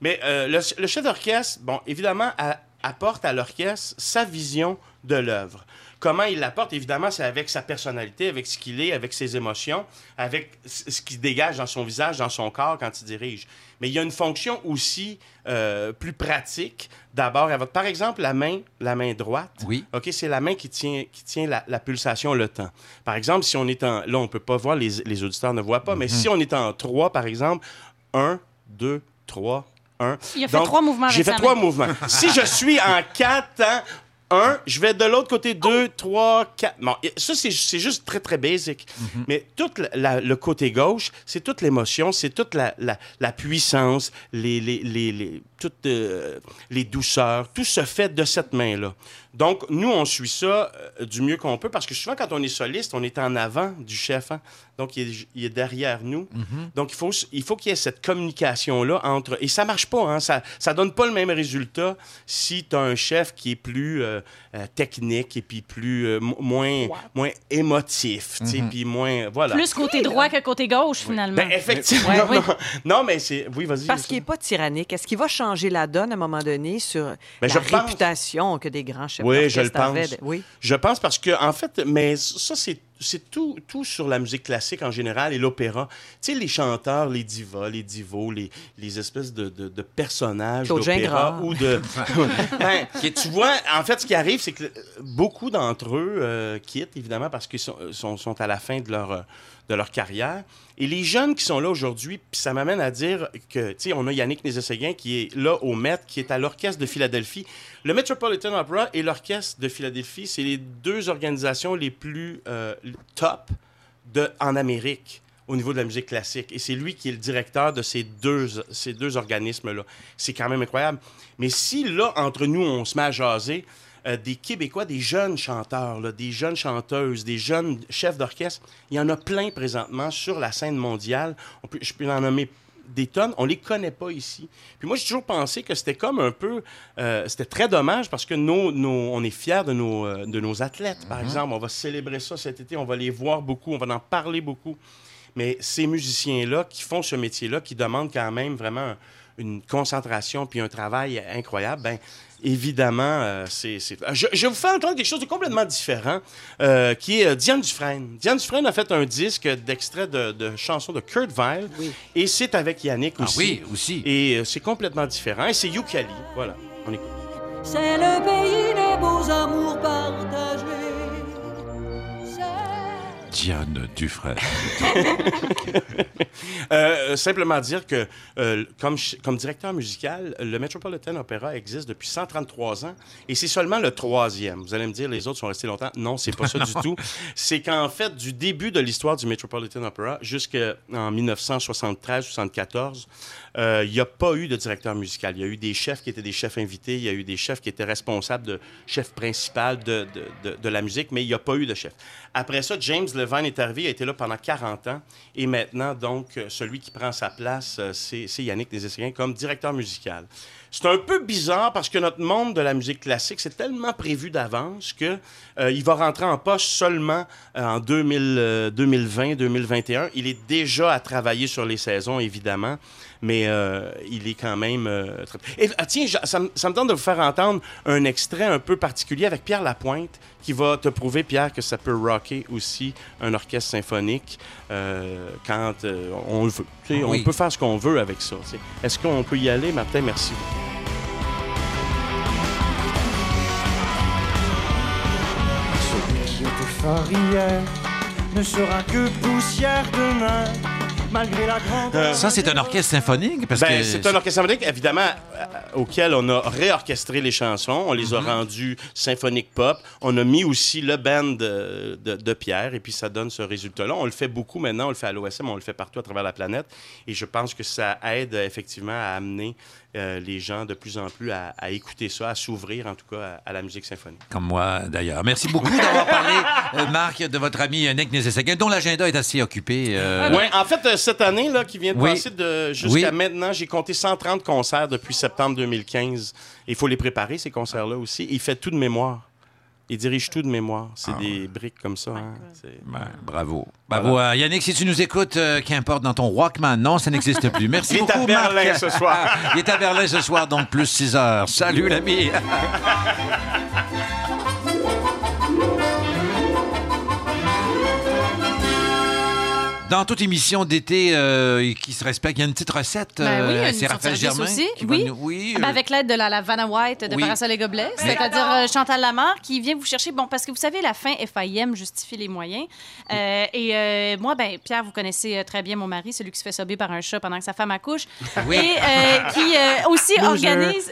Mais euh, le, le chef d'orchestre, bon, évidemment, a- apporte à l'orchestre sa vision de l'œuvre. Comment il l'apporte, évidemment, c'est avec sa personnalité, avec ce qu'il est, avec ses émotions, avec c- ce qu'il dégage dans son visage, dans son corps quand il dirige. Mais il y a une fonction aussi euh, plus pratique. D'abord, elle va- par exemple, la main, la main droite.
Oui.
OK, c'est la main qui tient, qui tient la, la pulsation, le temps. Par exemple, si on est en. Là, on ne peut pas voir, les, les auditeurs ne voient pas, mais si on est en 3, par exemple, 1, 2, 3, 1.
Il a fait trois mouvements avec
J'ai fait
sa
trois
main.
mouvements. si je suis en 4, 1, je vais de l'autre côté 2, 3, 4. Bon, et ça, c'est c'est juste très, très basique. Mais tout la- la- le côté gauche, c'est toute l'émotion, c'est toute la, la- la puissance, les, les, les- les- toutes, euh, les douceurs. Tout se fait de cette main-là. Donc, nous, on suit ça euh, du mieux qu'on peut parce que souvent, quand on est soliste, on est en avant du chef. hein. Donc, il est, il est derrière nous. Donc, il faut, s- il faut qu'il y ait cette communication-là entre. Et ça marche pas, hein? ça ne donne pas le même résultat si tu as un chef qui est plus euh, euh, technique et puis plus, euh, mo- moins, moins émotif, tu sais,
Mhm.
puis moins. Voilà.
Plus côté droit que côté gauche, finalement.
Ben, effectivement.
Ouais, oui.
non, non, mais c'est. Oui, vas-y.
Parce qu'il n'est pas tyrannique. Est-ce qu'il va changer la donne à un moment donné sur
Ben,
la
je pense.
réputation que des grands chefs
Oui, je le
d'orchestre
pense.
avaient? Oui.
Je pense parce que, en fait, mais ça, c'est, c'est tout, tout sur la musique classique en général et l'opéra. Tu sais, les chanteurs, les divas, les divos, les, les espèces de, de- de personnages
Claude
d'opéra
Gingras.
ou de... Ben, tu vois, en fait, ce qui arrive, c'est que euh, beaucoup d'entre eux euh, quittent, évidemment, parce qu'ils sont, euh, sont, sont à la fin de leur, euh, de leur carrière. Et les jeunes qui sont là aujourd'hui, puis ça m'amène à dire que, tu sais, on a Yannick Nézet-Séguin qui est là au Met, qui est à l'Orchestre de Philadelphie. Le Metropolitan Opera et l'Orchestre de Philadelphie, c'est les deux organisations les plus euh, top de, en Amérique au niveau de la musique classique. Et c'est lui qui est le directeur de ces deux, ces deux organismes-là. C'est quand même incroyable. Mais si là, entre nous, on se met à jaser, euh, des Québécois, des jeunes chanteurs, là, des jeunes chanteuses, des jeunes chefs d'orchestre, il y en a plein présentement sur la scène mondiale. On peut- je peux en nommer des tonnes, on les connaît pas ici. Puis moi, j'ai toujours pensé que c'était comme un peu, euh, c'était très dommage parce que nos, nos- on est fiers de nos, euh, de nos athlètes, par exemple. On va célébrer ça cet été, on va les voir beaucoup, on va en parler beaucoup. Mais ces musiciens-là qui font ce métier-là, qui demandent quand même vraiment une concentration puis un travail incroyable, ben évidemment, euh, c'est... c'est- Je, je vous fais entendre quelque chose de complètement différent, euh, qui est euh, Diane Dufresne. Diane Dufresne a fait un disque d'extrait de, de chansons de Kurt Weill, et c'est avec Yannick aussi.
Ah oui, aussi.
Et euh, c'est complètement différent, et c'est Yukali. Voilà, on écoute.
C'est le pays des beaux amours partagés.
Diane Dufresne.
Euh, simplement dire que, euh, comme, ch- comme directeur musical, le Metropolitan Opera existe depuis 133 ans et c'est seulement le troisième. Vous allez me dire, les autres sont restés longtemps. Non, c'est pas ça du
Non.
tout. C'est qu'en fait, du début de l'histoire du Metropolitan Opera jusqu'en 1973-74, euh, il n'y a pas eu de directeur musical. Il y a eu des chefs qui étaient des chefs invités, il y a eu des chefs qui étaient responsables de chef principal de, de- de- de la musique, mais il n'y a pas eu de chef. Après ça, James Van est arrivé, il a été là pendant 40 ans. Et maintenant, donc, euh, celui qui prend sa place, euh, c'est c'est Yannick Desessiens comme directeur musical. C'est un peu bizarre parce que notre monde de la musique classique, c'est tellement prévu d'avance que euh, il va rentrer en poste seulement euh, en 2020-2021. Il est déjà à travailler sur les saisons, évidemment, mais euh, il est quand même... euh, très- Et, ah, tiens, je- ça, me- ça me tente de vous faire entendre un extrait un peu particulier avec Pierre Lapointe qui va te prouver, Pierre, que ça peut rocker aussi un orchestre symphonique euh, quand euh, on le veut. Tu sais,
Ah oui.
On peut faire ce qu'on veut avec ça. tu sais. Est-ce qu'on peut y aller, Martin? Merci.
Celui qui était fort hier ne sera que poussière demain, malgré la grande.
Ça, c'est un orchestre symphonique? Parce
Ben,
que
c'est un orchestre symphonique, évidemment, euh, auquel on a réorchestré les chansons. On les
Mhm.
a rendues symphonique pop. On a mis aussi le band euh, de, de Pierre, et puis ça donne ce résultat-là. On le fait beaucoup maintenant, on le fait à l'OSM, on le fait partout à travers la planète. Et je pense que ça aide euh, effectivement à amener euh, les gens de plus en plus à, à écouter ça, à s'ouvrir en tout cas à, à la musique symphonique.
Comme moi, d'ailleurs. Merci beaucoup d'avoir parlé, euh, Marc, de votre ami Yannick Nézet-Séguin, dont l'agenda est assez occupé. euh,
Ouais, en fait, euh, cette année là, qui vient de
Oui.
passer de jusqu'à
Oui.
maintenant, j'ai compté 130 concerts depuis septembre 2015. Il faut les préparer, ces concerts-là aussi. Il fait tout de mémoire. Il dirige tout de mémoire. C'est des briques comme ça. hein. C'est-
ben, bravo. Bravo à Yannick, si tu nous écoutes, euh, qu'importe dans ton Walkman, non, ça n'existe plus. Merci
Il est
beaucoup,
à Berlin
Marc.
ce soir.
Il est à Berlin ce soir, donc plus 6 heures. Salut, l'ami. Dans toute émission d'été euh, qui se respecte, il y a une petite recette.
Ben oui,
euh,
une
c'est Raphaël
sortie
Germain.
aussi.
qui va
oui,
nous- oui,
Ah, ben,
euh,
avec l'aide de la, la Vanna White de
oui.
Parasol et Gobelets,
Mais
c'est-à-dire euh, Chantal Lamar qui vient vous chercher. Bon, parce que vous savez, la fin FIM justifie les moyens. Euh, et euh, moi, ben Pierre, vous connaissez euh, très bien mon mari, celui qui se fait sober par un chat pendant que sa femme accouche.
Oui.
Et euh, qui euh, aussi
Loser.
organise.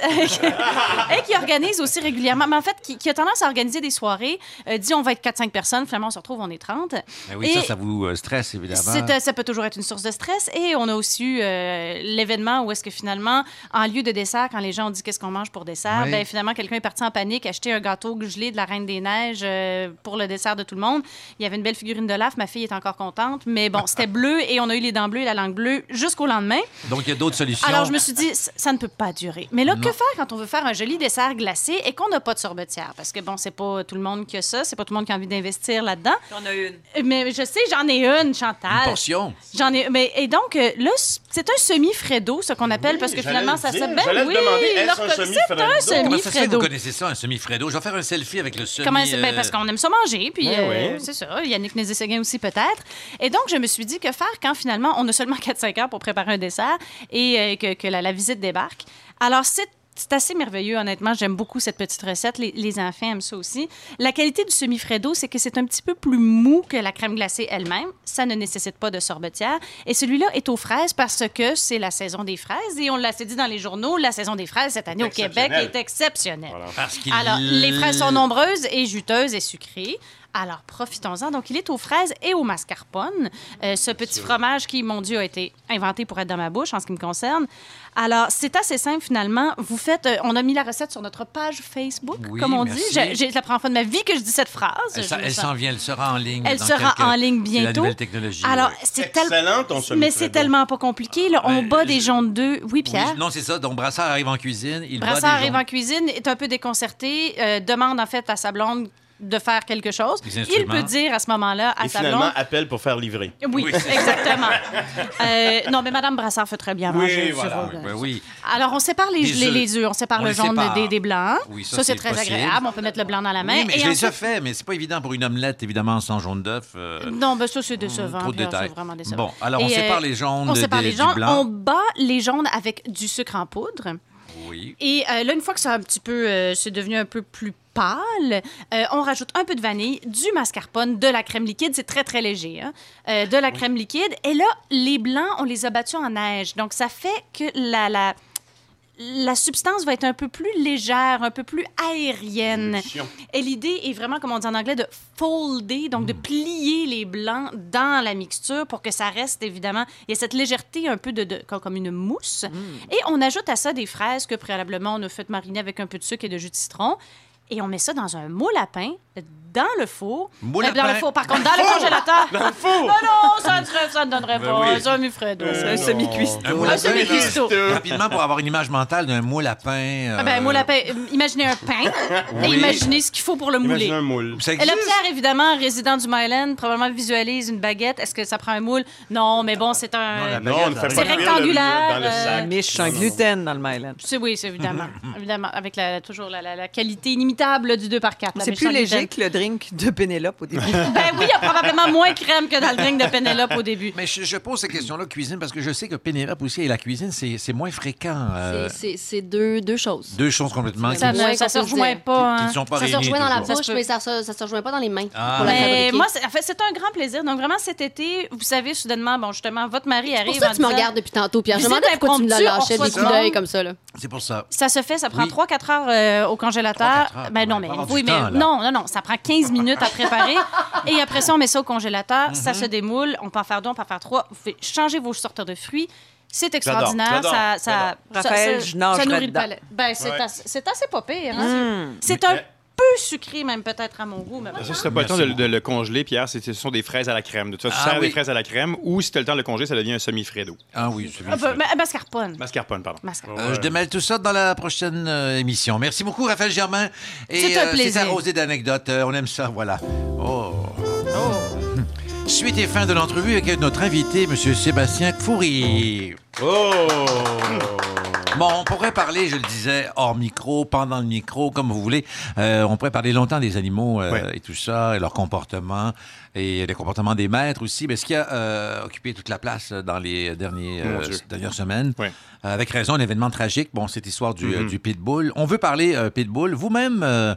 et qui organise aussi régulièrement. Mais en fait, qui, qui a tendance à organiser des soirées. Euh, dit on va être 4-5 personnes, finalement, on se retrouve, on est 30.
ben oui,
Et-
ça, ça vous euh, stresse, évidemment.
c'est, euh, ça peut toujours être une source de stress. Et on a aussi eu euh, l'événement où est-ce que finalement, en lieu de dessert, quand les gens ont dit qu'est-ce qu'on mange pour dessert,
Oui.
ben, finalement, quelqu'un est parti en panique, acheter un gâteau gelé de la Reine des Neiges euh, pour le dessert de tout le monde. Il y avait une belle figurine de laf, ma fille est encore contente. Mais bon, c'était bleu et on a eu les dents bleues et la langue bleue jusqu'au lendemain.
Donc, il y a d'autres solutions.
Alors, je me suis dit, ça ça ne peut pas durer. Mais là,
Non.
que faire quand on veut faire un joli dessert glacé et qu'on n'a pas de sorbetière? Parce que, bon, c'est pas tout le monde qui a ça, c'est pas tout le monde qui a envie d'investir là-dedans.
J'en ai une.
Mais je sais, j'en ai une, Chantal.
Une portion.
J'en ai. Mais, et donc, euh, là, c- c'est un semi-fredo, ce qu'on appelle, parce que
j'allais
finalement,
le
ça
dire.
s'appelle.
J'allais te
oui,
demander, est-ce un
l'orco- C'est un
Comment ça se fait que vous
semi-fredo.
connaissez ça, un semi-fredo? Je vais faire un selfie avec le semi...
Comment c'est- ben,
euh,
parce qu'on aime ça manger, puis
Ouais,
euh,
ouais.
c'est ça. Yannick Nézé-Séguin aussi, peut-être. Et donc, je me suis dit, que faire quand finalement on a seulement 4-5 heures pour préparer un dessert et euh, que, que la, la visite débarque? Alors, c'est. c'est assez merveilleux, honnêtement. J'aime beaucoup cette petite recette. Les, les enfants aiment ça aussi. La qualité du semi-fredo, c'est que c'est un petit peu plus mou que la crème glacée elle-même. Ça ne nécessite pas de sorbetière. Et celui-là est aux fraises parce que c'est la saison des fraises. Et on l'a c'est dit dans les journaux, la saison des fraises cette année au Québec
Exceptionnelle.
est exceptionnelle.
Parce qu'il-
Alors, les fraises sont nombreuses et juteuses et sucrées. Alors, profitons-en. Donc, il est aux fraises et au mascarpone. Euh, ce petit fromage qui, mon Dieu, a été inventé pour être dans ma bouche en ce qui me concerne. Alors, c'est assez simple finalement. Vous faites, euh, on a mis la recette sur notre page Facebook,
Oui,
comme on
merci.
dit. Je- j'ai- C'est la première fois de ma vie que je dis cette phrase.
Elle,
Je
s'en-
me
elle
sens-
s'en vient, elle sera en ligne.
Elle
dans
sera
quelques-
en ligne
C'est la
bientôt.
nouvelle technologie.
Alors,
oui.
c'est tel-
Excellent, ton semi-fredo.
Mais c'est tellement pas compliqué. là. On
Ben,
bat des jaunes d'œufs. Oui,
Oui,
Pierre?
non, c'est ça. Donc, Brassard arrive en cuisine. Il bat
Brassard
des
arrive
gens.
en cuisine, est un peu déconcerté, euh, demande en fait à sa blonde de faire quelque chose.
Des
Il
instruments.
peut dire à ce moment-là à
Et
sa
finalement,
blonde.
appel pour faire livrer.
Oui, exactement. Euh, non, mais Madame Brassard fait très bien manger. tu vois.
Ben oui.
Alors, on sépare les,
Des
les,
œufs.
les œufs, on sépare
On
le
les
jaune
sépare.
des, des blancs.
Oui, ça,
ça, c'est
c'est
très
possible.
agréable. On peut mettre le blanc dans la main.
Oui, mais je l'ai déjà
ensuite-
fait, mais c'est pas évident pour une omelette, évidemment, sans jaune d'œuf. euh,
Non, ben ça, c'est décevant.
trop de
Pierre,
détails.
C'est vraiment décevant. euh,
Bon, alors, on sépare les jaunes
On
de-
sépare
des-
les
du
jaunes.
blanc.
On bat les jaunes avec du sucre en poudre.
Oui.
Et euh, là, une fois que ça a un petit peu, euh, c'est devenu un peu plus pâle, euh, on rajoute un peu de vanille, du mascarpone, de la crème liquide. C'est très, très léger. hein. Euh, de la crème liquide. Et là, les blancs, on les a battus en neige. Donc, ça fait que la... la la substance va être un peu plus légère, un peu plus aérienne. Et l'idée est vraiment, comme on dit en anglais, de folder, donc
Hmm.
de plier les blancs dans la mixture pour que ça reste, évidemment, il y a cette légèreté un peu de, de- comme comme une
Hmm.
mousse. Et on ajoute à ça des fraises que préalablement on a faites mariner avec un peu de sucre et de jus de citron. et on met ça dans un moule à pain, dans le four.
Moule
Euh,
à
dans
pain.
le four, par contre,
Dans
dans
le
le
four.
congélateur.
Dans le four.
Ah non, ça ne, serait- ça ne donnerait
Ben
pas
oui.
un mufredo.
Euh,
un semi-cuisto.
moule à
Un
pain,
semi-cuisto.
là. Rapidement, pour avoir une image mentale d'un moule à pain.
Ah ben, moule à pain. Euh, Imaginez un pain
Oui.
et imaginez ce qu'il faut pour le mouler.
moule. Ça
Et
existe?
là, Pierre, évidemment, résident du Myland, probablement visualise une baguette. Est-ce que ça prend un moule? Non, mais bon, c'est un.
la
Non, on ne fait
c'est
pas cuire le-
rectangulaire.
dans le sac.
euh,
Miche sans gluten dans le Myland.
c'est- oui, c'est évidemment. évidemment, avec la, toujours la, la- la qualité inimitable du 2x4.
C'est plus léger que le drink de Pénélope au début.
Ben oui, il y a probablement moins de crème que dans le drink de Pénélope au début.
Mais je, je pose ces questions-là cuisine parce que je sais que Pénélope aussi et la cuisine, c'est c'est moins fréquent. euh,
C'est c'est deux, deux choses.
deux choses complètement
Ça
qui-
me-
Ouais, ça
qu'on
se
peut se
rejoint
dire.
pas.
Qui
hein.
ne sont pas
Ça se
réunis
rejoint dans la
toujours.
bouche, mais ça se, ça se rejoint pas dans les mains
Ah.
pour la
Mais
fabriquer.
moi, c'est en fait, c'est un grand plaisir. Donc, vraiment, cet été, vous savez, soudainement, bon, justement, votre mari
C'est
arrive.
pour ça
en
que tu me
disant-
regardes depuis tantôt, Pierre. Je me
Visite
demandais pourquoi tu me l'as
impromptue,
lâché
on
des
reçoit
coups
du
d'œil
monde.
comme ça. Là.
C'est pour ça.
Ça se fait, ça prend
Oui.
3-4 heures euh, au congélateur.
3-4 heures,
ben non,
on va
mais
avoir
oui,
du
mais
temps, là.
non, non, non, ça prend 15 minutes à préparer. et après ça, on met ça au congélateur, ça se démoule, on peut en faire deux, on peut en faire trois. Vous pouvez changer vos sortes de fruits. C'est extraordinaire.
j'adore,
ça, ça,
j'adore.
ça-
Raphaël,
ça-
je nage
ça nourrit le
là-dedans.
palais. Ben, c'est
Ouais.
assez, c'est assez pas pire. hein?
Mm.
C'est
Mais- Ben,
un peu sucré, même peut-être à mon goût. Mais
Ça, si t'as pas le temps
Merci
de, de le congeler, Pierre, c'est- ce sont des fraises à la crème. De toute façon, tu
Ah
sers
oui.
des fraises à la crème ou si tu as le temps de le congeler, ça devient un semi-fredo.
Ah oui,
Ah, ben, ma- mascarpone.
Mascarpone, pardon.
Mascarpone.
Euh, je démêle tout ça dans la prochaine euh, émission. Merci beaucoup, Raphaël Germain. Et,
C'est un
euh,
plaisir.
C'est arrosé d'anecdotes. Euh, on aime ça, voilà. Oh. Hum. Suite et fin de l'entrevue avec notre invité, M. Sébastien Kfouri. Oh! Bon, on pourrait parler, je le disais, hors micro, pendant le micro, comme vous voulez. Euh, on pourrait parler longtemps des animaux euh, et tout ça, et leur comportement, et les comportements des maîtres aussi. Mais ce qui a euh, occupé toute la place euh, dans les derniers,
Mon
euh,
Dieu.
dernières semaines, euh, avec raison, un événement tragique, bon, cette histoire du, euh,
Mhm.
du pitbull. On veut parler euh, pitbull. Vous-même, euh,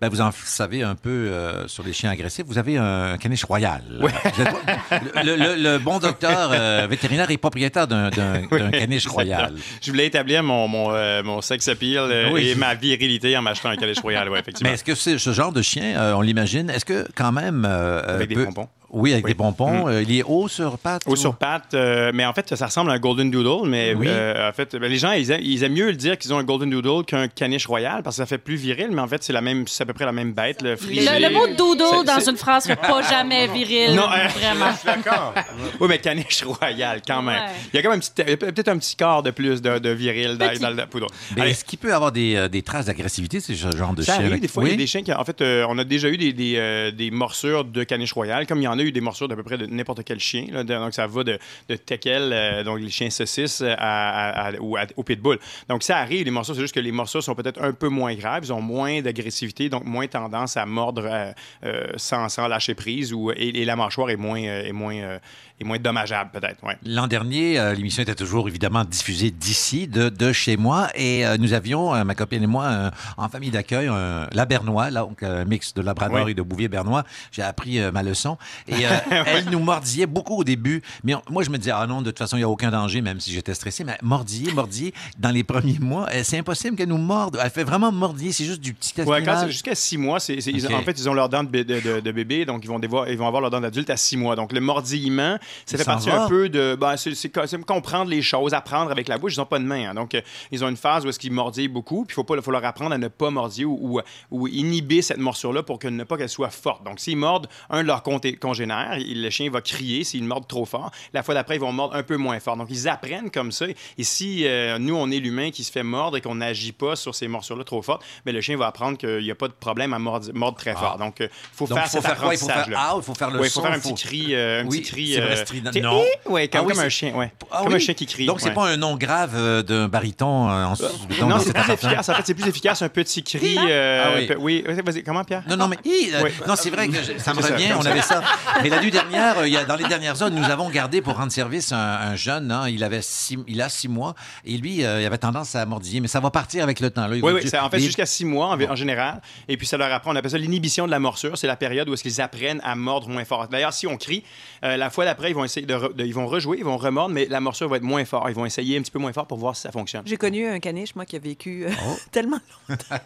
ben, vous en savez un peu euh, sur les chiens agressifs. Vous avez un caniche royal. Vous êtes- le, le- le bon docteur euh, vétérinaire est propriétaire d'un d'un- d'un
Oui,
caniche royal.
exactement. Je voulais établir mon, mon, euh, mon sex appeal euh,
Oui.
et ma virilité en m'achetant un calèche royal, ouais, effectivement.
Mais est-ce que c'est ce genre de chien, euh, on l'imagine, est-ce que quand même... euh,
Avec des
peut-
pompons.
Oui, avec des pompons.
Mm.
euh, il est haut sur pattes.
Au
ou-
sur pattes, euh, mais en fait, ça ressemble à un Golden Doodle, mais
Oui.
euh, en fait, ben, les gens, ils aiment, ils aiment mieux le dire qu'ils ont un Golden Doodle qu'un caniche royal parce que ça fait plus viril, mais en fait, c'est la même, c'est à peu près la même bête, le frisé.
Le, le mot dodo
C'est-
dans
c'est-
une phrase n'est pas jamais viril.
Non, euh,
vraiment.
D'accord. oui, mais caniche royal, quand même.
Ouais.
Il y a quand même un petit- il y a peut-être un petit quart de plus de, de viril dans,
Petit.
dans le poudre.
Mais Est-ce qu'il peut avoir des, euh, des traces d'agressivité, ce genre de
Ça
chien?
arrive des fois, il y a des chiens qui. En fait, euh, on a déjà eu des, des, euh, des morsures de caniche royale, comme il y en a eu des morsures d'à peu près de n'importe quel chien. là. De- donc, ça va de, de teckel, euh, donc les chiens saucisses, à, à- à- ou à- au pitbull. Donc, ça arrive, les morsures, c'est juste que les morsures sont peut-être un peu moins graves, ils ont moins d'agressivité, donc moins tendance à mordre euh, euh, sans, sans lâcher prise, ou, et, et la mâchoire est moins, euh, est moins, euh, est moins dommageable, peut-être. Ouais.
L'an dernier, euh, l'émission était toujours évidemment diffusée d'ici, de, de chez moi, et euh, nous avions, euh, ma copine et moi, un- en famille d'accueil, un labernois, là, donc un mix de labrador
Oui.
et de bouvier bernois. J'ai appris euh, ma leçon. Et euh, elle nous mordillait beaucoup au début, mais on- moi je me disais, ah non, de toute façon, il n'y a aucun danger, même si j'étais stressé, mais mordiller, mordiller, dans les premiers mois, euh, c'est impossible qu'elle nous morde. Elle fait vraiment mordiller, c'est juste du petit
Ouais, quand
espionnage.
c'est jusqu'à 6 mois, c'est, c'est- ils-
Ok.
en fait, ils ont leurs dents de, bé- de- de- de bébé, donc ils vont, dévoir- ils vont avoir leurs dents d'adulte à 6 mois. Donc le mordiillement, ça
Il
fait
s'en
partie
va.
un peu de. ben, c'est, c'est co- c'est comprendre les choses, apprendre avec la bouche. Ils n'ont pas de main. hein. donc euh, ils ont une phase où est-ce qu'ils mordillent beaucoup, puis il faut, pas- faut leur apprendre à ne pas mordiller ou, ou- ou inhiber cette morsure-là pour que, ne pas qu'elle soit forte. Donc s'ils mordent un de leurs conté- congénères, il- le chien va crier s'ils mordent trop fort. La fois d'après, ils vont mordre un peu moins fort. Donc ils apprennent comme ça. Et si euh, nous, on est l'humain qui se fait mordre et qu'on n'agit pas sur ces morsures-là trop fortes, mais le chien va apprendre qu'il n'y a pas de problème à mordre, mordre très fort. Donc, il faut
Ah. Donc,
faire
faut
cet
faire quoi? Il faut faire
apprentissage-là.
ah, il faut faire le
Ouais, faut
son,
faire un
faut-
petit cri, euh, un
Oui,
petit cri.
c'est vrai,
euh,
c'est strident.
t'es-
Non.
Ouais, comme,
Ah oui,
comme un
c'est-
chien, ouais.
Ah
comme
oui.
un chien qui crie.
Donc, c'est
ouais.
pas un nom grave euh, d'un baryton euh, en sous-ton
non,
de
c'est
cet
plus
appartement.
efficace. En fait, c'est plus efficace un petit cri. euh,
Ah oui.
pe- oui. Vas-y, vas-y, comment, Pierre?
Non, non, mais hi, euh,
Oui.
non, c'est vrai que je- ça me
C'est ça,
revient,
comme
on
ça.
avait ça. Mais la nuit dernière, euh, il y a- dans les dernières zones, nous avons gardé pour rendre service un, un jeune, hein, il, avait six- il a six mois, et lui, euh, il avait tendance à mordiller, mais ça va partir avec le temps. Là,
Oui, oui, ça- en fait, jusqu'à six mois en, en général. Et puis, ça leur apprend, on appelle ça l'inhibition de la morsure. C'est la période où est-ce qu'ils apprennent à mordre moins fort. D'ailleurs, si on crie, euh, la fois d'après, ils vont essayer de, re- de- ils vont rejouer, ils vont remordre, mais la morsure va être moins fort. Ils vont essayer un petit peu moins fort pour voir si ça fonctionne.
J'ai connu un caniche, moi, qui a vécu euh, tellement longtemps.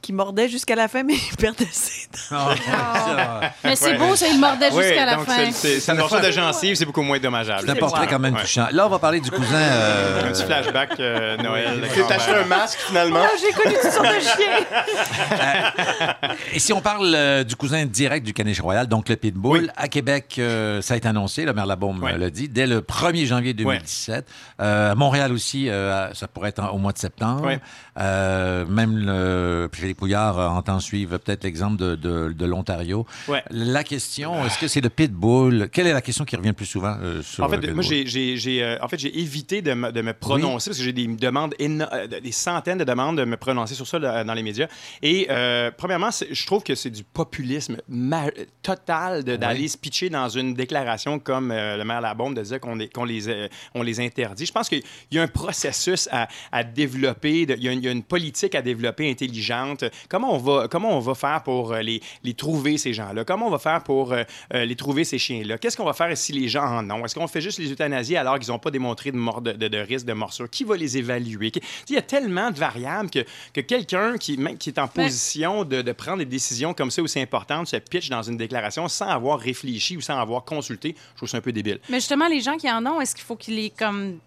qui mordait jusqu'à la fin, mais il perdait ses dents.
Ah,
Ah. Mais c'est beau, ça, il mordait
Oui,
jusqu'à la
donc
fin.
c'est- c'est- Ça ne sort de gencive, c'est beaucoup moins dommageable.
C'est un portrait quand même touchant. Là, on va parler du cousin. euh,
Un petit flashback euh, Noël.
Tu t'es acheté un masque, finalement.
Oh, j'ai connu toutes sortes de
chiens.
Et si on parle euh, du cousin direct du Caniche Royal, donc le Pitbull, à Québec, euh, ça a été annoncé, le maire Labaume euh, l'a dit, dès le 1er janvier 2017. Euh, à Montréal aussi, euh, ça pourrait être en- au mois de septembre.
Ouais.
Euh, même le, puis Philippe Couillard euh, entend suivre peut-être l'exemple de, de- de l'Ontario.
Ouais.
La question, est-ce que c'est le Pitbull? Quelle est la question qui revient le plus souvent euh, sur
En
le
fait,
Pitbull?
moi, j'ai- j'ai j'ai, euh, en fait, j'ai évité de me, de me prononcer parce que j'ai des demandes, éno- euh, des centaines de demandes de me prononcer sur ça là, dans les médias. Et euh, premièrement, c'est- je trouve que c'est du populisme ma- total de- d'aller se pitcher dans une déclaration comme euh, le maire Labombe de dire qu'on est- qu'on les, euh, on les interdit. Je pense qu'il y a un processus à, à développer, de- il y, a une- il y a une politique à développer intelligente. Comment on va, comment on va faire pour euh, les, les trouver, ces gens-là? Comment on va faire pour euh, euh, les trouver, ces chiens-là? Qu'est-ce qu'on va faire si les gens en ont? Est-ce qu'on fait juste les euthanasier alors qu'ils n'ont pas démontré de, mort- de, de- de risque de morsure? Qui va les évaluer? Qui- tu sais, Il y a tellement de variables que, que quelqu'un qui, même qui est en
Ouais.
position de, de prendre des décisions comme ça aussi importantes se pitch dans une déclaration sans avoir réfléchi ou sans avoir consulté. Je trouve ça un peu débile.
Mais justement, les gens qui en ont, est-ce qu'il faut qu'ils les comme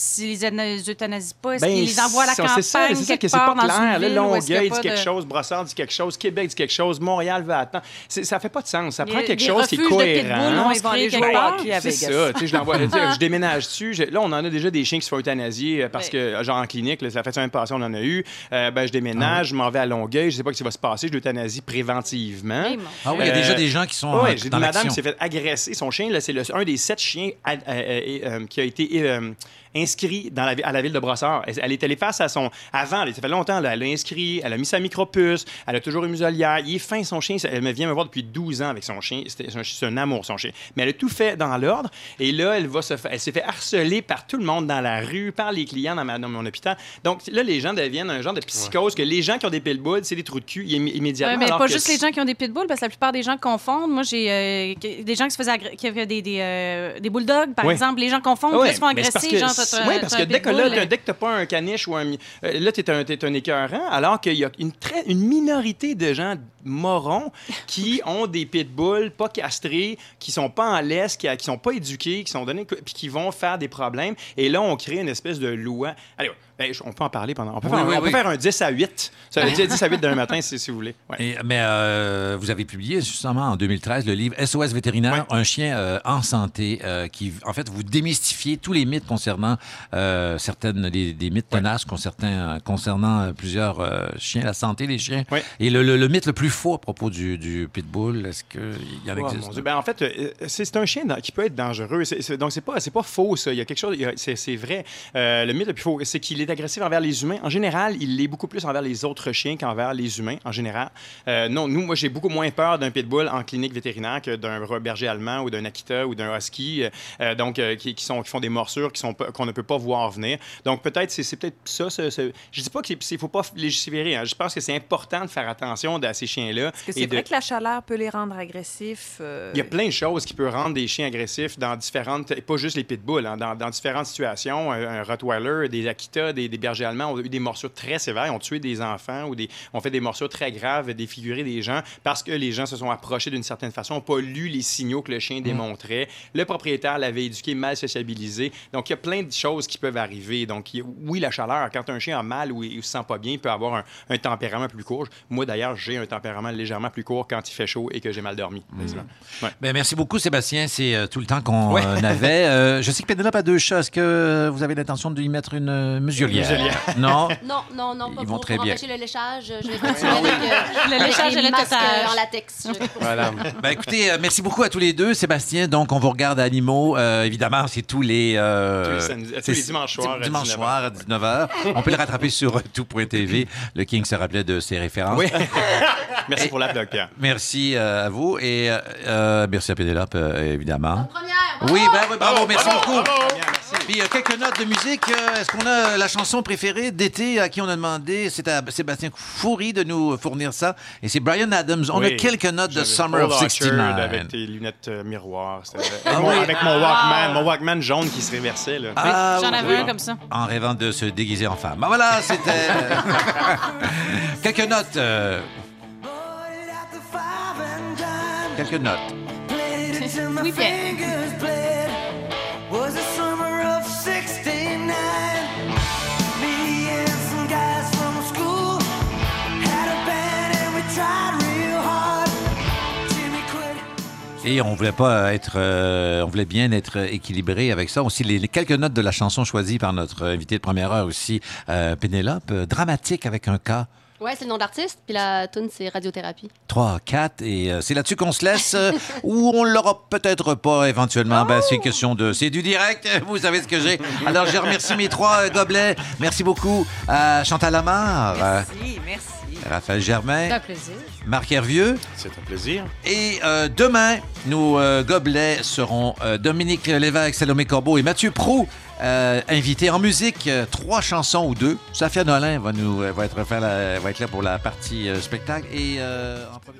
s'ils les euthanasient pas, est-ce
Ben,
qu'ils les envoient à la
c'est-
campagne
C'est ça, c'est ça
quelque
que c'est pas
part dans
clair.
une
là.
ville, ou est-ce qu'il y a
Longueuil
pas
dit quelque
de-
chose, Brossard dit quelque chose, Québec dit quelque chose, Montréal va attendre. C'est- Ça fait pas de sens. Ça
Des-
prend quelque
des
chose qui est
refuges de
cohérent.
pitbulls, on se crée quelque
Ouais,
part.
C'est ça. Tu sais, je l'envoie. tu sais, Je déménage dessus. Je- Là, on en a déjà des chiens qui se font euthanasier euh,
Ben.
parce que, genre en clinique, là, ça fait semaine passée, on en a eu. Euh, ben,
Ah
je déménage, je m'en vais à Longueuil. Je sais pas ce qui va se passer. Je l'euthanasie préventivement.
Ah oui, il y a déjà des gens qui sont, euh,
Oui, j'ai
dans
une madame
l'action.
qui s'est fait agresser. Son chien, là, c'est le- un des sept chiens à- à- à- euh, qui a été euh, inscrit dans la, vi- à la ville de Brossard. Elle, elle est allée face à son. Avant, là, ça fait longtemps, là, elle l'a inscrit, elle a mis sa micropuce, elle a toujours une muselière. Il est fin, son chien. Ça- Elle me vient me voir depuis 12 ans avec son chien. C'était- C'est un, c'est un amour, son chien. Mais elle a tout fait dans l'ordre. Et là, elle, va se fa- elle s'est fait harceler par tout le monde dans la rue, par les clients dans, ma- dans mon hôpital. Donc là, les gens deviennent un genre de psychose que les gens qui ont des pilbouds, c'est des trous de cul immé- immédiatement.
Ouais, mais
alors
pas
que
juste les gens qui ont des pitbulls, parce que la plupart des gens confondent. Moi, j'ai euh, que- des gens qui se faisaient agré- qui avaient des, des, euh, des bulldogs, par
Oui.
exemple. Les gens confondent,
Ah Ouais,
puis ils se font
mais c'est parce
agresser.
que-
genre, t'as- t'as-
Oui, parce
t'as
que
un
dès que
pitbull,
là, t'as- dès que t'as pas un caniche ou un. mi- euh, Là, t'es un, t'es un écœurant, alors qu'il y a une, très, une minorité de gens morons qui ont des pitbulls pas castrés, qui sont pas en laisse, qui, qui sont pas éduqués, qui sont donnés. puis qui vont faire des problèmes. Et là, on crée une espèce de loi. Allez, ouais, ben, je- on peut en parler pendant. On peut,
Oui,
faire,
oui,
on peut
oui.
faire un 10 à 8. Ça veut dire 10 à 8 d'un matin, si, si vous voulez. Ouais.
Et- mais euh, vous avez publié justement en 2013 le livre SOS vétérinaire, un chien euh, en santé, euh, qui en fait vous démystifiez tous les mythes concernant euh, certaines des, des mythes tenaces concernant, concernant euh, plusieurs euh, chiens, la santé des chiens. Et le, le- le mythe le plus faux à propos du, du pitbull, est-ce qu'il y en
Oh, mon
existe?
Dieu. Ben, en fait, euh, c'est c'est un chien dans- qui peut être dangereux. C'est- c'est- donc, c'est pas, c'est pas faux, ça. Il y a quelque chose, il y a- c'est c'est vrai. Euh, le mythe le plus faux, c'est qu'il est agressif envers les humains. En général, il l'est beaucoup plus envers les autres chiens qu'envers les humains, en général. Euh, non, nous, moi, j'ai beaucoup moins peur d'un pitbull en clinique vétérinaire que d'un berger allemand ou d'un Akita ou d'un Husky, euh, donc, euh, qui, qui sont, qui font des morsures qui sont pas- qu'on ne peut pas voir venir. Donc, peut-être, c'est c'est peut-être ça. ce- ce- Je dis pas qu'il ne faut pas légiférer. hein. Je pense que c'est important de faire attention à ces chiens-là.
Parce que
et
c'est
de-
vrai que la chaleur peut les rendre agressifs. euh,
il y a plein de choses qui peuvent rendre des chiens agressifs dans différentes, et pas juste les pitbulls, hein, dans, dans différentes situations. Euh, Un, un Rottweiler, des Akita, des, des bergers allemands ont eu des morsures très sévères, ils ont tué des enfants ou des, ont fait des morsures très graves, défiguré des gens parce que les gens se sont approchés d'une certaine façon, n'ont pas lu les signaux que le chien démontrait. Le propriétaire l'avait éduqué, mal sociabilisé. Donc, il y a plein de choses qui peuvent arriver. Donc, il y a- oui, la chaleur, quand un chien a mal ou il ne se sent pas bien, il peut avoir un, un tempérament plus court. Moi, d'ailleurs, j'ai un tempérament légèrement plus court quand il fait chaud et que j'ai mal dormi. effectivement.
Ben, merci beaucoup, Sébastien. C'est euh, tout le temps qu'on
Ouais.
euh, avait. Euh, je sais que Pénélope a deux chats. Est-ce que euh, vous avez l'intention d'y mettre une euh, muselière?
muselière.
Non?
Non, non, non, pas
Ils
pour,
vont très
pour
bien. Ah
empêcher le léchage. Je vais continuer avec, euh,
Le
avec
léchage
les
et le
masques,
tâtage.
euh, en latex. Je-
Ben, écoutez, euh, merci beaucoup à tous les deux, Sébastien. Donc, on vous regarde à Animaux. Euh, évidemment, c'est tous les. euh,
Tous les samedis- tous
c'est-
les dimanches soirs à
Dimanche
19h.
soir à 19h. on peut le rattraper sur euh, tout.tv. Le King se rappelait de ses références.
Merci pour la doc. Pierre.
Merci euh, à vous et euh, euh, merci à Pénélope, euh, évidemment.
Première!
Oui, ben, oui, bravo, merci beaucoup. Puis euh, quelques notes de musique. Euh, Est-ce qu'on a euh, la chanson préférée d'été à qui on a demandé C'est à Sébastien Foury de nous fournir ça. Et c'est Brian Adams. On a
Oui.
quelques notes de
J'avais
Summer
Paul
of
Orchard
69.
Avec tes lunettes euh, miroirs. c'était- Avec,
Ah
mon,
oui.
avec mon Walkman, mon Walkman jaune qui se réversait. là.
Ah
J'en
oui.
avais un comme ça.
En rêvant de se déguiser en femme. Ah, voilà, c'était. Quelques notes. euh, quelques notes.
Oui, bien.
Was the summer of 69. Me and some guys from school had a band and we tried real hard. Jimmy quit.
Et on voulait pas être, euh, on voulait bien être équilibré avec ça. Aussi, les, les quelques notes de la chanson choisie par notre invité de première heure aussi, euh, Pénélope, euh, dramatique avec un cas
Ouais, c'est le nom d'artiste, puis la tune c'est Radiothérapie.
3, 4, et euh, c'est là-dessus qu'on se laisse, euh, ou on l'aura peut-être pas éventuellement. Ben,
Oh!
c'est question de, c'est du direct, vous savez ce que j'ai. Alors, je remercie mes trois euh, gobelets. Merci beaucoup à Chantal Lamar,
Merci, merci.
euh, Raphaël Germain,
plaisir.
Marc Hervieux.
C'est un plaisir.
Et euh, demain, nos euh, gobelets seront euh, Dominique Lévesque, Salomé Corbeau et Mathieu Prou, euh, invités en musique. euh, trois chansons ou deux. Safia Nolin va, nous, euh, va, être, faire la- va être là pour la partie euh, spectacle. Et euh, en premier-